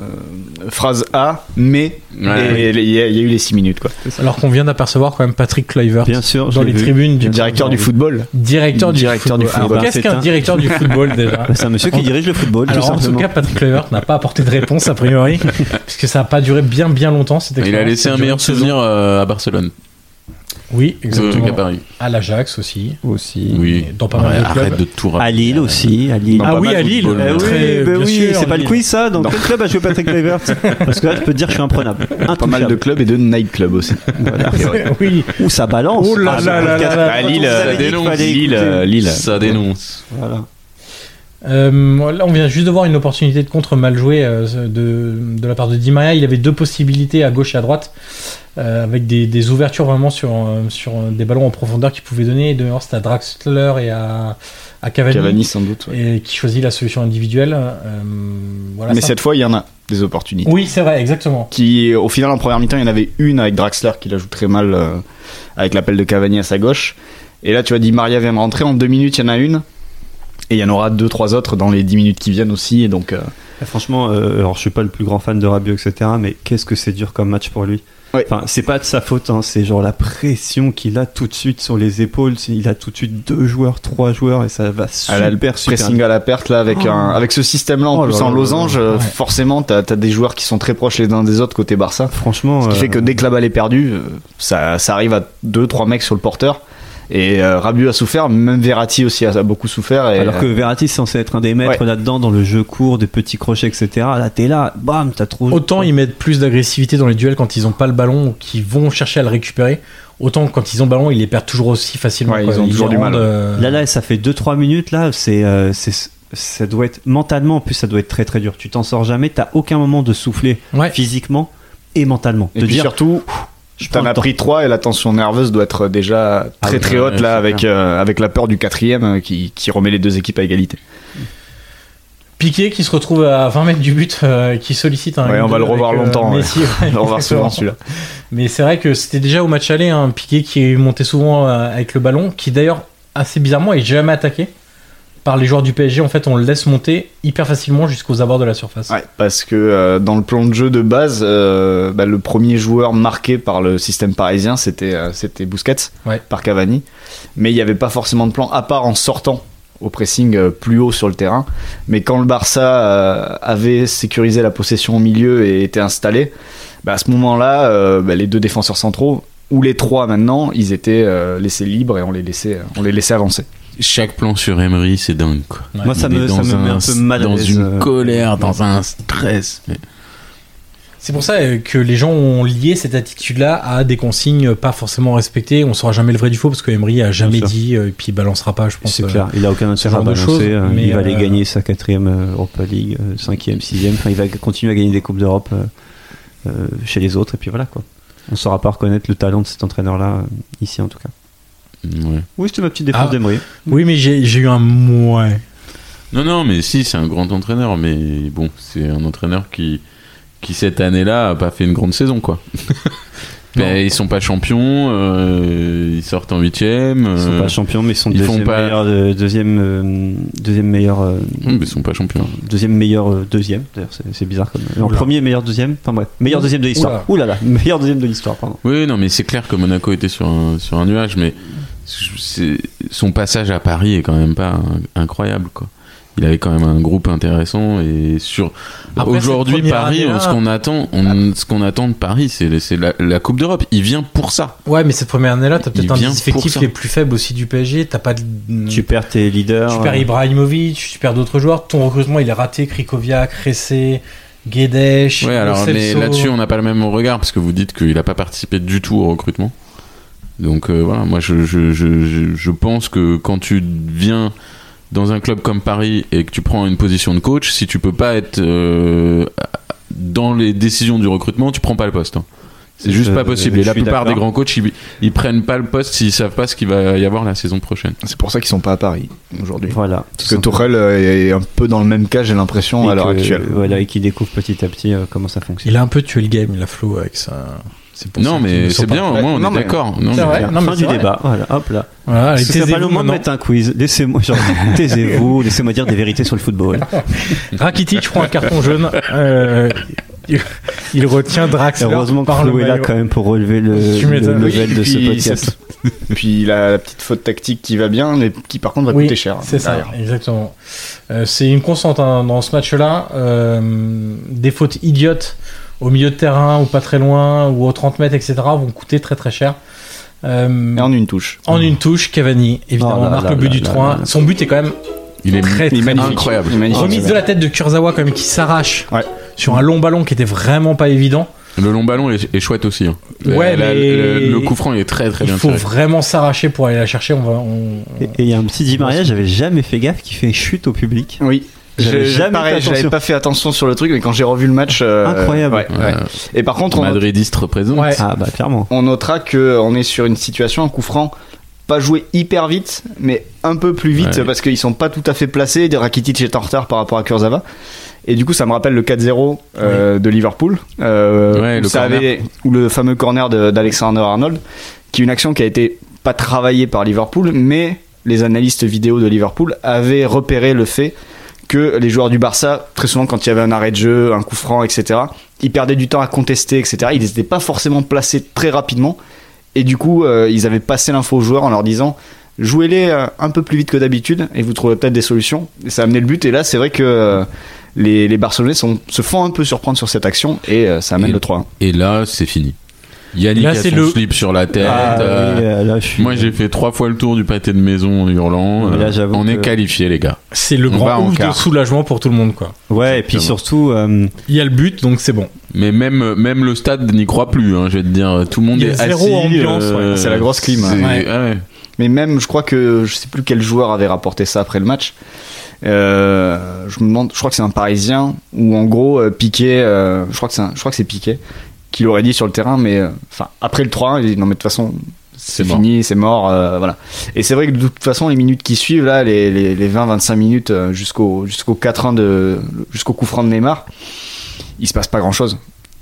F: phrase A, mais
B: Ouais.
F: et il y, a il y a eu les 6 minutes quoi.
A: Alors qu'on vient d'apercevoir quand même Patrick Kluivert
C: Bien sûr, je
A: dans
C: l'ai
A: les
C: vu.
A: tribunes
F: Le
A: du
F: directeur du football.
A: Directeur du
F: Directeur
A: football.
F: du football.
A: Alors, Qu'est-ce
C: C'est
A: qu'un
C: un-
A: directeur du football déjà
C: Bah, C'est un monsieur qui dirige le football, tout
A: Alors en tout
C: simplement.
A: cas, Patrick Kluivert n'a pas apporté de réponse a priori, puisque ça n'a pas duré bien bien longtemps. Cette
B: Il a
A: expérience.
B: laissé
A: Ça
B: un
A: duré
B: meilleur
A: une saison.
B: souvenir euh, à Barcelone
A: Oui,
B: euh, qu'à
A: exactement.
B: Paris.
A: À l'Ajax aussi.
C: aussi.
B: Oui.
A: Dans pas mal
B: Ouais,
A: de
B: Arrête
A: clubs.
B: de tout rappeler.
C: À Lille aussi, à Lille.
F: Ah
A: Ah
F: pas
A: oui,
F: mal
A: à
F: de
A: Lille.
B: football,
C: Eh oui,
A: Très-
C: ben
A: bien
C: oui,
A: sûr,
C: c'est pas le
A: Lille.
C: quiz ça. Dans quel club a joué Patrick Kluivert Parce que là, je peux te dire, je suis imprenable.
F: Pas mal de
C: Intouchable.
F: clubs et de nightclubs aussi.
A: Oui.
C: Ouh, ça balance.
A: Oh là
C: Ah,
A: là
C: le
A: là là
C: podcast-
A: là.
C: Ah,
F: Lille,
C: Lille,
F: euh,
C: ça
B: ça
F: dit qu'il
B: dénonce.
C: dénonce.
F: fallait
B: Lille,
F: écouter.
B: euh, Lille. Ça dénonce.
C: Voilà.
A: Euh, là, on vient juste de voir une opportunité de contre mal jouée euh, de, de la part de Di Maria. Il avait deux possibilités à gauche et à droite, euh, avec des, des ouvertures vraiment sur, euh, sur euh, des ballons en profondeur qui pouvaient donner. De c'était à Draxler et à, à Cavani,
F: Cavani sans doute. ouais.
A: et qui choisit la solution individuelle. Euh, voilà,
F: Mais
A: ça-
F: cette fois, il y en a des opportunités.
A: Oui, c'est vrai, exactement.
F: Qui, au final, en première mi-temps, il y en avait une avec Draxler qui la joue très mal euh, avec l'appel de Cavani à sa gauche. Et là, tu as dit Maria vient de rentrer. En deux minutes, il y en a une. Et il y en aura deux, trois autres dans les dix minutes qui viennent aussi. Et donc, euh,
C: Eh, Franchement, euh, alors je suis pas le plus grand fan de Rabiot, etc. Mais qu'est-ce que c'est dur comme match pour lui.
F: Ouais.
C: Enfin, c'est pas de sa faute. hein, c'est genre la pression qu'il a tout de suite sur les épaules. Il a tout de suite deux joueurs, trois joueurs et ça va
F: à la-
C: super super.
F: pressing à la perte là avec un avec ce système là en
C: Oh
F: plus
C: là
F: en
C: là
F: losange
C: là
F: euh,
A: Ouais.
F: forcément t'as as des joueurs qui sont très proches les uns des autres côté Barça
C: Franchement,
F: Ce qui
C: euh,
F: fait que dès que la balle est perdue, euh, ça, ça arrive à 2-3 mecs sur le porteur. Et euh, Rabiot a souffert, même Verratti aussi a, a beaucoup souffert. Et,
C: alors que
F: euh,
C: Verratti c'est censé être un des maîtres
F: Ouais.
C: là-dedans dans le jeu court, des petits crochets, etc. Là, t'es là, bam, t'as trop.
A: Autant ils mettent plus d'agressivité dans les duels quand ils n'ont pas le ballon ou qu'ils vont chercher à le récupérer, autant quand ils ont le ballon, ils les perdent toujours aussi facilement.
F: Ouais,
A: quoi.
F: ils ont toujours
A: les
F: du mal.
A: rendent, euh,
C: Là, là, ça fait 2-3 minutes, là, c'est, euh, c'est- ça doit être mentalement, en plus, ça doit être très très dur. Tu t'en sors jamais, t'as aucun moment de souffler
A: Ouais.
C: physiquement et mentalement.
F: et
C: de
F: puis
C: dire,
F: surtout,
C: je Ah prends
F: t'en
C: le
F: as
C: temps.
F: pris 3 et la tension nerveuse doit être déjà très
B: ouais,
F: très
B: ouais,
F: haute
B: c'est
F: là avec, euh, avec la peur du quatrième euh, qui, qui remet les deux équipes à égalité.
A: Piqué qui se retrouve à 20 mètres du but, euh, qui sollicite un. euh,
F: Ouais, on va le revoir longtemps, ouais.
A: Messi, ouais,
F: On va voir souvent
A: exactement.
F: celui-là.
A: Mais c'est vrai que c'était déjà au match aller, un Piqué qui montait souvent euh, avec le ballon, qui d'ailleurs, assez bizarrement, est jamais attaqué par les joueurs du PSG. En fait, on le laisse monter hyper facilement jusqu'aux abords de la surface.
F: Ouais, parce que euh, dans le plan de jeu de base, euh, bah, le premier joueur marqué par le système parisien, c'était euh, c'était Busquets,
A: Ouais.
F: par Cavani. Mais il n'y avait pas forcément de plan, à part en sortant au pressing euh, plus haut sur le terrain. Mais quand le Barça euh, avait sécurisé la possession au milieu et était installé, bah, à ce moment-là, euh, bah, les deux défenseurs centraux, ou les trois maintenant, ils étaient euh, laissés libres et on les laissait, euh, on les laissait avancer.
B: Chaque plan sur Emery, c'est dingue. Quoi.
C: Moi, ça
B: Il est
C: me, ça
B: dans
C: me met un peu mal à
B: Dans
C: l'aise,
B: une
C: euh,
B: colère, dans un stress. mais-
A: C'est pour ça euh, que les gens ont lié cette attitude-là à des consignes pas forcément respectées. On saura jamais le vrai du faux parce que Emery a jamais
C: sûr.
A: dit euh, et puis il balancera pas, je pense.
C: C'est
A: euh,
C: clair, il a aucun intérêt
A: genre
C: à
A: de
C: balancer.
A: choses,
C: euh,
A: mais,
C: il va aller
A: euh,
C: gagner sa quatrième euh, Europa League, euh, cinquième, sixième. Enfin, il va continuer à gagner des coupes d'Europe euh, euh, chez les autres. Et puis voilà quoi. On saura pas reconnaître le talent de cet entraîneur-là euh, ici en tout cas.
B: Ouais.
C: Oui, c'était ma petite défense
A: Ah.
C: d'Emery.
A: Oui, mais j'ai j'ai eu un mouais.
B: Non, non, mais si, c'est un grand entraîneur. Mais bon, c'est un entraîneur qui, qui cette année-là, a pas fait une grande saison. quoi. Ben, ils sont pas champions, euh, ils sortent en huitième.
C: Ils sont
B: euh,
C: pas champions, mais ils sont
B: ils font
C: deuxième,
B: pas- Hmm.
C: meilleur, euh, deuxième, euh, deuxième meilleur, euh,
B: non, mais ils sont pas champions.
C: deuxième meilleur euh, deuxième. D'ailleurs, c'est c'est bizarre comme. non,
A: Oula.
C: premier meilleur deuxième. Enfin bref, meilleur deuxième de l'histoire. Ouh là là, meilleur deuxième de l'histoire, pardon.
B: Oui, non, mais c'est clair que Monaco était sur un, sur un nuage, mais c'est- son passage à Paris est quand même pas in- incroyable, quoi. Il avait quand même un groupe intéressant et sur
A: Après,
B: aujourd'hui
A: cette première
B: Paris,
A: année-là-
B: ce qu'on attend, on- ce qu'on attend de Paris, c'est c'est la, la Coupe d'Europe. Il vient pour ça.
A: Ouais, mais cette première année-là, t'as
B: Il
A: peut-être un
B: vient
A: des
B: pour
A: effectifs
B: ça.
A: les plus faibles aussi du PSG. T'as pas de.
C: Tu perds tes leaders.
A: Tu perds
C: euh,
A: Ibrahimovic, tu perds d'autres joueurs. Ton recrutement, il est raté. Krikoviak, Ressé, Guedesh,
B: Ouais,
A: Lo
B: alors, mais
A: Celso.
B: là-dessus, on n'a pas le même regard parce que vous dites qu'il n'a pas participé du tout au recrutement. Donc euh, voilà, moi je, je, je, je- je pense que quand tu viens dans un club comme Paris et que tu prends une position de coach, si tu peux pas être euh, dans les décisions du recrutement, tu prends pas le poste. hein. C'est juste
C: Je-
A: Euh,
B: pas possible. Et
C: je
B: la
C: suis
B: plupart des
C: d'accord.
B: grands coachs, ils, ils prennent pas le poste s'ils savent pas ce qu'il va y avoir la saison prochaine.
F: C'est pour ça qu'ils sont pas à Paris aujourd'hui.
C: Voilà.
F: Parce que Tourelle euh, est un peu dans le même cas, j'ai l'impression, à l'heure actuelle.
C: euh, Voilà, et qui découvre petit à petit euh, comment ça fonctionne.
A: Il a un peu tué le game, il a flou avec ça. C'est pour
B: Non,
A: ça qu'il ne
B: mais
A: sort
B: c'est
A: pas.
B: bien, au
F: Ouais,
B: moins on
F: non,
B: est
F: mais-
B: d'accord. Non,
A: C'est
B: mais-
A: vrai. non, mais
C: fin
A: c'est
C: du
A: vrai.
C: débat. Voilà, hop là.
A: Voilà, et
C: Ce serait pas le
A: taisez-vous
C: moment de
A: maintenant.
C: mettre un quiz. Laissez-moi, genre, taisez-vous, laissez-moi dire des vérités sur le football.
A: Rakitic prend un carton jaune. euh, il- il retient Draxler.
C: Heureusement que
A: par le
C: Flo est là
A: maillot.
C: quand même pour relever le,
A: Tu
C: le
A: m'étonnes.
C: level de ce
F: Puis,
C: podcast.
F: c'est- Puis la, la petite faute tactique qui va bien, mais qui par contre va
A: Oui,
F: coûter cher.
A: C'est ça,
F: derrière.
A: exactement. Euh, c'est une constante hein, dans ce match-là. Euh, des fautes idiotes au milieu de terrain ou pas très loin ou aux 30 mètres, etc. vont coûter très très cher. Euh,
F: Et en une touche.
A: en une touche, Cavani, évidemment,
C: Oh là
A: marque
C: là
A: le but
C: là
A: du
C: là
A: 3
C: là là.
A: Son but est quand même
B: Il est
A: très,
F: Il est
A: très
F: magnifique.
B: incroyable.
F: Il est magnifique.
A: Remise de la tête de Kurzawa comme qui s'arrache
F: Ouais.
A: sur un long ballon qui était vraiment pas évident.
B: Le long ballon est, est chouette aussi. hein.
A: Ouais,
B: La- la-
A: mais-
B: le, le coup franc il est très très
A: Il
B: bien
A: faut
B: tiré.
A: vraiment s'arracher pour aller la chercher. On va, on-
C: Et et il y a un petit Di Maria, j'avais jamais fait gaffe, qui fait chute au public.
F: Oui.
C: J'avais
F: J'ai-
C: jamais fait
F: pareil,
C: attention.
F: j'avais pas fait attention sur le truc, mais quand j'ai revu le match, euh,
C: Incroyable.
F: ouais, ouais.
B: Ouais.
F: Et par contre, on,
B: Madridiste représente.
A: Ouais.
C: Ah bah clairement.
F: on notera que on est sur une situation un coup franc pas joué hyper vite, mais un peu plus vite
B: Ouais.
F: parce qu'ils sont pas tout à fait placés. Rakitic est en retard par rapport à Kurzawa. Et du coup, ça me rappelle le 4-0 euh, de Liverpool, euh,
B: Ouais,
F: où
B: le
F: ça
B: corner.
F: avait- où le fameux corner de- d'Alexander Arnold, qui est une action qui a été pas travaillée par Liverpool, mais les analystes vidéo de Liverpool avaient repéré le fait que les joueurs du Barça, très souvent quand il y avait un arrêt de jeu, un coup franc, etc., ils perdaient du temps à contester, etc. Ils n'étaient pas forcément placés très rapidement. Et du coup, euh, ils avaient passé l'info aux joueurs en leur disant jouez-les euh, un peu plus vite que d'habitude et vous trouverez peut-être des solutions. Et ça a amené le but. Et là, c'est vrai que euh, les, les Barcelonais sont- se font un peu surprendre sur cette action et euh, ça amène
B: Et-
F: le 3
B: Et là, c'est fini. Yannick
A: Là,
B: a
A: c'est
B: son
A: le-
B: slip sur la tête.
C: Ah,
B: euh,
C: oui, euh, là, je suis-
B: Moi, j'ai fait trois fois le tour du pâté de maison en hurlant.
C: Mais là,
B: euh,
C: j'avoue
B: on est
C: que-
B: qualifié, les gars.
A: C'est le
B: On va
A: grand
B: en
A: ouf de
B: quart.
A: soulagement pour tout le monde. Quoi.
C: Ouais, et puis surtout, euh,
A: Il y a le but, donc c'est bon.
B: Mais même, même le stade n'y croit plus. hein, je vais te dire, tout le monde
A: Il y a
B: est
A: zéro
B: assis.
A: ambiance,
B: euh,
F: ouais. C'est la grosse clim,
B: c'est- ah
A: ouais.
B: ouais.
F: Mais même, je crois que je sais plus quel joueur avait rapporté ça après le match. Euh, je me demande, je crois que c'est un Parisien ou en gros euh, Piqué. euh, je crois que c'est, un- je crois que c'est Piqué qui l'aurait dit sur le terrain. Mais euh, enfin, après le 3-1, il dit non mais de toute façon c'est
B: mort.
F: fini, c'est mort, euh, voilà. Et c'est vrai que de toute façon les minutes qui suivent là, les, les, les 20-25 minutes euh, jusqu'au jusqu'au 4-1 de jusqu'au coup franc de Neymar, il se passe pas grand chose.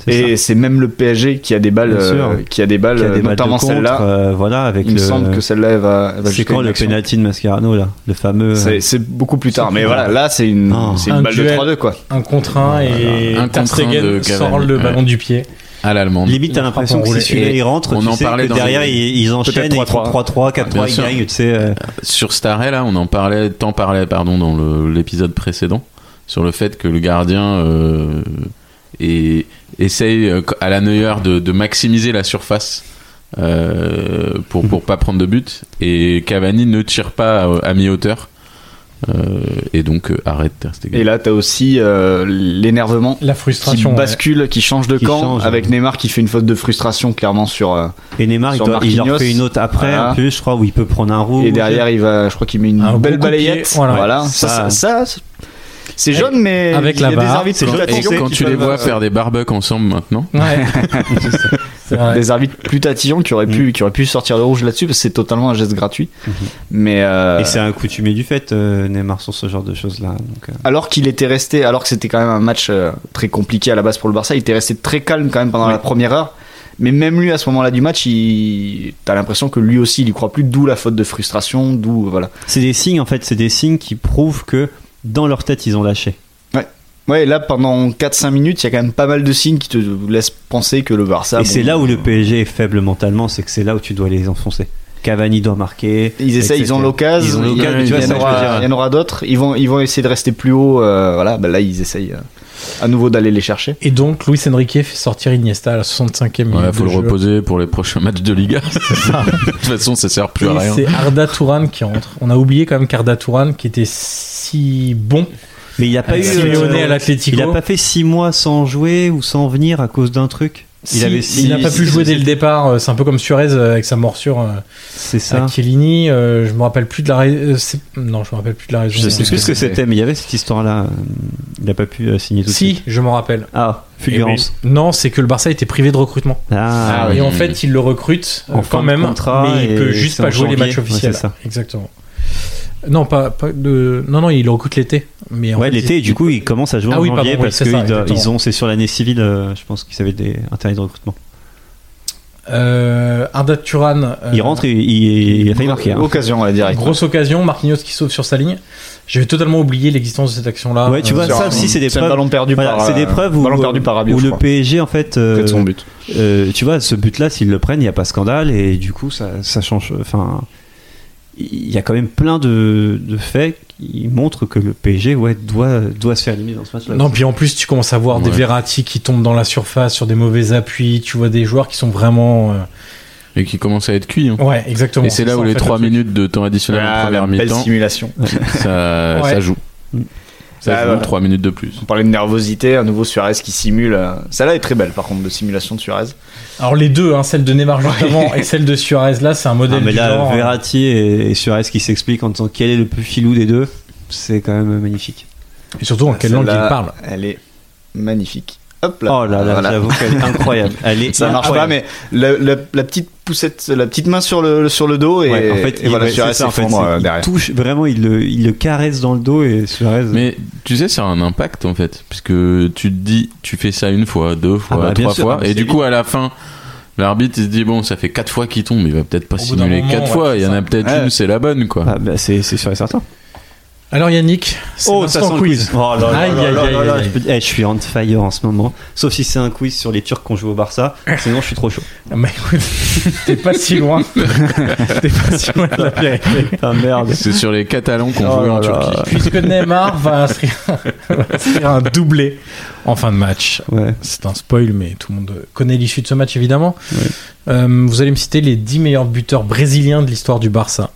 C: c'est ça.
F: Et c'est même le PSG qui a des balles,
C: Bien sûr.
F: euh, qui a des balles,
C: Qu'il y a des balles de
F: notamment
C: contre,
F: celle-là.
C: euh, voilà, avec
F: il me
C: le-
F: semble que celle-là elle va. elle va
C: C'est
F: jusqu'à
C: quand
F: une
C: le
F: action.
C: penalty de Mascarano là, le fameux.
F: C'est c'est beaucoup plus tard.
C: c'est
F: Mais
C: plus
F: voilà,
C: tard.
F: là, c'est une,
C: Oh.
F: c'est une
A: Un
F: balle
A: duel.
F: de 3-2, quoi.
A: Un contre un et
B: Un
A: Ter
B: contre un de
A: Stegen
B: Cavani,
A: sort le
B: ouais.
A: ballon du pied.
B: À l'allemande.
C: Limite, t'as
A: Une frappe
C: l'impression que
A: enroulée.
C: si celui-là
B: Et
C: il rentre,
B: on
C: tu
B: en
C: sais
B: parlait
C: que
B: dans
C: derrière
B: les-
C: ils, ils enchaînent, et ils font
F: 3-3.
C: 3-3,
B: bien
C: 4-3, ils
B: sûr.
C: gagnent, tu sais. euh,
B: Sur cet arrêt-là, on en parlait, t'en parlais, pardon, dans le- l'épisode précédent, sur le fait que le gardien euh, est- essaye euh, à la Neuer de, de maximiser la surface euh, pour pour pas prendre de but et Cavani ne tire pas à, à mi-hauteur euh, et donc euh, arrête Ter Stegen.
F: Et là, t'as aussi euh, l'énervement
A: La
F: qui
A: frustration. ouais.
F: bascule, qui change de
C: Qui
F: camp,
C: change,
F: avec
C: ouais.
F: Neymar qui fait une faute de frustration, clairement, sur. euh,
C: Et Neymar, il,
F: Sur
C: doit, il en
F: Marquinhos.
C: fait une autre après,
F: Voilà.
C: en plus, je crois, où il peut prendre un rouge.
F: et derrière, il va, je crois qu'il met une
A: Un gros
F: belle
A: coup de pied,
F: balayette.
A: voilà.
F: voilà. Ça,
C: Ça-
F: ça, ça, c'est jaune, mais.
A: avec
F: il y
A: la
F: a des
A: barre,
F: arbitres
C: c'est
F: plus
B: Quand-
C: jaune.
B: et
F: tatillons
B: quand
F: qui
B: tu les
F: peuvent,
B: vois
F: euh,
B: faire des barbecues ensemble maintenant,
A: Ouais. C'est vrai.
F: Des arbitres plus tatillons qui auraient, pu, qui auraient pu sortir le rouge là-dessus parce que c'est totalement un geste gratuit. Mais euh,
C: Et c'est un coutumier du fait, euh, Neymar, sur ce genre de choses-là. donc, euh,
F: alors qu'il était resté, alors que c'était quand même un match euh, très compliqué à la base pour le Barça, il était resté très calme quand même pendant la première heure. Mais même lui, à ce moment-là du match, il... t'as l'impression que lui aussi, il y croit plus, d'où la faute de frustration, d'où voilà.
C: C'est des signes, en fait, c'est des signes qui prouvent que dans leur tête, ils ont lâché.
F: Ouais, et là, pendant 4-5 minutes, il y a quand même pas mal de signes qui te laissent penser que le Barça.
C: et
F: Ah bon,
C: c'est là où le PSG est faible mentalement, c'est que c'est là où tu dois les enfoncer. Cavani doit marquer.
F: Ils essayent,
C: etc.
F: ils ont l'occasion.
C: Ils ont l'occasion,
F: il y
C: tu vois,
F: en
C: ça, je veux
F: aura-
C: dire.
F: il y en aura d'autres. Ils vont, ils vont essayer de rester plus haut. euh, voilà, bah là, ils essayent euh, à nouveau d'aller les chercher.
A: Et donc, Luis Enrique fait sortir Iniesta à la 65e minute.
B: ouais, faut
A: de
B: le
A: jeu.
B: reposer pour les prochains matchs de Liga. de toute façon, ça sert plus à
A: Et
B: rien.
A: c'est Arda Touran qui entre. On a oublié quand même qu'Arda Touran, qui était si bon,
C: Mais il n'a
F: Ah,
C: pas eu.
A: Simeone
C: euh,
A: à l'Atlético.
C: il a pas fait 6 mois sans jouer ou sans venir à cause d'un truc.
A: Si- il n'a pas pu jouer dès le départ. euh, C'est un peu comme Suarez euh, avec sa morsure euh,
C: C'est ça.
A: à Chiellini. euh, je me rappelle plus de la raison. euh, Non, je me rappelle plus de la raison.
C: Je sais plus ce que c'était, mais il y avait cette histoire-là. euh, Il n'a pas pu euh, signer tout de suite.
A: Si, Eh je m'en rappelle.
C: Ah, fulgurance.
A: Non, c'est que le Barça était privé de recrutement.
B: Ah
C: Ah,
B: oui.
A: Et en fait, il le recrute euh,
C: En fin
A: quand
C: de
A: même,
C: contrat,
A: mais il
C: et
A: peut juste
C: c'est
A: pas
C: en
A: jouer les
C: janvier.
A: matchs
C: Ouais,
A: officiels.
C: c'est ça.
A: Exactement. Non, pas, pas de. Non, non, il le recrute l'été. Mais en
C: Ouais,
A: fait,
C: l'été,
A: il-
C: du coup, ils commencent à jouer
A: Ah
C: en
A: oui,
C: janvier
A: pardon, oui,
C: parce
A: c'est ça,
C: qu'ils
A: exactement.
C: ont, c'est sur l'année civile, euh, je pense qu'ils avaient des interdits de recrutement.
A: Euh, Arda Turan. euh,
C: il rentre, il, il- il a failli marquer. hein.
F: Occasion, ouais, direct.
A: Grosse occasion, Marquinhos qui sauve sur sa ligne. J'avais totalement oublié l'existence de cette action-là. Euh,
C: Ouais, tu vois,
F: Sur
C: ça
F: un-
C: aussi, c'est des
F: un
C: preuves.
F: ballon perdu
C: Voilà,
F: par.
C: c'est des
F: euh,
C: preuves où,
F: Ballon perdu par Rabiot,
C: où
F: je
C: le
F: crois,
C: PSG, en fait, euh,
F: près de son but.
C: euh, tu vois, ce but-là, s'ils le prennent, il n'y a pas scandale et du coup, ça, ça change. Enfin, il y a quand même plein de, de faits qui montrent que le PSG, ouais, doit, doit se faire limiter dans ce match-là.
A: Non, puis en plus, tu commences à voir des
B: Ouais.
A: Verratti qui tombent dans la surface sur des mauvais appuis. Tu vois des joueurs qui sont vraiment. euh,
B: Et qui commence à être cuit. hein.
A: Ouais, exactement.
B: Et c'est là
A: Ça,
B: où
A: en
B: les
A: fait,
B: 3
A: le truc.
B: minutes de temps additionnel en
F: Ah, la
B: première
F: belle
B: mi-temps,
F: simulation.
B: ça,
A: Ouais.
B: ça joue.
C: Mm.
B: Ça
F: Ah,
B: joue
F: voilà.
B: 3 minutes de plus.
F: On parlait de nervosité, un nouveau Suarez qui simule. euh, Celle-là est très belle, par contre, de simulation de Suarez.
A: Alors les deux, hein, celle de Neymar juste avant et celle de Suarez là, c'est un
C: Ah,
A: modèle
C: mais
A: du
C: là,
A: genre. hein.
C: Verratti et, et Suarez qui s'expliquent en disant quel est le plus filou des deux, c'est quand même magnifique.
A: Et surtout en
C: Ah,
A: quelle langue il
F: Celle-là,
A: parle.
F: Elle est magnifique. Hop là.
C: Oh là là,
F: Voilà.
C: j'avoue qu'elle est incroyable. Elle est
F: Ça marche pas,
C: incroyable.
F: mais la, la- la petite poussette, la petite main sur le, sur le dos et,
C: Ouais, en fait,
F: et
C: il,
F: voilà,
C: ouais,
F: Suarez
C: c'est ça, en fait,
F: s'effondre,
C: c'est-
F: euh,
C: il
F: derrière.
C: touche vraiment, il le, il le caresse dans le dos et Suarez.
B: Mais tu sais, ça a un impact en fait, puisque tu te dis, tu fais ça une fois, deux fois,
C: bah, bien
B: trois
C: sûr,
B: fois,
C: ah, mais
B: et
C: c'est
B: du coup à la fin, l'arbitre il se dit bon, ça fait quatre fois qu'il tombe, il va peut-être pas
A: Au bout d'un
B: simuler
A: moment,
B: quatre
A: ouais,
B: fois, il y en
A: c'est
B: a
A: ça.
B: peut-être
F: Ouais.
B: une, c'est la bonne quoi.
C: Ah, bah, c'est c'est sûr et certain.
A: Alors Yannick, c'est l'instant quiz.
C: Oh là là
A: Aïe,
C: là
A: aïe,
C: là
A: aïe,
C: là là,
A: aïe.
C: je peux- eh, je suis on fire en ce moment. Sauf si c'est un quiz sur les Turcs qu'on joue au Barça. Sinon, je suis trop chaud.
A: Bah écoute, t'es pas si loin. t'es pas si loin de la vérité.
C: Ah merde.
B: C'est sur les Catalans qu'on
C: Oh
B: joue en
C: là là.
B: Turquie.
A: Puisque Neymar va inscrire, va inscrire un doublé en fin de match.
C: Ouais.
A: C'est un spoil, mais tout le monde connaît l'issue de ce match évidemment. Euh, vous allez me citer les 10 meilleurs buteurs brésiliens de l'histoire du Barça.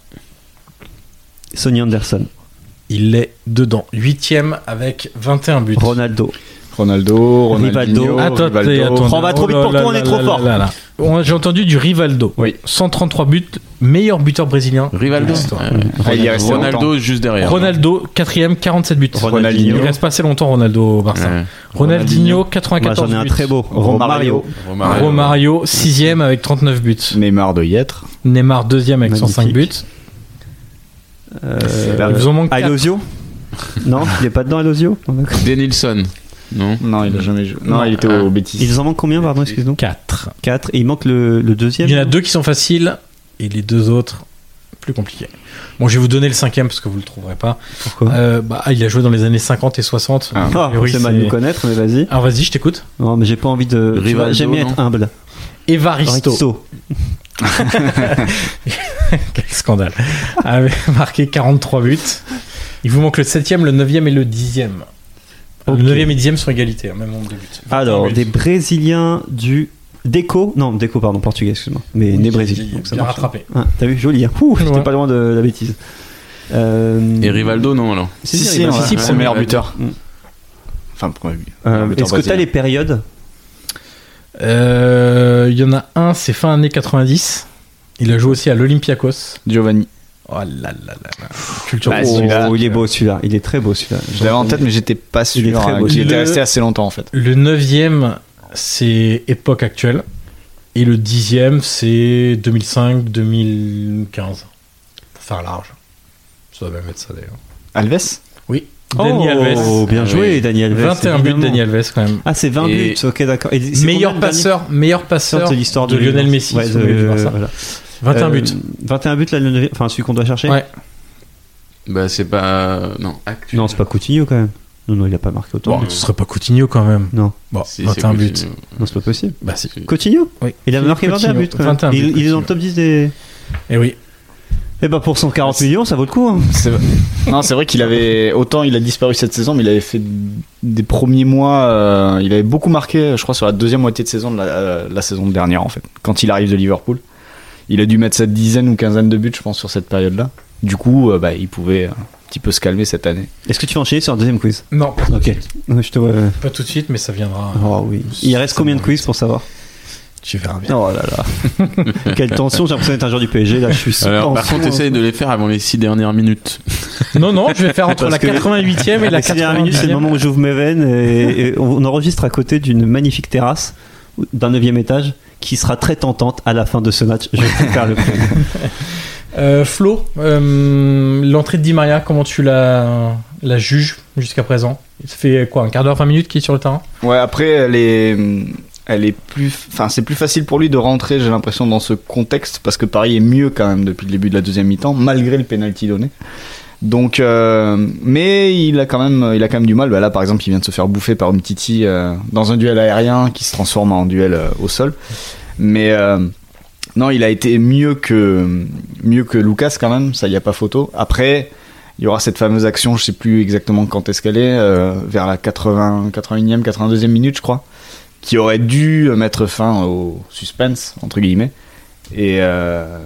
C: Sonny Anderson,
A: Il est dedans, huitième avec 21 buts. Ah,
C: Ronaldo,
F: Ronaldo,
C: Ronaldinho,
A: Attends, attends,
C: On va trop vite pour
A: Oh là
C: toi, on
A: là
C: est trop
A: là
C: fort.
A: là là. On- J'ai entendu du Rivaldo.
F: Oui.
A: 133 buts, meilleur buteur brésilien.
B: Rivaldo,
A: de l'histoire.
B: Ouais.
F: Ah, il est resté longtemps.
B: Ronaldo juste derrière.
A: Ronaldo, quatrième, 47 buts.
F: Ronaldinho.
A: Il reste pas assez longtemps, Ronaldo, au Barça.
B: Ouais.
A: Ronaldinho,
C: Moi,
A: 94
C: j'en ai un
A: buts.
C: très beau. Romario.
F: Romario.
B: Romario.
A: Ah, Romario, sixième avec 39 buts.
F: Neymar de y être.
A: Neymar, deuxième avec
C: Magnifique.
A: 105 buts.
C: Euh,
A: Euh, Il vous en manque quatre.
C: Ah, Alosio Non, il est pas dedans, Alosio Non, d'accord.
B: Denilson, non
F: Non, il a jamais joué. Non,
A: Non.
F: il était
B: Ah.
F: au Betis.
C: Il nous en manque combien, pardon, excuse-nous
A: Quatre.
C: 4. Et il manque le, le deuxième.
A: Il y en a deux qui sont faciles et les deux autres plus compliqués. Bon, je vais vous donner le cinquième parce que vous le trouverez pas.
C: Pourquoi
A: Euh, bah, il a joué dans les années 50 et 60.
F: Ah.
C: Ah,
A: Et oui,
C: c'est mal
A: c'est-
C: nous connaître, mais vas-y.
A: Alors vas-y, je t'écoute.
C: Non, mais j'ai pas envie de. tu
B: Rivaldo,
C: vois, J'aime bien
B: non
C: être humble.
A: Evaristo.
C: Risto.
A: Quel scandale. Avait marqué 43 buts. Il vous manque le 7e, le 9e et le 10e.
C: Ok.
A: Le 9e et 10e sont égalités, hein, même nombre de buts. 21
C: Alors,
A: buts.
C: des Brésiliens du. Déco Non, Déco, pardon, portugais, excuse-moi. Mais des Brésiliens. donc ça
A: Bien
C: marche.
A: rattrapé.
C: Ah, T'as vu, joli. Hein. Ouh, j'étais
A: Ouais.
C: pas loin de la bêtise. Euh,
B: Et Rivaldo, non alors
C: Si, si, Euh,
F: ouais.
C: Rivaldo.
A: si, si,
F: c'est
A: premier
F: le meilleur
B: but.
F: buteur.
C: Mm.
F: Enfin, premier but.
C: Euh,
F: buteur
C: Est-ce que t'as
F: brésilien.
C: les périodes
A: Euh, Il y en a un, c'est fin années 90. Il a joué aussi à l'Olympiakos.
F: Giovanni.
A: Oh là là là là. Culture.
F: Bah,
A: pro.
F: si. celui-là.
C: Oh, Il est beau celui-là. Il est très beau celui-là.
F: Je l'avais en tête, mais j'étais pas
C: Il est
F: sûr.
C: très
F: hein,
C: beau.
F: qu'il était
A: Le-
F: resté assez longtemps, en fait.
A: Le 9e, c'est époque actuelle. Et le 10e, c'est 2005-2015. Pour faire large. Ça va même être ça d'ailleurs.
F: Alves
A: Dani
C: Oh,
A: Alves.
C: bien
B: Ah
C: joué,
B: oui.
C: Daniel Alves.
A: 21 buts
C: évidemment.
A: de Dani Alves quand même.
C: Ah, c'est 20
B: Et-
C: buts, ok, d'accord. Et c'est
A: Meilleur
C: combien le dernier
A: passeur, meilleur passeur
C: de l'histoire
A: de Lionel Messi.
C: Ouais,
A: sous
C: de-
A: le maillot du Barça.
C: voilà.
A: 21
C: Euh,
A: buts.
C: 21 buts, là, le neuvième- enfin celui qu'on doit chercher.
A: Ouais.
B: Bah c'est pas non. Actu-
C: Non, c'est pas Coutinho quand même. Non, non, il a pas marqué autant.
A: Bon, ce serait pas Coutinho quand même.
C: Non.
A: Bon,
B: Si, c'est
A: 21 buts.
B: Coutinho.
C: Non, c'est pas possible.
A: Bah, si.
C: Coutinho
A: Oui.
C: Il a
A: Si,
C: marqué 21
A: Coutinho.
C: buts quand même.
A: 21 buts,
C: il, il est
A: Coutinho.
C: dans le top 10 des.
A: Et oui.
C: Eh ben pour 140 millions, ça vaut le coup. hein.
F: Non, c'est vrai qu'il avait autant il a disparu cette saison, mais il avait fait des premiers mois, euh, il avait beaucoup marqué, je crois, sur la deuxième moitié de saison de la, euh, la saison dernière en fait, quand il arrive de Liverpool. Il a dû mettre cette dizaine ou quinzaine de buts, je pense, sur cette période-là. Du coup, euh, bah, il pouvait euh, un petit peu se calmer cette année.
C: Est-ce que tu vas enchaîner sur un deuxième quiz
A: Non, pas tout, de
C: Ok.
A: suite.
C: Je te vois. euh,
A: Pas tout de suite, mais ça viendra.
C: Oh oui. Il reste combien de quiz pour savoir
A: Tu verras bien.
C: Oh là là. Quelle tension, j'ai l'impression d'être un joueur du PSG. Là, je suis
B: Alors,
C: en
B: par
C: fond,
B: contre,
C: hein.
B: essaye de les faire avant les 6 dernières minutes.
A: Non, non, je vais faire entre la 88e et la
C: Les six dernières minutes, c'est le
A: 90e.
C: moment où j'ouvre mes veines et, et on enregistre à côté d'une magnifique terrasse d'un neuvième étage qui sera très tentante à la fin de ce match. Je vais vous faire le prix.
A: Euh, Flo, euh, l'entrée de Di Maria, comment tu la, la juges jusqu'à présent Ça fait quoi, un quart d'heure, 20 minutes qu'il est sur le terrain
F: Ouais, après, elle est, elle est plus, enfin, c'est plus facile pour lui de rentrer, j'ai l'impression, dans ce contexte, parce que Paris est mieux quand même depuis le début de la deuxième mi-temps, malgré le penalty donné. Donc, euh, mais il a quand même, il a quand même du mal. Bah là, par exemple, il vient de se faire bouffer par une Titi euh, dans un duel aérien qui se transforme en duel euh, au sol. Mais euh, non, il a été mieux que mieux que Lucas quand même. Ça, il n'y a pas photo. Après, il y aura cette fameuse action. Je sais plus exactement quand est-ce qu'elle est, euh, vers la 80, 81e, 82e minute, je crois, qui aurait dû mettre fin au suspense entre guillemets. Et, euh,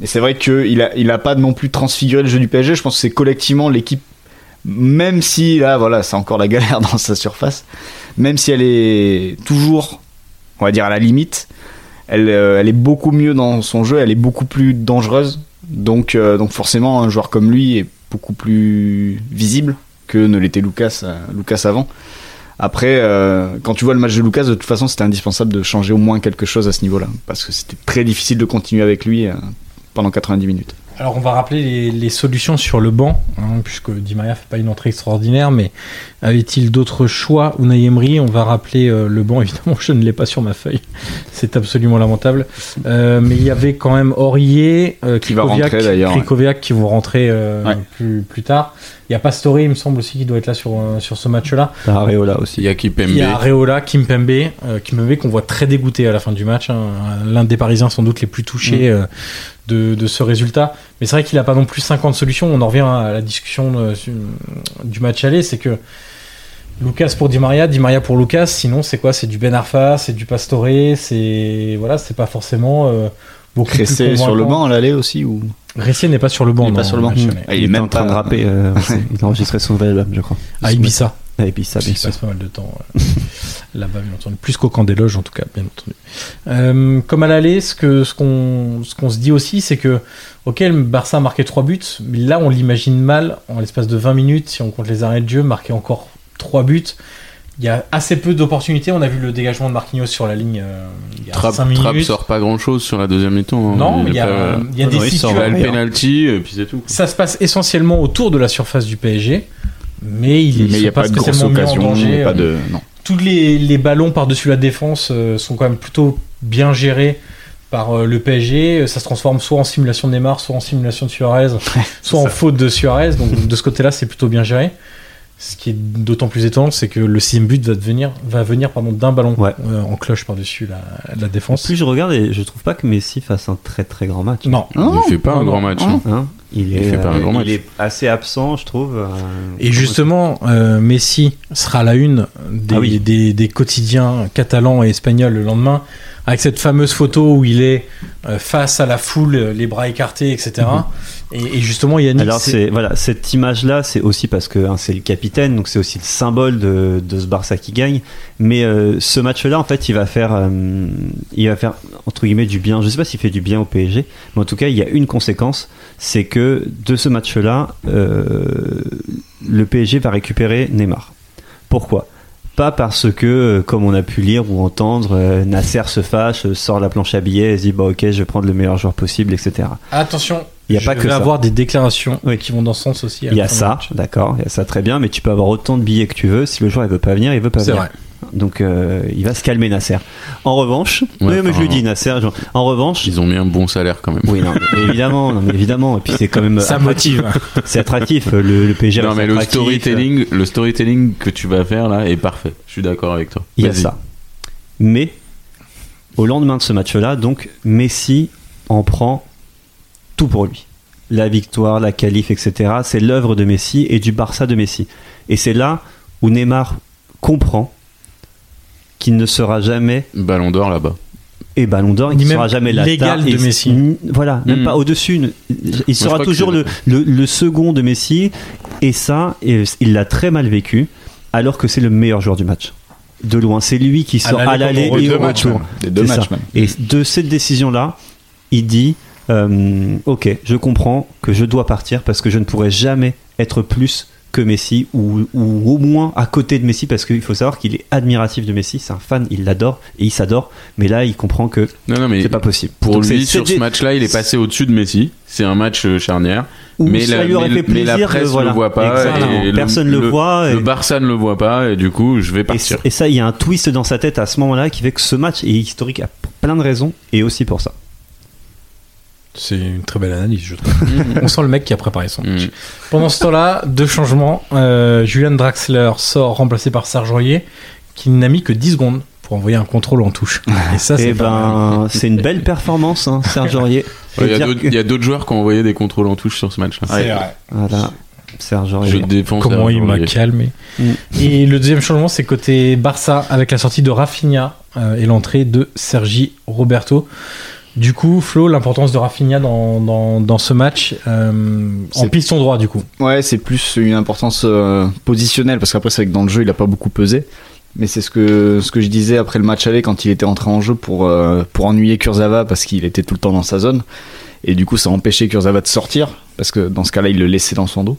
F: et c'est vrai qu'il a, il a pas non plus transfiguré le jeu du PSG. Je pense que c'est collectivement l'équipe, même si là, voilà, c'est encore la galère dans sa surface, même si elle est toujours, on va dire, à la limite, elle, euh, elle est beaucoup mieux dans son jeu, elle est beaucoup plus dangereuse. Donc, euh, donc forcément, un joueur comme lui est beaucoup plus visible que ne l'était Lucas, euh, Lucas avant. Après, euh, quand tu vois le match de Lucas, de toute façon, c'était indispensable de changer au moins quelque chose à ce niveau-là, parce que c'était très difficile de continuer avec lui euh, pendant 90 minutes.
A: Alors on va rappeler les, les solutions sur le banc, hein, puisque Di Maria fait pas une entrée extraordinaire, mais avait-il d'autres choix Unai Emery, on va rappeler euh, le banc, évidemment je ne l'ai pas sur ma feuille, c'est absolument lamentable. Euh, mais il y avait quand même Aurier, euh,
F: Qui va
A: Krikoviak-
F: rentrer, d'ailleurs, ouais.
A: Krikoviak qui vont rentrer euh,
F: Ouais.
A: plus, plus tard. Il y a Pastore, il me semble aussi, qui doit être là sur, euh, sur ce match-là.
C: T'as Areola aussi.
B: Il y a Kipembe.
A: Il y a Areola, Kimpembe, euh, Kimpembe qu'on voit très dégoûté à la fin du match, hein, l'un des Parisiens sans doute les plus
F: Mm.
A: touchés euh, de, de ce résultat. Mais c'est vrai qu'il n'a pas non plus 50 solutions. On en revient à la discussion euh, su- du match aller, c'est que Lucas pour Di Maria, Di Maria pour Lucas. Sinon, c'est quoi C'est du Ben Arfa, c'est du Pastore, c'est voilà, c'est pas forcément euh, beaucoup plus
F: Cressé sur le
A: convaincant.
F: banc à l'aller aussi ou
A: Ressier n'est pas sur le banc.
F: Il est pas
A: dans
F: sur le banc.
A: match aller.
F: Ah,
C: il, est en train de
F: pas-
C: rapper. euh, il a enregistré son nouvel album, je crois.
F: Mm.
A: À Ibiza.
C: Ah, Et puis ça, bien
A: Il
C: sûr.
A: passe pas mal de temps euh, là-bas, bien entendu. Plus qu'au camp des loges, en tout cas, bien entendu. Euh, comme à l'aller, ce que ce qu'on ce qu'on se dit aussi, c'est que ok, le Barça a marqué trois buts, mais là, on l'imagine mal en l'espace de 20 minutes, si on compte les arrêts de jeu, marquer encore trois buts. Il y a assez peu d'opportunités. On a vu le dégagement de Marquinhos sur la ligne. euh, il y a
B: Trapp,
A: cinq
B: Trapp
A: minutes.
B: sort pas grand chose sur la deuxième mi-temps. hein.
A: Non, mais il y
B: a
A: a,
B: pas-
A: il y a
C: Non,
A: des
C: il sort.
B: Il a
A: situations.
B: le penalty, et puis c'est tout.
A: Ça se passe essentiellement autour de la surface du PSG, mais il
F: Mais il
A: n'est
F: n'y a
A: pas,
F: pas de grosse
A: spécialement mis en
F: occasion, il y
A: danger.
F: a
A: euh,
F: pas de non.
A: tous les, les ballons par-dessus la défense euh, sont quand même plutôt bien gérés par euh, le PSG. Euh, Ça se transforme soit en simulation de Neymar, soit en simulation de Suarez, soit en faute de Suarez. Donc de ce côté-là, c'est plutôt bien géré. Ce qui est d'autant plus étonnant, c'est que le sixième but va, devenir, va venir pardon, d'un ballon
C: Ouais.
A: euh, en cloche par-dessus la, la
C: En
A: défense.
C: plus, je regarde et je trouve pas que Messi fasse un très très grand match.
A: Non.
F: Non,
B: il fait pas
A: non,
B: un grand
A: non,
B: match.
F: non.
B: hein.
C: Hein il est,
B: fait pas un grand match.
C: il est assez absent, je trouve. euh,
A: Et justement, euh, Messi sera à la une des,
C: Ah oui.
A: des- des quotidiens catalans et espagnols le lendemain, avec cette fameuse photo où il est euh, face à la foule, euh, les bras écartés, etc. Et, et justement, Yannick,
C: Mhm. Alors
A: c'est-
C: c'est voilà cette image là c'est aussi parce que hein, c'est le capitaine donc c'est aussi le symbole de, de ce Barça qui gagne mais euh, ce match là en fait il va faire euh, il va faire entre guillemets du bien je sais pas s'il fait du bien au PSG mais en tout cas il y a une conséquence c'est que de ce match là le PSG va récupérer Neymar pourquoi pas parce que, euh, comme on a pu lire ou entendre, euh, Nasser se fâche, euh, sort la planche à billets et se dit bah ok, je vais prendre le meilleur joueur possible, etc.
A: attention,
C: Il y a
A: je
C: pas
A: vais
C: que ça.
A: avoir des déclarations
C: Oui.
A: qui vont dans ce sens aussi. à
C: Il y
A: la
C: a
A: fin du
C: ça,
A: match.
C: d'accord, il y a ça très bien, mais tu peux avoir autant de billets que tu veux. Si le joueur il veut pas venir, il veut pas
A: C'est
C: venir.
A: vrai.
C: Donc euh, il va se calmer Nasser. En revanche, oui, mais je
B: enfin,
C: lui dis Nasser. je- En revanche,
B: Ils ont mis un bon salaire quand même.
C: oui, non, mais évidemment, non, mais évidemment. Et puis c'est quand même,
A: Ça motive.
C: c'est attractif. Le, le PSG.
B: Non
C: reste
B: mais le
C: attractif.
A: euh,
B: storytelling, le storytelling que tu vas faire là est parfait. Je suis d'accord avec toi.
C: Il y a
B: Vas-y.
C: ça. Mais au lendemain de ce match-là, donc Messi en prend tout pour lui. La victoire, la qualif, etc. C'est l'œuvre de Messi et du Barça de Messi. Et c'est là où Neymar comprend qu'il ne sera jamais
B: Ballon d'or là-bas.
C: et Ballon d'Or, il
A: Ni
C: ne
A: même
C: sera jamais la
A: l'égal
C: tarte
A: de
C: et-
A: Messi.
C: Mm, Voilà, même
B: Mm.
C: pas au-dessus. une- Il
B: je
C: sera
B: crois que
C: toujours
B: je suis
C: le, le, le second de Messi, et ça, et- il l'a très mal vécu, alors que c'est le meilleur joueur du match. De loin, c'est lui qui sort à l'aller et au retour.
F: Des deux
C: C'est
F: matchs
C: ça.
F: même.
C: Et de cette décision-là, il dit euh, Ok, je comprends que je dois partir parce que je ne pourrai jamais être plus que Messi ou, ou au moins à côté de Messi parce qu'il faut savoir qu'il est admiratif de Messi, c'est un fan, il l'adore et il s'adore, mais là il comprend que
B: Non, non, mais
C: c'est pas possible.
B: pour
C: Donc,
B: lui,
C: c'est-
B: sur
C: c'est-
B: ce match-là, il est passé au-dessus de Messi. C'est un match euh, charnière.
C: où
B: mais
C: ça
B: la-
C: lui aurait
B: mais-
C: fait
B: mais la
C: plaisir,
B: presse
C: le
B: le
C: voilà.
B: voit pas,
C: Exactement.
B: et le-
C: personne le,
B: le-
C: voit. et-
B: Le Barça ne le voit pas et du coup, je vais
C: Et,
B: partir.
C: et ça, il y a un twist dans sa tête à ce moment-là qui fait que ce match est historique à plein de raisons et aussi pour ça.
A: C'est une très belle analyse, je trouve. On sent le mec qui a préparé son match.
B: Mm.
A: Pendant ce temps-là, deux changements. Euh, Julian Draxler sort remplacé par Serge Royer, qui n'a mis que 10 secondes pour envoyer un contrôle en touche. Et ça,
C: Et
A: c'est pas mal.
C: ben, c'est une belle performance, hein, Serge Aurier.
B: Ouais, Il y a
C: Dire
B: d'autres-
C: que-
B: il y a d'autres joueurs qui ont envoyé des contrôles en touche sur ce match-là.
A: C'est vrai.
C: Voilà, Serge
B: Je
C: Aurier.
B: défends
A: Comment
B: Serge
A: il m'a
B: Aurier.
A: calmé.
C: Mm.
A: Et le deuxième changement, c'est côté Barça, avec la sortie de Rafinha euh, et l'entrée de Sergi Roberto. Du coup, Flo, l'importance de Rafinha dans, dans, dans ce match, euh, en
F: C'est-
A: piston droit, du coup.
F: Ouais, c'est plus une importance euh, positionnelle parce qu'après c'est vrai que dans le jeu il a pas beaucoup pesé. Mais c'est ce que ce que je disais après le match aller quand il était entré en jeu pour euh, pour ennuyer Kurzawa parce qu'il était tout le temps dans sa zone et du coup ça empêchait Kurzawa de sortir parce que dans ce cas-là il le laissait dans son dos.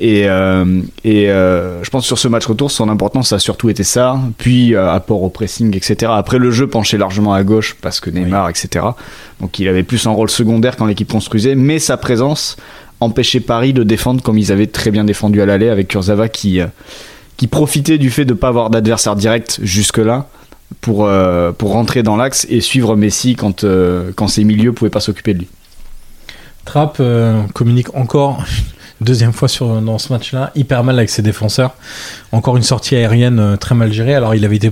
F: Et euh, et euh, je pense que sur ce match retour son importance ça a surtout été ça puis euh, apport au pressing etc. Après le jeu penchait largement à gauche parce que Neymar etc. Donc il avait plus un rôle secondaire quand l'équipe construisait mais sa présence empêcher Paris de défendre comme ils avaient très bien défendu à l'aller avec Kurzawa qui, euh, qui profitait du fait de ne pas avoir d'adversaire direct jusque-là pour, euh, pour rentrer dans l'axe et suivre Messi quand, euh, quand ses milieux pouvaient pas s'occuper de lui.
A: Trapp euh, communique encore une deuxième fois sur, dans ce match-là, hyper mal avec ses défenseurs. Encore une sortie aérienne euh, très mal gérée. Alors il avait été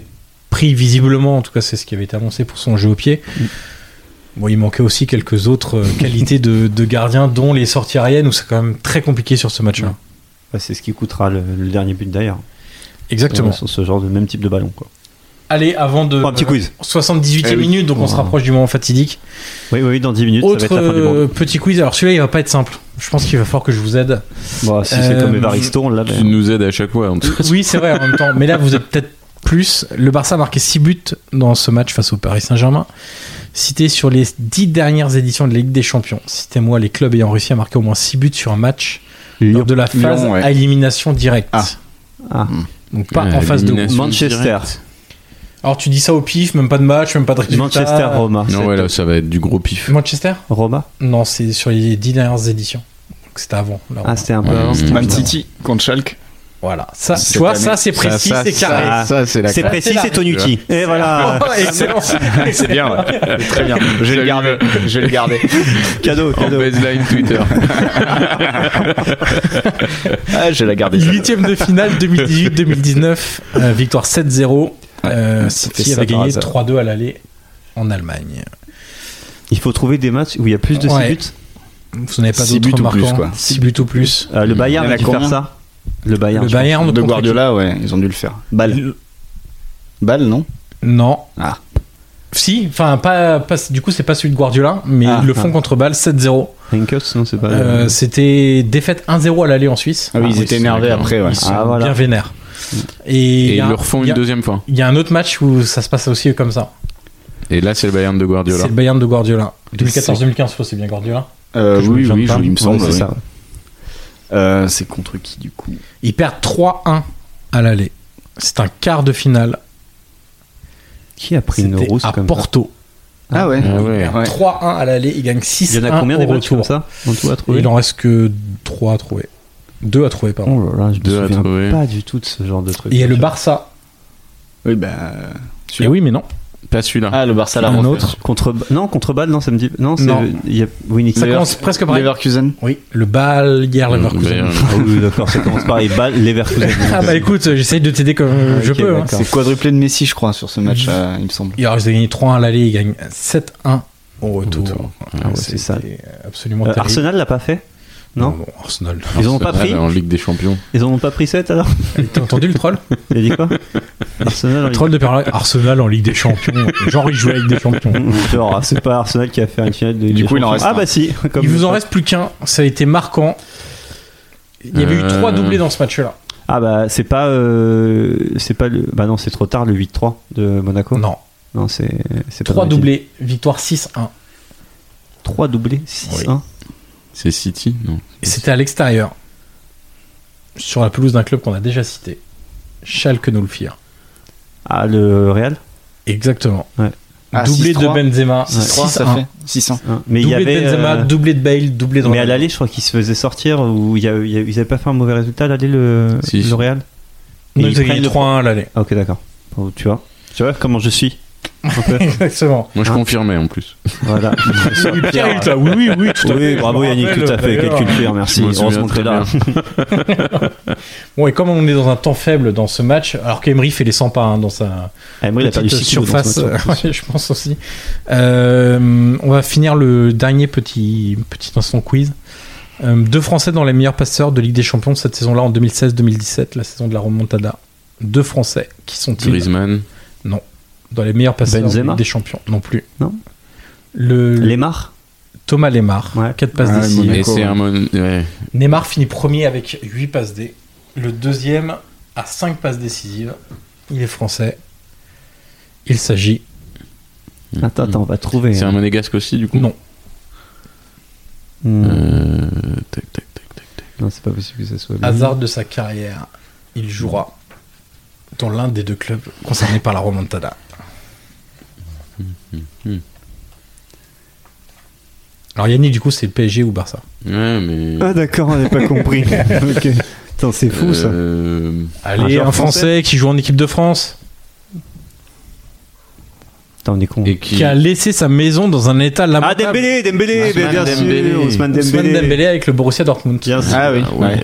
A: pris visiblement, en tout cas c'est ce qui avait été annoncé pour son jeu au pied. Bon, il manquait aussi quelques autres euh, qualités de, de gardien, dont les sorties aériennes, où c'est quand même très compliqué sur ce match-là.
C: Ouais, bah, C'est ce qui coûtera le, le dernier but d'ailleurs. euh,
A: Exactement. Euh,
C: Sur ce genre de même type de ballon. Quoi.
A: Allez, avant de...
C: Bon, un petit quiz.
A: 78e
B: Eh oui.
A: minute, donc on se rapproche du moment fatidique.
C: Oui, oui, oui, dans 10 minutes, ça
A: Autre
C: va être la fin du
A: euh,
C: monde.
A: petit quiz, alors celui-là il va pas être simple. Je pense qu'il va falloir que je vous aide.
C: Bon, si c'est
A: euh,
C: comme Evaristo, on l'a
B: Tu nous aides à chaque fois. en tout cas.
A: Oui, c'est vrai en même temps. Mais là, vous êtes peut-être plus. Le Barça a marqué 6 buts dans ce match face au Paris Saint-Germain. Cité sur les 10 dernières éditions de la Ligue des Champions. Citez-moi les clubs ayant réussi à marquer au moins 6 buts sur un match lors de la phase
F: Lyon, ouais.
A: à élimination directe.
F: Ah.
C: Ah.
A: Donc pas
B: Euh,
A: en phase de groupe.
B: élimination
C: Manchester.
B: directe.
A: Alors tu dis ça au pif, même pas de match, même pas de résultat.
C: Manchester, Roma.
B: Non,
C: C'est-
B: ouais, là, ça va être du gros pif.
A: Manchester
C: Roma
A: Non, c'est sur les 10 dernières éditions. Donc c'était avant. là.
C: Ah, c'était un peu.
B: Ouais, non,
F: Man
B: non.
F: City contre Schalke.
A: voilà. Ça, tu
F: Cette
A: vois,
F: année.
A: ça c'est précis,
B: Ça, ça,
A: c'est carré.
C: ça,
F: c'est
C: C'est précis,
A: là.
C: c'est Tonucci. Et voilà,
A: Oh, excellent.
F: C'est bien, ouais. très bien. euh. Je vais le garder. Je vais le garder.
C: cadeau,
B: En
C: cadeau.
B: baseline Twitter.
F: Ah, je vais la garder. ça.
A: Huitième de finale 2018-2019, euh, victoire 7-0. Euh,
F: fait
A: City
F: ça
A: avait
F: par
A: gagné
F: hasard.
A: 3-2 à l'aller en Allemagne.
C: Il faut trouver des matchs où il y a plus de 6
A: Ouais.
C: buts.
A: Vous n'avez pas
F: Six buts
A: d'autres
F: ou plus,
A: marquants
F: quoi.
A: 6 buts ou plus.
C: Euh, le Bayern
F: Il y en
C: a
F: a
C: dû faire
F: combien
C: ça. Le Bayern.
A: Le
C: je pense.
A: Bayern
F: De
A: contre
F: Guardiola, ouais, ils ont dû le faire. Balle. Balle, non
A: qui Non.
F: Ah.
A: Si, enfin, pas, pas- du coup, c'est pas celui de Guardiola, mais
F: Ah,
A: ils le font
C: ah.
A: contre Bâle 7-0.
C: Henkels, non, c'est pas.
A: Euh, C'était défaite 1-0 à l'aller en Suisse.
F: Ah oui, ils étaient énervés
B: d'accord.
F: après, ouais.
A: Ils sont
C: Ah, voilà.
A: bien vénères. Et, il
B: Et
A: y
B: ils
A: a-
B: le refont
A: il y a-
B: une deuxième fois.
A: Il y a un autre match où ça se passe aussi comme ça.
B: Et là, c'est le Bayern de Guardiola.
A: C'est le Bayern de Guardiola. 2014-2015, faut, c'est bien Guardiola.
F: Euh,
C: Que je me
F: oui,
C: souviens
F: oui,
C: pas.
F: je- il me semble.
C: Ouais, c'est
F: oui.
C: ça.
F: Euh, c'est contre qui, du coup
A: Ils perdent 3-1 à l'aller. C'est un quart de finale.
C: Qui a pris une
A: C'était
C: rousse
A: à
C: comme ça
A: Porto.
F: Ah ouais.
B: Ah ouais.
A: 3-1 à l'aller, ils gagnent 6-1
C: Il y en a combien des
A: au
C: matchs comme
A: retour.
C: ça en tout à
A: Et
C: trouver
A: il en reste que 3 à trouver. 2 à trouver, pardon.
C: Oh là là, je
B: Deux à
C: me souviens
B: trouver.
C: pas du tout de ce genre de truc.
A: Et il y a le Barça.
F: Oui, bah.
A: Et oui, mais non.
B: Pas celui-là.
F: Ah, le Barça l'a
A: Un
F: refait.
A: autre.
C: Contre non contre Bâle non samedi non c'est
A: Non.
C: il y a oui Nick
A: Ça
F: Lever-
A: commence presque pareil.
F: Leverkusen.
A: Oui, le Ball, hier,
B: Le
A: Leverkusen.
B: Bayern.
C: Ah oui d'accord ça commence par les Bâle Leverkusen
A: Ah bah écoute, j'essaye de t'aider comme
C: Ah,
A: je
C: ok,
A: peux. hein.
C: d'accord.
F: C'est quadruplé de Messi, je crois, sur
A: Mmh.
F: ce match, euh, il me semble.
A: Et alors, ils ont gagné 3-1 à l'aller, ils gagnent 7-1 au retour.
B: retour.
A: Ah ouais,
C: c'est ça.
A: c'était Absolument
C: Euh,
A: terrible.
C: Arsenal l'a pas fait non
A: Arsenal.
C: ils en ont pas
B: Arsenal
C: pris
B: En Ligue des Champions.
C: ils en ont pas pris 7 alors
A: T'as entendu le troll
C: il a dit quoi Arsenal, en Ligue-
A: Troll de Perla- Arsenal en Ligue des Champions. Genre, il joue avec des champions.
C: Genre, c'est pas Arsenal qui a fait une finale de Ligue
F: Du
C: des
F: coup, il en
C: Champions.
F: reste
C: Ah
F: un.
C: bah si. comme-
A: il vous en reste plus qu'un. Ça a été marquant. Il y avait eu
B: Euh.
A: trois doublés dans ce match-là.
C: Ah bah c'est pas euh, c'est pas le bah non, c'est trop tard le 8-3 de Monaco.
A: Non.
C: Non, c'est c'est pas
A: Trois
C: dans les
A: doublés. Victoire 6-1.
C: 3 doublés, hein, 6-1.
B: C'est City Non.
A: Et c'était à l'extérieur. Sur la pelouse d'un club qu'on a déjà cité. Schalke nous le firent.
C: Ah, le Real
A: Exactement.
F: Ah,
A: doublé de
F: 6-3.
A: Benzema.
F: 6-3, ça
A: 6-1.
F: fait 600.
C: Hein. Mais il y
A: Doublé
C: avait
A: de Benzema,
C: euh,
A: doublé de Bale, doublé de
C: mais à
A: Ronaldo.
C: l'aller, je crois qu'ils se faisaient sortir ou il y a- il y a- ils avaient pas fait un mauvais résultat à l'aller le,
B: Si.
C: le Real.
A: Non,
C: Et
A: ils
C: ils
A: ont gagné
C: prennent le
A: 3-1 à l'aller.
C: Ah OK, d'accord. Bon, tu vois. Tu vois comment je suis un peu.
A: Exactement.
C: Hein
B: Moi, je confirmais en plus.
C: Voilà.
A: Pierre Hulta, oui, oui, oui, tout à fait.
C: oui, bravo
A: Je me
C: Yannick,
A: rappelle,
C: tout à fait, quelle
A: d'ailleurs.
C: culture, merci.
B: Je m'en souviens
C: Heureusement que
B: très
C: t'es là.
A: Bon, et comme on est dans un temps faible dans ce match, alors qu'Emery fait les 100 pas hein, dans sa
C: Ah, Emery, il a
A: petite
C: perdu six kilos dans
A: surface, euh,
C: ce match, en plus.
A: ouais, je pense aussi. Euh, on va finir le dernier petit, petit instant quiz. Euh, deux Français dans les meilleurs passeurs de Ligue des Champions cette saison-là en 2016-2017, la saison de la remontada. Deux Français qui sont-ils
B: Griezmann.
A: dans les meilleurs passeurs de
C: Benzema
A: Ligue des Champions Non plus.
C: Non.
A: Le,
C: Lemar
A: Thomas Lemar,
C: Ouais.
A: 4 passes
F: Ah,
A: décisives.
F: Monaco.
B: Et c'est un mon- ouais.
A: Neymar finit premier avec 8 passes D. Le deuxième a 5 passes décisives. Il est français. Il s'agit.
C: Attends, attends, on va trouver. hein.
B: C'est un monégasque aussi, du coup
A: Non.
C: Hmm.
B: Euh, Tac, tac, tac, tac, tac.
C: Non, c'est pas possible que ça soit lui.
A: Hasard de sa carrière, il jouera dans l'un des deux clubs concernés par la remontada. Mmh. Alors Yannick, du coup, c'est le PSG ou Barça
B: Ouais, mais.
C: Ah d'accord, on n'a pas compris. ok. Putain, c'est fou ça.
B: Euh,
A: Allez, un,
C: joueur
A: français, qui joue en équipe de France,
C: Putain, on est con.
B: Et qui.
A: qui... a laissé sa maison dans un état
C: Ah
A: lamentable.
C: Dembélé, Dembélé,
B: Ousmane
C: mais bien
B: Dembélé.
C: sûr, Ousmane
A: Ousmane
C: Dembélé.
A: Dembélé avec le Borussia Dortmund.
C: Bien sûr.
F: Ah oui.
B: Ah ouais.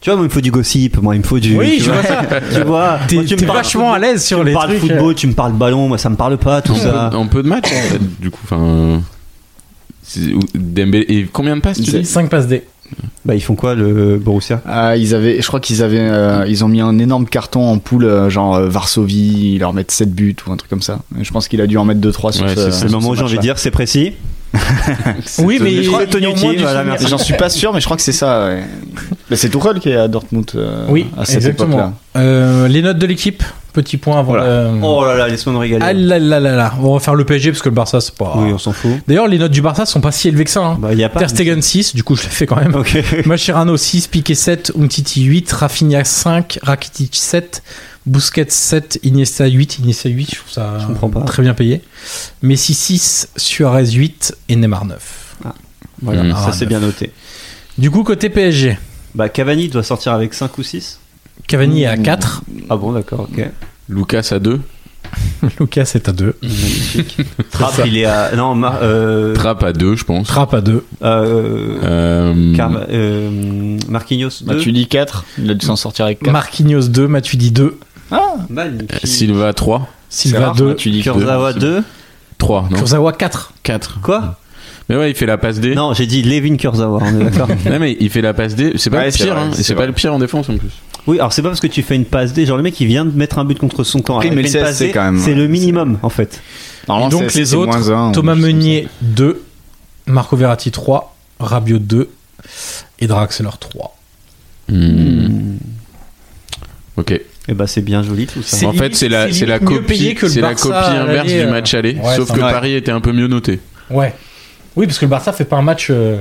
C: Tu vois, moi il me faut du gossip, moi il me faut du.
A: Oui,
C: tu
A: je
C: vois,
A: vois ça.
C: Tu vois,
A: T'es
C: Moi, tu me
A: t'es
C: parles-
A: vachement à l'aise sur
C: Tu
A: les
C: me parles
A: trucs. euh.
C: football, tu me parles ballon, moi ça me parle pas tout
B: En
C: ça.
B: peu, en peu de matchs, en fait, du coup. Enfin. c'est- ou- Dembélé. Et combien de passes tu dis
A: 5 passes D.
C: Bah ils font quoi le Borussia
F: Ah, ils avaient, je crois qu'ils avaient, euh, ils ont mis un énorme carton en poule, euh, genre euh, Varsovie, ils leur mettent 7 buts ou un truc comme ça. Et je pense qu'il a dû en mettre 2-3 sur
B: Ouais,
F: ce
B: c'est-
C: C'est
F: sur
C: le
F: ce
C: moment où j'ai envie de
F: match-là.
C: dire c'est précis.
A: Oui, mais
C: je crois que
A: il y a au
C: Tonucci,
A: moins du
C: voilà,
A: souvenir.
C: merci.
F: J'en suis pas sûr, mais je crois que c'est ça. ouais. Mais c'est Tuchel qui est à Dortmund euh,
A: Oui,
C: Ah,
F: à cette
A: exactement.
F: époque-là.
A: Euh, les notes de l'équipe, petit point avant.
F: Voilà.
A: de-
C: Oh là là, laisse-moi me régaler. Oh.
A: Ah là là là là, on va faire le PSG parce que le Barça c'est pas.
C: Oui, on s'en fout.
A: D'ailleurs, les notes du Barça sont pas si élevées que ça. hein.
C: Bah il y a pas.
A: Ter Stegen 6, du coup je l'ai fait quand même.
C: Ok.
A: Mascherano 6, Piqué 7, Umtiti 8, Rafinha 5, Rakitic 7, Busquets 7, Iniesta 8. Iniesta 8, je trouve ça
C: Je comprends pas.
A: très bien payé. Messi 6, Suarez 8 et Neymar 9.
C: Voilà,
B: Mm.
A: Ah,
C: ça c'est bien noté.
A: Du coup, côté PSG,
C: Bah Cavani doit sortir avec 5 ou 6
A: Cavani est à 4,
C: Ah bon, d'accord, ok.
B: Lucas à 2.
A: Lucas est à 2,
C: Trapp, il est à. Non, Mar- euh,
B: Trapp à 2, je pense.
A: Trapp à 2.
C: euh,
B: Euh,
F: Mhm.
C: Car- euh, Marquinhos
F: Bah,
C: 2.
F: tu dis 4, il a dû s'en sortir avec 4.
A: Marquinhos 2, Matuidi 2,
C: Ah,
F: Euh,
C: Magnifique.
B: Silva 3.
A: Silva 2,
F: tu dis
C: Kurzawa 2.
B: 3, non
A: Kurzawa 4.
B: 4.
C: Quoi
B: Mais ouais, il fait la passe D.
C: Non, j'ai dit Levin Kurzawa, on est d'accord.
B: Non, mais il fait la passe D. C'est pas
F: Ouais,
B: le
F: c'est
B: pire,
F: vrai,
B: hein. Et
F: c'est
B: C'est
F: vrai.
B: pas le pire en défense en plus.
C: oui, alors c'est pas parce que tu fais une passe D, genre le mec il vient de mettre un but contre son camp.
F: Oui,
C: Alors,
F: mais
C: il fait
F: le
C: une
F: CSC
C: passe D,
F: quand même.
C: C'est le minimum en fait.
A: Donc les autres, Thomas Meunier 2, Marco Verratti 3, Rabiot 2 et Draxler 3.
C: Hmm.
B: Ok.
C: Et bah c'est bien joli tout ça.
A: C'est
B: en fait,
A: limite-
B: c'est la,
A: c'est
B: c'est la
A: limite mieux
B: copie,
A: payé que le
B: c'est la
A: Barça
B: copie
A: à
B: inverse
A: l'aller,
B: du
A: euh.
B: match aller,
A: Ouais,
B: sauf
A: ça
B: que
A: va.
B: Paris était un peu mieux noté.
A: Ouais. Oui, parce que le Barça fait pas un match euh,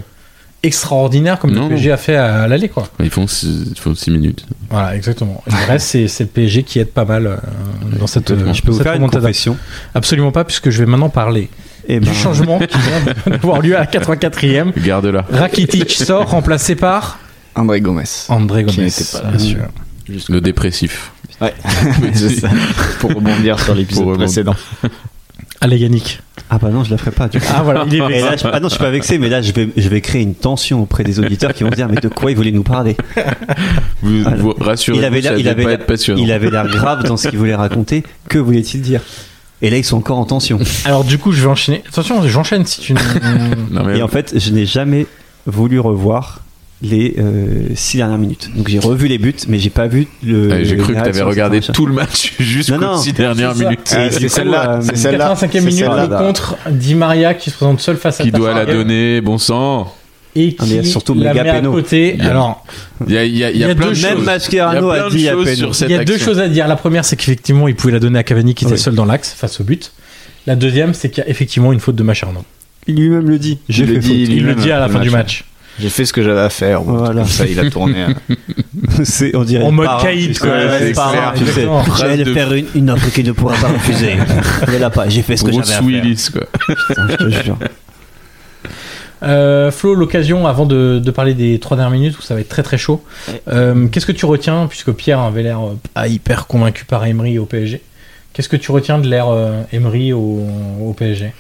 A: extraordinaire comme
B: Non,
A: le PSG a fait à l'aller, quoi.
B: Ils font 6 minutes.
A: Voilà, exactement. Et le reste, c'est c'est le PSG qui aide pas mal euh, dans cette.
B: complètement.
A: euh,
C: Je peux vous
A: cette
C: faire une
A: remontada.
C: confession. Eh ben.
A: Absolument pas, puisque je vais maintenant parler
C: Et
A: du changement qui vient d'avoir lieu à la 84e.
B: Garde-la.
A: Rakitic sort, remplacé par
F: André Gomez.
A: André Gomez. Euh,
F: n'était pas là.
A: bien sûr.
B: Le dépressif.
F: Ouais. Pour rebondir sur l'épisode
B: rebondir.
F: précédent.
A: Allez, Yannick.
C: Ah bah non, je la ferai pas. Du coup.
A: Ah voilà, il est
C: Et
A: vexé.
C: là, je- Ah non, je suis pas vexé, mais là je vais, je vais créer une tension auprès des auditeurs qui vont se dire mais de quoi ils voulaient nous parler.
B: Vous,
C: Voilà.
B: vous rassurez,
C: Ah, il avait
B: ça
C: l'air, il
B: devait
C: avait
B: pas
C: l'air-
B: être passionnant.
C: il avait l'air grave dans ce qu'il voulait raconter. Que voulait-il dire Et là, ils sont encore en tension.
A: Alors du coup, je vais enchaîner. Attention, j'enchaîne si tu. ne-
B: Non, mais
C: Et en fait, je n'ai jamais voulu revoir les euh, six dernières minutes. Donc j'ai revu les buts, mais j'ai pas vu le.
B: Ouais, J'ai
C: le
B: cru que
C: réaction,
B: t'avais regardé
C: etc.
B: tout le match jusqu'aux
C: non,
B: six dernières
A: c'est ça.
B: minutes.
F: Ah,
C: Et du
F: c'est
C: coup,
F: celle-là,
C: euh,
F: c'est celle-là.
A: 85e
F: c'est
A: minute,
F: celle-là.
A: le contre Di Maria qui se présente seul face à
B: Qui doit la
A: Tartier
B: donner, bon sang
A: et
C: Ah, mais il y
A: qui
C: a surtout
A: la
C: méga
A: met à
C: péno.
A: côté.
B: Il y a-
A: Alors,
B: Il y a, il y a- il y a
A: Il y a
B: plein
A: deux
B: de
A: choses.
B: choses.
C: Même
B: Il y
C: Mascherano
B: a
C: a
B: plein
C: dit à
B: de choses
C: peine.
B: sur
A: il
B: cette
A: y a deux
B: action.
A: choses à dire. La première, c'est qu'effectivement, il pouvait la donner à Cavani qui était
C: Oui.
A: seul dans l'axe face au but. La deuxième, c'est qu'il y a effectivement une faute de Macharnan.
C: Il lui-même le dit. J'ai
F: Il
C: fait
F: le dit,
A: Il le
F: lui-même,
A: dit à la
F: le
A: fin du match.
F: J'ai fait ce que j'avais à faire. ou un truc
C: Voilà.
F: Comme ça, il a tourné. hein.
C: faute. C'est- on dirait
A: En
C: le
A: mode
C: parrain,
A: caïd,
C: tu sais.
A: quoi.
C: Ouais,
B: C'est
C: le parrain,
B: clair,
C: tu sais.
A: exactement.
C: Je vais
B: Phrase
C: lui
B: de-
C: faire une, une offre qu'il ne pourra pas refuser. Je l'ai pas, j'ai fait ce que j'avais à
B: Bruce
C: faire.
B: Willis, quoi.
C: Putain, je te jure.
A: Euh, Flo, l'occasion, avant de, de parler des trois dernières minutes où ça va être très très chaud, euh, qu'est-ce que tu retiens, puisque Pierre avait l'air euh, pas hyper convaincu par Emery au PSG Qu'est-ce que tu retiens de l'ère euh, Emery au, au PSG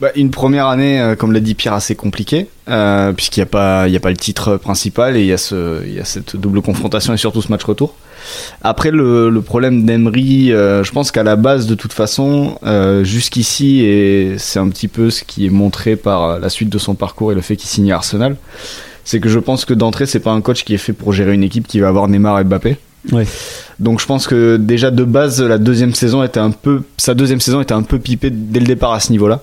F: Bah, une première année, euh, comme l'a dit Pierre, assez compliquée, euh, puisqu'il n'y a, pas- il y a pas le titre principal et il y, a ce- il y a cette double confrontation et surtout ce match retour. Après, le, le problème d'Emery, euh, je pense qu'à la base, de toute façon, euh, jusqu'ici, et c'est un petit peu ce qui est montré par euh, la suite de son parcours et le fait qu'il signe à Arsenal, c'est que je pense que d'entrée, c'est pas un coach qui est fait pour gérer une équipe qui va avoir Neymar et Mbappé.
C: Ouais.
F: Donc je pense que déjà de base la deuxième saison était un peu sa deuxième saison était un peu pipée dès le départ à ce niveau-là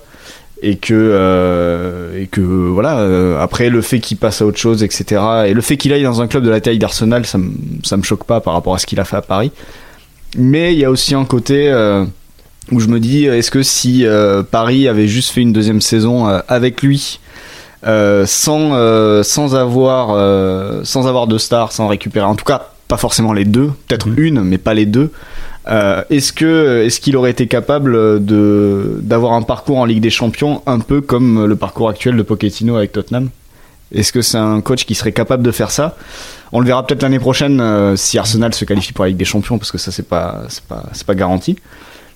F: et que euh, et que voilà euh, après le fait qu'il passe à autre chose etc et le fait qu'il aille dans un club de la taille d'Arsenal ça me ça me choque pas par rapport à ce qu'il a fait à Paris mais il y a aussi un côté euh, où je me dis est-ce que si euh, Paris avait juste fait une deuxième saison euh, avec lui euh, sans euh, sans avoir euh, sans avoir de stars sans récupérer en tout cas pas forcément les deux peut-être une mais pas les deux euh, est-ce que est-ce qu'il aurait été capable de d'avoir un parcours en Ligue des Champions un peu comme le parcours actuel de Pochettino avec Tottenham Est-ce que c'est un coach qui serait capable de faire ça On le verra peut-être l'année prochaine euh, si Arsenal se qualifie pour la Ligue des Champions parce que ça c'est pas c'est pas c'est pas garanti.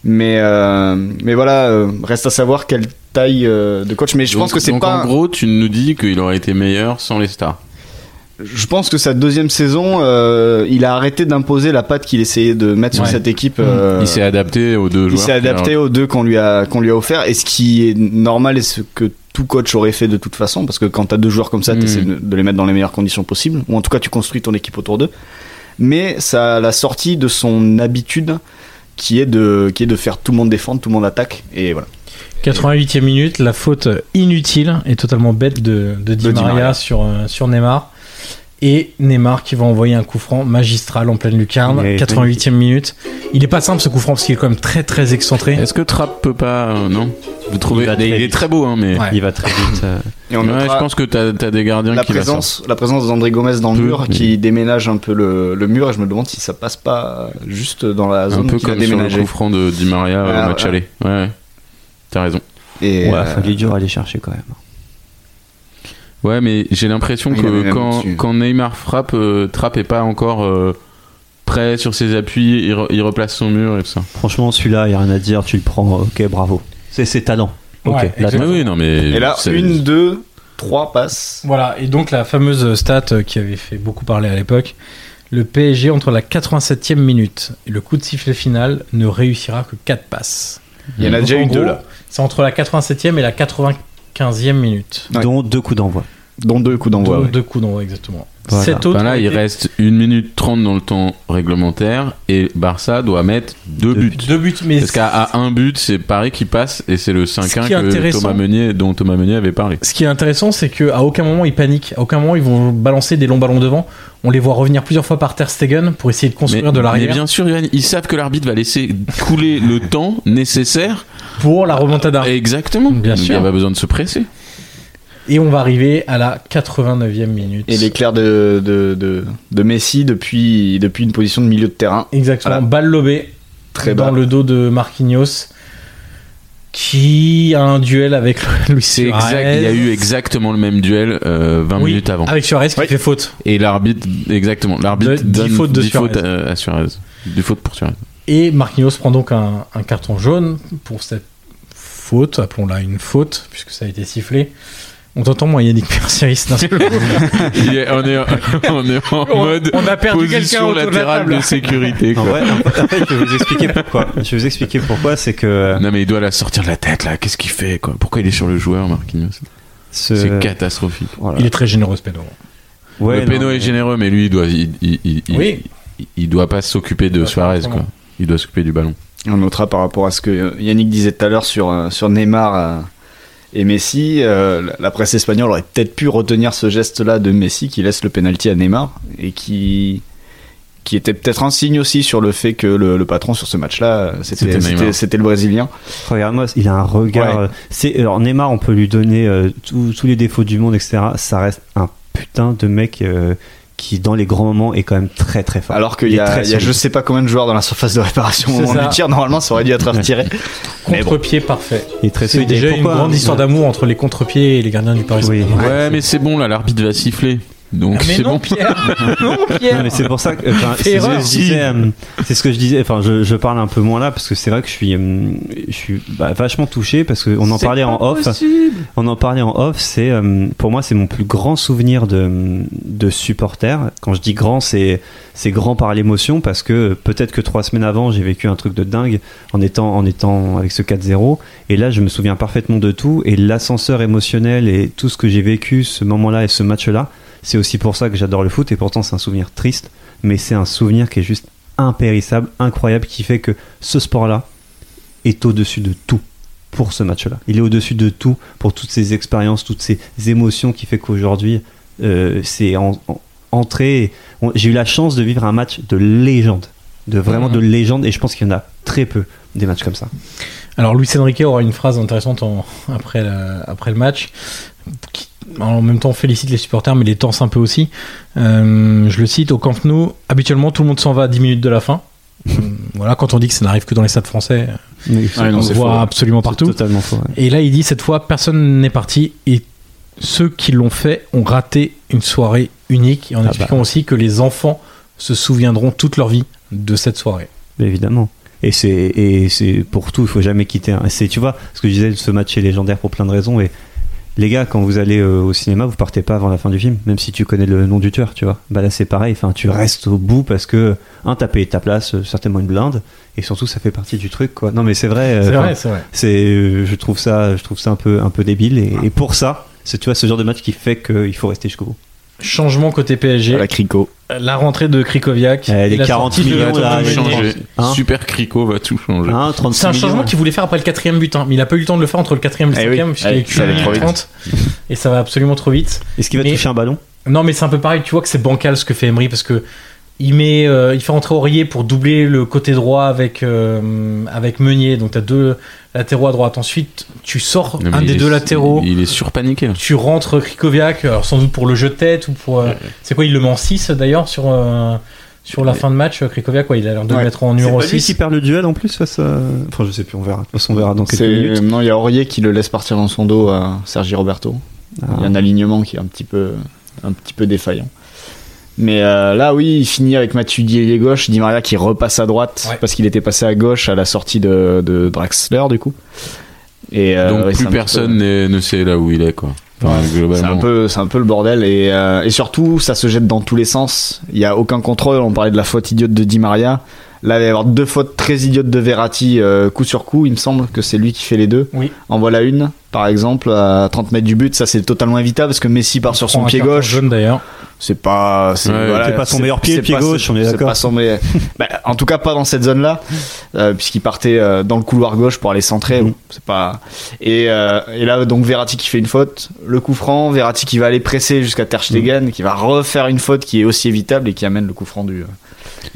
F: Mais euh, mais voilà, euh, reste à savoir quelle taille euh, de coach. Mais je
B: Donc-
F: pense que c'est
B: donc,
F: pas.
B: En gros, tu nous dis qu'il aurait été meilleur sans les stars.
F: Je pense que sa deuxième saison, euh, il a arrêté d'imposer la patte qu'il essayait de mettre
A: Ouais.
F: sur cette équipe. euh,
B: Mmh. il s'est adapté aux deux
F: Il
B: joueurs.
F: s'est
B: qu'il a-
F: adapté aux deux qu'on lui a qu'on lui a offert et ce qui est normal et ce que tout coach aurait fait de toute façon parce que quand t'as deux joueurs comme ça,
B: Mm.
F: t'essaies de, de les mettre dans les meilleures conditions possibles ou en tout cas tu construis ton équipe autour d'eux. Mais ça la sortie de son habitude qui est de qui est de faire tout le monde défendre, tout le monde attaque et voilà.
A: 88e minute, la faute inutile et totalement bête de, de Di
F: De Di
A: Maria,
F: Maria.
A: Sur, euh, sur Neymar. Et Neymar qui va envoyer un coup franc magistral en pleine lucarne,
C: Il est
A: 88e minute. Il est pas simple ce coup franc parce qu'il est quand même très très excentré.
B: Est-ce que Trapp peut pas. euh, non Vous trouvez.
C: Il va
B: Il,
C: très
B: est
C: vite.
B: très beau, hein, mais.
A: Ouais.
C: Il va très vite. euh,
F: Et on
B: Ouais,
F: notera
B: je pense que t'as as des gardiens
F: la
B: qui la sortent.
F: présence la présence d'André Gomez dans le
B: Peu,
F: mur qui déménage un peu le, le mur et je me demande si ça passe pas juste dans la
B: Un
F: zone
B: peu
F: qu'il a
B: comme sur le
F: déménagée.
B: coup franc de Di Maria
F: Ah,
B: au match
F: ouais.
B: aller. Ouais, ouais. T'as raison.
F: Et
C: ouais,
F: euh,
C: fallait dur à aller chercher quand même.
B: Ouais, mais j'ai l'impression
F: Ah, Il avait
B: que
F: même
B: quand,
F: au-dessus.
B: quand Neymar frappe, euh, Trapp est pas encore euh, prêt sur ses appuis, il, re- il replace son mur et tout ça.
C: Franchement, celui-là, il n'y a rien à dire, tu le prends, ok, bravo. C'est ses talents. Ok,
A: Ouais,
C: là,
A: exactement.
B: Ouais, oui, non, mais.
F: Et là,
B: c'est-
F: une, deux, trois passes.
A: Voilà, et donc la fameuse stat euh, qui avait fait beaucoup parler à l'époque, le PSG entre la 87e minute et le coup de sifflet final ne réussira que 4 passes.
F: Il y en a
B: Mmh.
A: Donc,
F: déjà
A: en
F: eu
A: gros,
F: deux là.
A: C'est entre la 87e et la 95e minute.
F: Ouais.
C: dont deux coups d'envoi.
F: Dont deux coups d'envoi.
A: Deux,
F: ouais.
A: deux coups d'envoi exactement.
C: Voilà.
A: Sept autres
B: Enfin, là,
A: ont
B: il
A: été-
B: reste 1 minute 30 dans le temps réglementaire et Barça doit mettre deux
C: Deux
B: buts.
A: deux buts mais
B: Parce qu'à à un but, c'est Paris qui passe et c'est le 5-1
A: qui est
B: que
A: intéressant-
B: Thomas Meunier, dont Thomas Meunier avait parlé.
A: Ce qui est intéressant, c'est que à aucun moment ils paniquent, à aucun moment ils vont balancer des longs ballons devant. On les voit revenir plusieurs fois par Ter Stegen pour essayer de construire de
B: mais
A: l'arrière
B: bien sûr, Johan, ils savent que l'arbitre va laisser couler le temps nécessaire.
A: pour la remontada. Et...
B: Exactement.
A: Ah. Bien
B: Il
A: sûr.
B: n'y a pas besoin de se presser.
A: on va arriver à la 89e minute.
F: Et l'éclair de, de, de, de Messi depuis, depuis une position de milieu de terrain.
A: Exactement,
F: Voilà.
A: balle lobée
F: Très
A: dans
F: bas.
A: le dos de Marquinhos qui a un duel avec Luis
B: C'est
A: Suarez.
B: exact. Il y a eu exactement le même duel euh, 20
A: Oui,
B: minutes avant.
A: Avec Suarez qui
F: Oui.
A: fait faute.
B: Et l'arbitre, exactement. L'arbitre
A: De- dix
B: donne
A: fautes de
B: 10
A: Suarez.
B: fautes à, à Suarez. 10 fautes pour Suarez.
A: Et Marquinhos prend donc un, un carton jaune pour cette faute, appelons-la une faute, puisque ça a été sifflé. On t'entend moins Yannick Persiris d'un seul coup.
B: Il est- on, est, on est en mode
A: on a perdu quelqu'un
B: position
A: autour de la
B: latérale de,
A: table.
B: sécurité.
C: En
B: quoi.
C: vrai, en fait, je vais vous expliquer pourquoi. Je vais vous expliquer pourquoi, c'est que euh,
B: Non mais il doit la sortir de la tête là, qu'est-ce qu'il fait quoi Pourquoi il est sur le joueur Marquinhos
C: ce,
A: Euh.
B: C'est catastrophique.
C: voilà.
A: Il est très généreux, ce pédo.
C: Ouais,
B: le
C: non,
B: Péno
C: mais-
B: est généreux, mais lui, il doit, il, il- il- il-
A: Oui.
B: il- il doit pas s'occuper de
A: Ouais,
B: Suarez,
A: exactement.
B: quoi. Il doit s'occuper du ballon.
F: On notera par rapport à ce que euh, Yannick disait tout à l'heure sur, euh, sur Neymar euh, et Messi, euh, la- la presse espagnole aurait peut-être pu retenir ce geste-là de Messi qui laisse le penalty à Neymar et qui, qui était peut-être un signe aussi sur le fait que le, le patron sur ce match-là, euh,
B: C'était
F: c'était-
B: Neymar.
F: c'était c'était le Brésilien.
C: Regarde-moi, il a un regard.
F: Ouais.
C: euh, C'est alors Neymar, on peut lui donner euh, tous tous les défauts du monde, etc. Ça reste un putain de mec euh, qui, dans les grands moments, est quand même très très fort.
F: Alors qu'il
C: Il
F: y,
C: est
F: a-
C: très
F: il y a
C: solide.
F: je sais pas combien de joueurs dans la surface de réparation au
A: C'est
F: moment
A: ça.
F: du tir, normalement ça aurait dû être retiré. Mais bon.
A: Contre-pied parfait.
C: Il est très
A: C'est
C: solide.
A: déjà
C: Et
A: une
C: pourquoi-
A: grande histoire d'amour entre les contre-pieds et les gardiens du Paris
C: Oui.
A: Saint-Germain.
B: Ouais, mais c'est bon, là, l'arbitre va siffler. Donc
A: Ah, mais
B: c'est
A: non,
B: bon.
A: Pierre Non,
C: Non,
A: Pierre
C: mais c'est pour ça que enfin,
A: Fais
C: c'est ce que
A: erreur.
C: je disais, euh, c'est ce que je disais enfin je, je parle un peu moins là parce que c'est vrai que je suis hum, je suis bah, vachement touché parce qu'on en parlait en off on en parlait en off c'est hum, pour moi c'est mon plus grand souvenir de hum, de supporter quand je dis grand c'est c'est grand par l'émotion parce que peut-être que trois semaines avant j'ai vécu un truc de dingue en étant en étant avec ce 4-0 et là je me souviens parfaitement de tout et l'ascenseur émotionnel et tout ce que j'ai vécu ce moment-là et ce match-là c'est aussi pour ça que j'adore le foot et pourtant c'est un souvenir triste, mais c'est un souvenir qui est juste impérissable, incroyable, qui fait que ce sport-là est au-dessus de tout pour ce match-là. Il est au-dessus de tout pour toutes ces expériences, toutes ces émotions qui fait qu'aujourd'hui euh, c'est en, en- entré. on- J'ai eu la chance de vivre un match de légende, de vraiment de légende, et je pense qu'il y en a très peu des matchs comme ça.
A: Alors Luis Enrique aura une phrase intéressante en- après, la- après le match. qui- en même temps, on félicite les supporters, mais les tense un peu aussi. Euh, je le cite au Camp Nou. Habituellement, tout le monde s'en va à 10 minutes de la fin. Hum, voilà, quand on dit que ça n'arrive que dans les stades français, on le
F: c'est
A: voit
F: faux.
A: absolument partout.
C: Totalement faux. ouais.
A: Et là, il dit cette fois, personne n'est parti et ceux qui l'ont fait ont raté une soirée unique. Et en
C: bah.
A: expliquant aussi que les enfants se souviendront toute leur vie de cette soirée.
C: Mais évidemment. Et c'est et c'est pour tout, il faut jamais quitter. un- C'est tu vois ce que je disais, ce match est légendaire pour plein de raisons. Et les gars, quand vous allez euh, au cinéma, vous partez pas avant la fin du film, même si tu connais le nom du tueur, tu vois. Bah là c'est pareil. Enfin, tu restes au bout parce que un, t'as payé ta place, euh, certainement une blinde, et surtout ça fait partie du truc, quoi. Non mais c'est vrai. euh,
A: C'est
C: enfin,
A: vrai, c'est vrai.
C: c'est euh, je trouve ça, je trouve ça un peu un peu débile. Et, et pour ça, c'est tu vois ce genre de match qui fait qu'il faut rester jusqu'au bout.
A: Changement côté PSG.
F: À la Crico.
A: La rentrée de Krikoviak.
C: Eh, les
A: la
C: 40
A: sortie de-
B: Il va
C: millions, là,
B: tout
C: mais-
B: changer.
C: Hein
B: Ah, Super Crico va tout changer.
C: Hein, 36
A: C'est un
C: millions.
A: changement qu'il voulait faire après le quatrième but, hein, mais il a pas eu le temps de le faire entre le quatrième et le
F: Eh oui,
A: cinquième, puisqu'il
F: eh,
A: est
F: ça allait trop vite.
A: 30 et ça va absolument trop vite.
C: Est-ce qu'il va
A: Mais-
C: toucher un ballon
A: Non, mais c'est un peu pareil. Tu vois que c'est bancal ce que fait Emery parce que il met, euh, il fait rentrer Aurier pour doubler le côté droit avec euh, avec Meunier. Donc t'as deux latéraux à droite. Ensuite, tu sors
B: Non, mais
A: un
B: il
A: des
B: est-
A: deux latéraux.
B: Il, il est surpaniqué. là.
A: Tu rentres Krikoviak, alors sans doute pour le jeu de tête ou pour. euh, C'est quoi Il le met en 6 d'ailleurs sur euh, sur la fin de match. euh, Krikoviak, quoi, il a l'air de le
F: Ouais.
A: mettre en
C: C'est
A: numéro
C: pas lui
A: 6.
C: qui perd le duel en plus face à. Enfin, je sais plus, on verra. De toute façon, on verra dans quelques
F: C'est-
C: minutes.
F: Non, il y a Aurier qui le laisse partir dans son dos à Sergi Roberto.
C: Ah.
F: Il y a un alignement qui est un petit peu, un petit peu défaillant. Mais euh, là, oui, il finit avec Mathieu Guillet gauche, Di Maria qui repasse à droite
A: Ouais.
F: parce qu'il était passé à gauche à la sortie de, de Draxler, du coup. Et, euh, ouais,
B: Donc
F: c'est un
B: plus
F: petit
B: personne n'est- ne sait là où il est, quoi. Enfin,
F: peu- C'est un,
B: globalement.
F: peu- c'est un peu le bordel. Et, euh, et surtout, ça se jette dans tous les sens. Il n'y a aucun contrôle. On parlait de la faute idiote de Di Maria. Là, il va y avoir deux fautes très idiotes de Verratti, euh, coup sur coup. Il me semble que c'est lui qui fait les deux.
A: Oui.
F: En voilà une, par exemple, à 30 mètres du but. Ça, c'est totalement évitable parce que Messi part sur son
A: Prend un
F: pied
A: carton
F: gauche.
A: jaune, d'ailleurs.
F: C'est pas, c'est
B: Ouais,
F: voilà,
C: c'est pas son meilleur pied,
F: c'est
C: pied
F: pas-
C: gauche, on est
F: c'est
C: d'accord.
F: pas son meilleur- Bah, en tout cas, pas dans cette zone-là, euh, puisqu'il partait euh, dans le couloir gauche pour aller centrer.
C: Mhm.
F: bon, c'est pas. Et, euh, et là, donc Verratti qui fait une faute, le coup franc, Verratti qui va aller presser jusqu'à Ter Stegen,
C: Mm.
F: qui va refaire une faute qui est aussi évitable et qui amène le coup franc du. euh,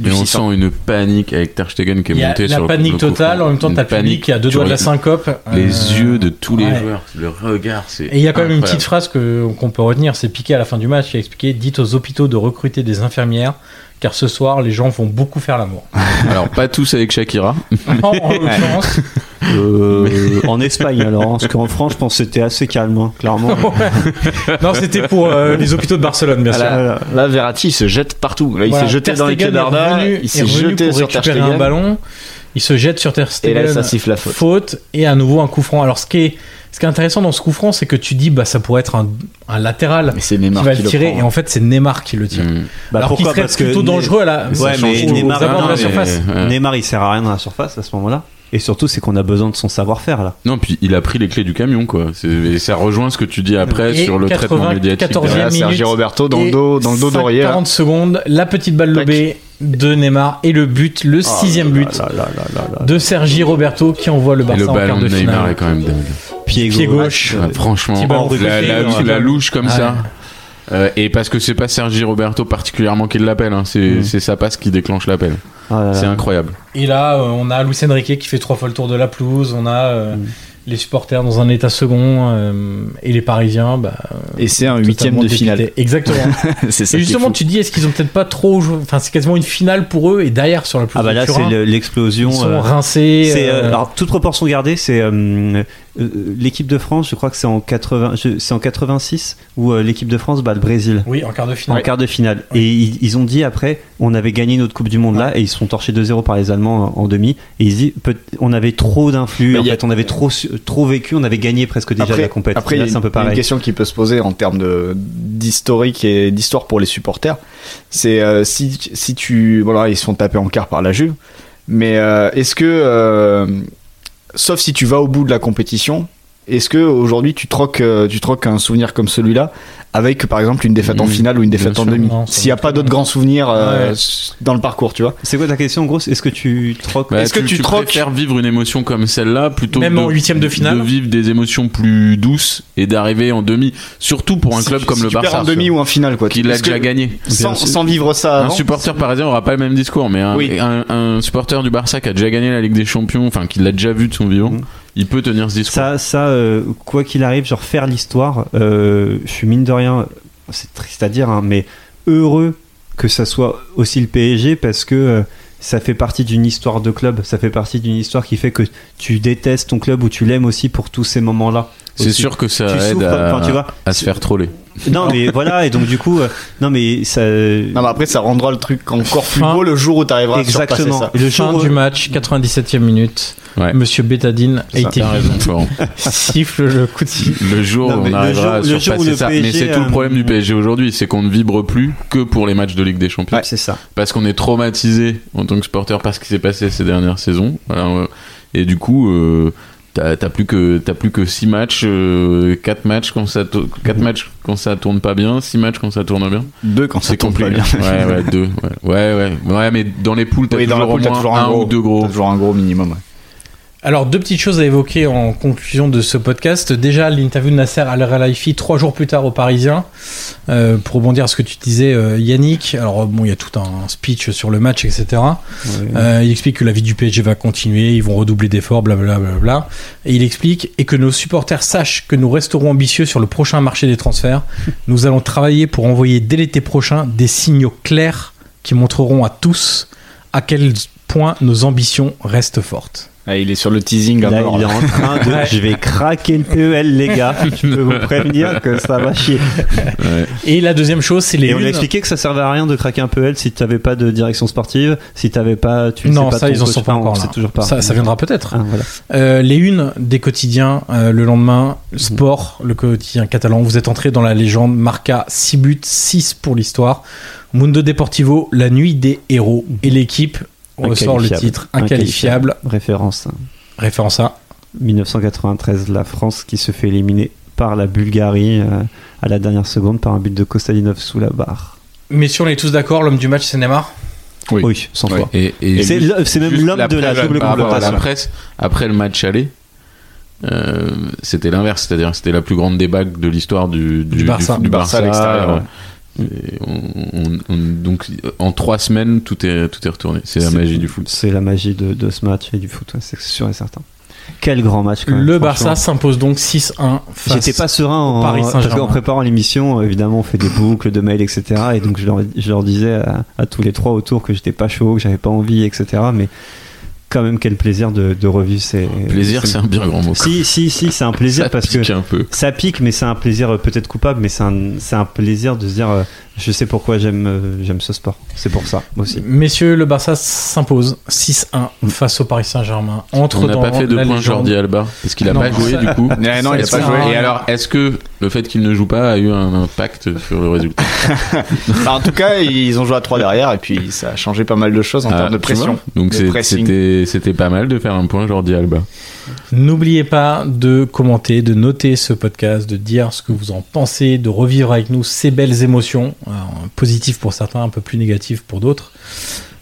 F: du
B: Mais on
F: 600.
B: sent une panique avec Ter Stegen qui est
A: Il y a
B: monté
A: la
B: sur le
A: panique
B: le coup
A: totale,
B: franc.
A: en même temps
B: Une
A: t'as le public
B: panique.
A: qui a deux
B: Tu
A: doigts de la
B: regardes
A: syncope.
B: Les
A: Euh,
B: yeux de tous les
A: ouais.
B: joueurs, le regard, c'est.
A: Et il y a quand même une
B: incroyable.
A: petite phrase que- qu'on peut retenir, c'est Piqué à la fin du match qui a expliqué dites aux hôpitaux de recruter des infirmières, car ce soir les gens vont beaucoup faire l'amour.
B: Alors pas tous avec Shakira.
A: en en l'occurrence,
C: Euh, en Espagne, alors. hein, Parce qu'en France, je pense que c'était assez calme, hein, clairement.
A: non c'était pour euh, les hôpitaux de Barcelone bien
F: Ah
A: sûr.
F: là,
C: Voilà.
F: là, Verratti il se jette partout. Là, il
A: Voilà,
F: s'est jeté
A: Ter
F: dans les
A: Stegen
F: pieds
A: est
F: d'Arda,
A: revenu-
F: il
A: est
F: s'est
A: revenu
F: jeté
A: pour
F: sur Ter
A: récupérer un
F: Stegen.
A: ballon, il se jette sur Ter
F: Et
A: Stegen.
F: là, ça siffle la faute.
A: faute et à nouveau un coup franc. Alors ce qui est, ce qui est intéressant dans ce coup franc, c'est que tu dis bah ça pourrait être un, un latéral
F: Mais c'est
A: qui
F: Neymar
A: va
F: qui
A: le
F: le
A: tirer
F: prend. hein.
A: et en fait c'est Neymar qui le tire.
B: Mm.
C: Bah,
A: Alors qu'il
C: pourquoi
A: serait
C: Parce que
A: plutôt
C: Ne-
A: dangereux là.
C: Ouais,
A: aux-
C: mais
A: aux
C: Neymar-
A: abords de la
B: Non,
A: surface.
B: mais, ouais.
C: Neymar, il sert à rien dans la surface à ce moment-là. Et surtout, c'est qu'on a besoin de son savoir-faire là.
B: Non, puis il a pris les clés du camion, quoi. C'est- et ça rejoint ce que tu dis après
A: Et
B: sur le traitement
A: 94e
B: médiatique.
A: minute.
B: derrière.
F: Voilà, Sergi Roberto dans le dos, dans le dos
A: Et
F: d'Aurier. hein. là.
A: 40 secondes, la petite balle
F: Tac.
A: lobée de Neymar et le but, le sixième but
C: Là, là, là, là, là.
A: de Sergi Roberto qui envoie le
B: Et
A: Barça
B: le
A: en quart
B: ballon
A: de
B: de Neymar est
A: finale.
B: quand même dingue.
C: Pied
A: Pied gauche.
B: Ah, franchement,
A: Petit ballon de
B: la,
A: côté,
B: la-
A: ouais.
B: la louche comme
A: Ouais.
B: ça. Euh, et parce que c'est pas Sergi Roberto particulièrement qui l'appelle, hein. c'est
C: Mm.
B: c'est sa passe qui déclenche l'appel.
C: Ah là là.
B: C'est incroyable.
A: Et là, euh, on a Luis Enrique qui fait trois fois le tour de la pelouse, on a euh, les supporters dans un état second euh, et les Parisiens, bah,
F: Et c'est un huitième
A: totalement
F: de finale.
A: dépités. Exactement.
F: c'est ça.
A: et
F: qui est
A: justement,
F: fou.
A: tu dis, est-ce qu'ils ont peut-être pas trop joué Enfin, c'est quasiment une finale pour eux et derrière sur la pelouse.
C: Ah bah
A: de
C: là, c'est
A: Turin,
C: le- l'explosion.
A: Ils sont
C: euh,
A: rincés.
C: C'est, euh,
A: euh,
C: alors, toute proportion gardée, c'est euh, euh, euh, l'équipe de France, je crois que c'est en, 80, je- c'est en 86, où euh, l'équipe de France bat le Brésil
A: oui, en quart de
C: en
A: finale.
C: quart de finale. Et ils, ils ont dit après, on avait gagné notre Coupe du Monde là, et ils se sont torchés 2-0 par les Allemands en, en demi. Et ils disent, peut- on avait trop d'influx,
F: Mais
C: en
F: y a-
C: fait, on avait trop, su- trop vécu, on avait gagné presque déjà la compétition.
F: après,
C: là,
F: il y a
C: c'est un peu
F: une- une
C: pareil.
F: question qui peut se poser en termes de- d'historique et d'histoire pour les supporters. C'est euh, si, si tu. Voilà, ils se font taper en quart par la Juve. Mais euh, est-ce que. euh, sauf si tu vas au bout de la compétition. Est-ce que aujourd'hui tu troques euh, tu troques un souvenir comme celui-là avec par exemple une défaite en
B: Mmh,
F: finale ou une défaite
B: bien
F: en
B: sûr.
F: demi
A: Non, ça
F: s'il n'y a
A: doit
F: pas
A: être
F: d'autres
A: bien.
F: grands souvenirs euh,
A: Ouais.
F: s- dans le parcours tu vois
C: C'est quoi ta question en gros Est-ce que tu troques
B: Bah,
F: Est-ce que tu troques-
B: préfères vivre une émotion comme celle-là plutôt
A: Même
B: que
A: en huitième de finale
B: vivre des émotions plus douces et d'arriver en demi, surtout pour un
F: Si
B: club
F: tu-
B: comme
F: si
B: le
F: tu perds
B: Barça
F: en demi ou en finale quoi
B: qui l'a
F: Est-ce que
B: déjà gagné.
F: sans,
C: Bien sûr.
F: sans vivre ça
B: Un
F: avant,
B: supporter parisien aura pas le même discours, mais un,
F: Oui.
B: un- un supporter du Barça qui a déjà gagné la Ligue des Champions, enfin qui l'a déjà vu de son vivant,
C: Mm.
B: il peut tenir ce discours.
C: Ça, ça euh, quoi qu'il arrive, genre faire l'histoire, euh, je suis mine de rien, c'est triste à dire, hein, mais heureux que ça soit aussi le PSG parce que euh, ça fait partie d'une histoire de club, ça fait partie d'une histoire qui fait que tu détestes ton club ou tu l'aimes aussi pour tous ces moments-là.
B: c'est
C: Aussi.
B: sûr que ça
C: Tu
B: aide
C: souffres,
B: à,
C: enfin, tu vois.
B: à se faire troller.
C: Non, mais voilà, et donc du coup, euh, non, mais ça.
F: Non, mais après, ça rendra le truc encore plus
A: Fin.
F: beau le jour où t'arriveras à surpasser
C: Exactement.
F: ça.
C: Et le jour
A: Fin
C: où-
A: du match, 97e minute.
B: Ouais.
A: Monsieur Bétadine a
F: C'est ça,
A: été
B: T'as raison, Florent.
A: siffle le coup de siffle.
B: Le jour
C: Non,
B: où
C: mais
B: on
C: le
B: arrivera
C: jour- le
B: à
C: jour où
B: surpasser
C: le
B: ça. mais
C: PSG,
B: c'est tout le
C: euh,
B: problème du PSG aujourd'hui, c'est qu'on ne vibre plus que pour les matchs de Ligue des Champions.
C: Ouais, c'est ça.
B: Parce qu'on est traumatisé en tant que supporter par ce qui s'est passé ces dernières saisons. Voilà, euh, et du coup, euh, t'as t'as plus que t'as plus que 6 matchs, 4 matchs quand ça to- quatre matchs quand ça tourne pas bien, 6 matchs quand ça tourne bien.
F: Deux quand
B: C'est
F: ça tombe pas
B: compliqué.
F: bien.
B: Ouais, ouais, deux. Ouais, ouais, ouais. Ouais, mais dans les poules, t'as
F: Oui, dans
B: toujours,
F: la poule,
B: au
F: t'as
B: moins
F: toujours
B: un,
F: un gros.
B: ou deux gros.
F: T'as toujours un gros minimum. ouais.
A: Alors, deux petites choses à évoquer en conclusion de ce podcast. Déjà, l'interview de Nasser Al-Khelaifi trois jours plus tard au Parisien. Euh, pour rebondir à ce que tu disais, euh, Yannick. Alors, euh, bon, il y a tout un speech sur le match, etc. Euh, il explique que la vie du PSG va continuer, ils vont redoubler d'efforts, blablabla. Bla. Et il explique et que nos supporters sachent que nous resterons ambitieux sur le prochain marché des transferts. nous allons travailler pour envoyer dès l'été prochain des signaux clairs qui montreront à tous à quel point nos ambitions restent fortes.
F: Ah, il est sur le teasing à
C: Là,
F: mort.
C: il est en train de.
A: Ouais.
C: Je vais craquer le PEL, les gars. Je peux vous prévenir que ça va chier.
A: Et la deuxième chose, c'est les
C: Et on lui a
A: lunes.
C: expliqué que ça servait à rien de craquer un peu elle si tu n'avais pas de direction sportive, si tu n'avais pas. Tu ne
A: Non,
C: sais pas
A: ça,
C: ton
A: ils en
C: coach.
A: sont pas
C: Enfin, on
A: encore
C: sait
A: là.
C: toujours pas.
A: Ça, ça viendra peut-être.
C: Ah, voilà.
A: Euh, les unes des quotidiens euh, le lendemain, Sport, le quotidien catalan, vous êtes entré dans la légende, Marca 6 buts, 6 pour l'histoire, Mundo Deportivo, la nuit des héros, et l'équipe, on ressort le
C: Inqualifiable.
A: titre, inqualifiable,
C: Référence hein.
A: référence à
C: 1993, la France qui se fait éliminer par la Bulgarie euh, à la dernière seconde par un but de Kostadinov sous la barre.
A: Mais si on est tous d'accord, l'homme du match, c'est Neymar
C: Oui,
B: Oui.
C: sans
B: Ouais.
C: foi.
B: Et, et
C: C'est
B: juste-
C: l'homme- c'est même
B: juste
C: l'homme de la
B: presse,
C: double
B: par rapport à
C: confrontation.
B: La presse, après le match aller, euh, c'était l'inverse, c'est-à-dire c'était la plus grande débâcle de l'histoire du,
A: Du Barça.
B: du
F: Du Barça à l'extérieur,
B: ouais. Et on- on- on- donc en trois semaines, tout est, tout est retourné. C'est la
C: C'est-
B: magie du foot.
C: C'est la magie de, de ce match et du foot, ouais, c'est sûr et certain. Quel grand match quand même,
A: Le
C: franchement.
A: Barça s'impose donc 6-1 face
C: J'étais pas serein en,
A: Paris
C: parce
A: Saint-Germain.
C: qu'en préparant l'émission, évidemment, on fait des boucles de mails, etc. Et donc, je leur, je leur disais à, à tous les trois autour que j'étais pas chaud, que j'avais pas envie, etc. Mais quand même, quel plaisir de, de revivre ces.
B: Plaisir,
C: ces-
B: c'est un bien grand mot.
C: Si, si, si, c'est un plaisir
B: Ça
C: parce que
B: pique un peu.
C: ça pique, mais c'est un plaisir euh, peut-être coupable, mais c'est un, c'est un plaisir de se dire, euh, je sais pourquoi j'aime, euh, j'aime ce sport. C'est pour ça aussi.
A: Messieurs, le Barça s'impose 6-1 face au Paris Saint-Germain. Entre
B: Mm. On n'a
A: dans
B: pas fait de
A: la
B: points
A: légende.
B: Jordi Alba parce qu'il a
A: Non,
B: pas joué
A: ça-
B: du coup.
F: Ah, non, il a
A: Ça, c'est
F: pas
C: hein.
F: joué.
A: un-
B: Et alors, est-ce que Le fait qu'il ne joue pas a eu un impact sur le résultat.
F: Enfin, bah, en tout cas, ils ont joué à 3 derrière et puis ça a changé pas mal de choses en
B: Ah,
F: termes de
B: tu vois
F: pression.
B: Donc
F: de
B: c'est-
F: pressing.
B: c'était c'était pas mal de faire un point Jordi Alba.
A: N'oubliez pas de commenter, de noter ce podcast, de dire ce que vous en pensez, de revivre avec nous ces belles émotions, alors, positives pour certains, un peu plus négatives pour d'autres.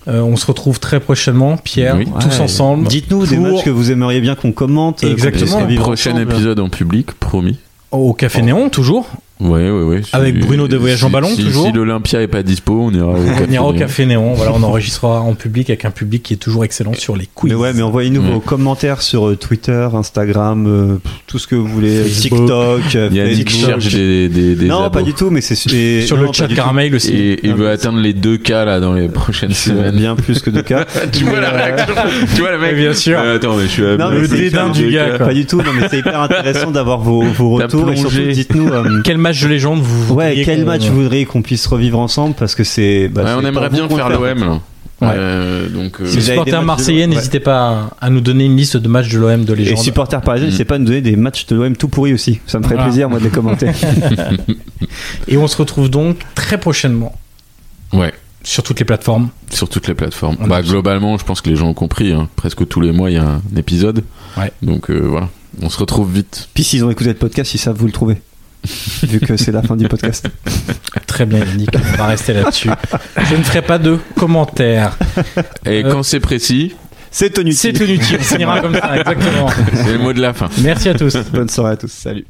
A: Euh, on se retrouve très prochainement, Pierre,
B: Oui.
A: tous
C: Ouais.
A: ensemble.
C: Dites-nous des
A: pour-
C: matchs que vous aimeriez bien qu'on commente. euh, qu'on puisse
A: Exactement.
C: les
B: Et
C: vivre
B: Prochain
C: ensemble.
B: épisode en public, promis.
A: Au Café Néon, toujours.
B: Ouais, ouais, ouais. Si-
A: Avec Bruno de Voyage en
B: si-
A: ballon,
B: si-
A: toujours.
B: Si l'Olympia est pas dispo, on ira au café.
A: On ira au Café Néon. Voilà, on enregistrera en public avec un public qui est toujours excellent sur les quiz.
C: Mais ouais, mais envoyez-nous
B: Ouais.
C: vos commentaires sur euh, Twitter, Instagram, euh, pff, tout ce que vous voulez,
A: Facebook.
C: TikTok, euh,
B: Il y a Nick qui
C: Facebook.
B: cherche des, des, des
C: non,
B: abos.
C: pas du tout, mais c'est et-
A: sur
C: non,
A: le
C: pas
A: chat
C: du tout.
A: caramel aussi.
B: Et il
C: Non,
B: veut
C: mais-
B: atteindre les 2K là dans les prochaines
C: C'est
B: semaines.
C: bien plus que deux cas.
B: tu vois la réaction Tu vois le mec
A: Mais bien sûr.
B: Euh, attends, mais je suis à-
C: Non, mais
A: le
C: c'est
A: dédain
C: hyper-
A: Eh ben, du gars. quoi.
C: Pas du tout, non, mais c'est hyper intéressant d'avoir vos, vos
B: T'as
C: retours et
B: plongé.
C: surtout dites-nous. euh,
A: Quel match de légende vous
C: Ouais,
A: voudriez
C: quel
A: qu'on-
C: match vous voudriez qu'on puisse revivre ensemble parce que c'est. bah,
B: Ouais,
C: c'est
B: on
C: pour
B: aimerait
C: vous
B: bien
C: qu'on
B: faire
C: le
B: l'OM là.
A: Ouais.
B: Euh, donc, euh,
A: Si
C: vous
A: vous
C: avez
A: supportez
C: des
A: un
C: matchs de
A: Marseillais,
C: l'OM, ouais.
A: n'hésitez pas à à nous donner une liste de matchs de l'OM de
C: Et
A: légende.
C: supporters parisiens,
B: Mm. Ah.
C: n'hésitez pas à nous donner des matchs de l'OM tout pourris aussi. Ça me ferait
A: Voilà.
C: plaisir, moi, de les commenter.
A: Et on se retrouve donc très prochainement
B: Ouais,
A: sur toutes les plateformes.
B: sur toutes les plateformes.
A: On a
B: Bah,
A: besoin.
B: globalement, je pense que les gens ont compris. hein. Presque tous les mois, il y a un épisode.
A: Ouais.
B: Donc euh, voilà, on se retrouve vite.
C: Puis s'ils ont écouté le podcast, ils savent vous le trouver. Vu que c'est la fin du podcast.
A: Très bien, Yannick. On va rester là-dessus. Je ne ferai pas de commentaires.
B: Et
A: Euh,
B: quand c'est précis,
C: C'est tenu.
A: C'est tout utile. On finira comme ça, exactement.
B: c'est le mot de la fin.
A: Merci à tous.
C: Bonne soirée à tous. Salut.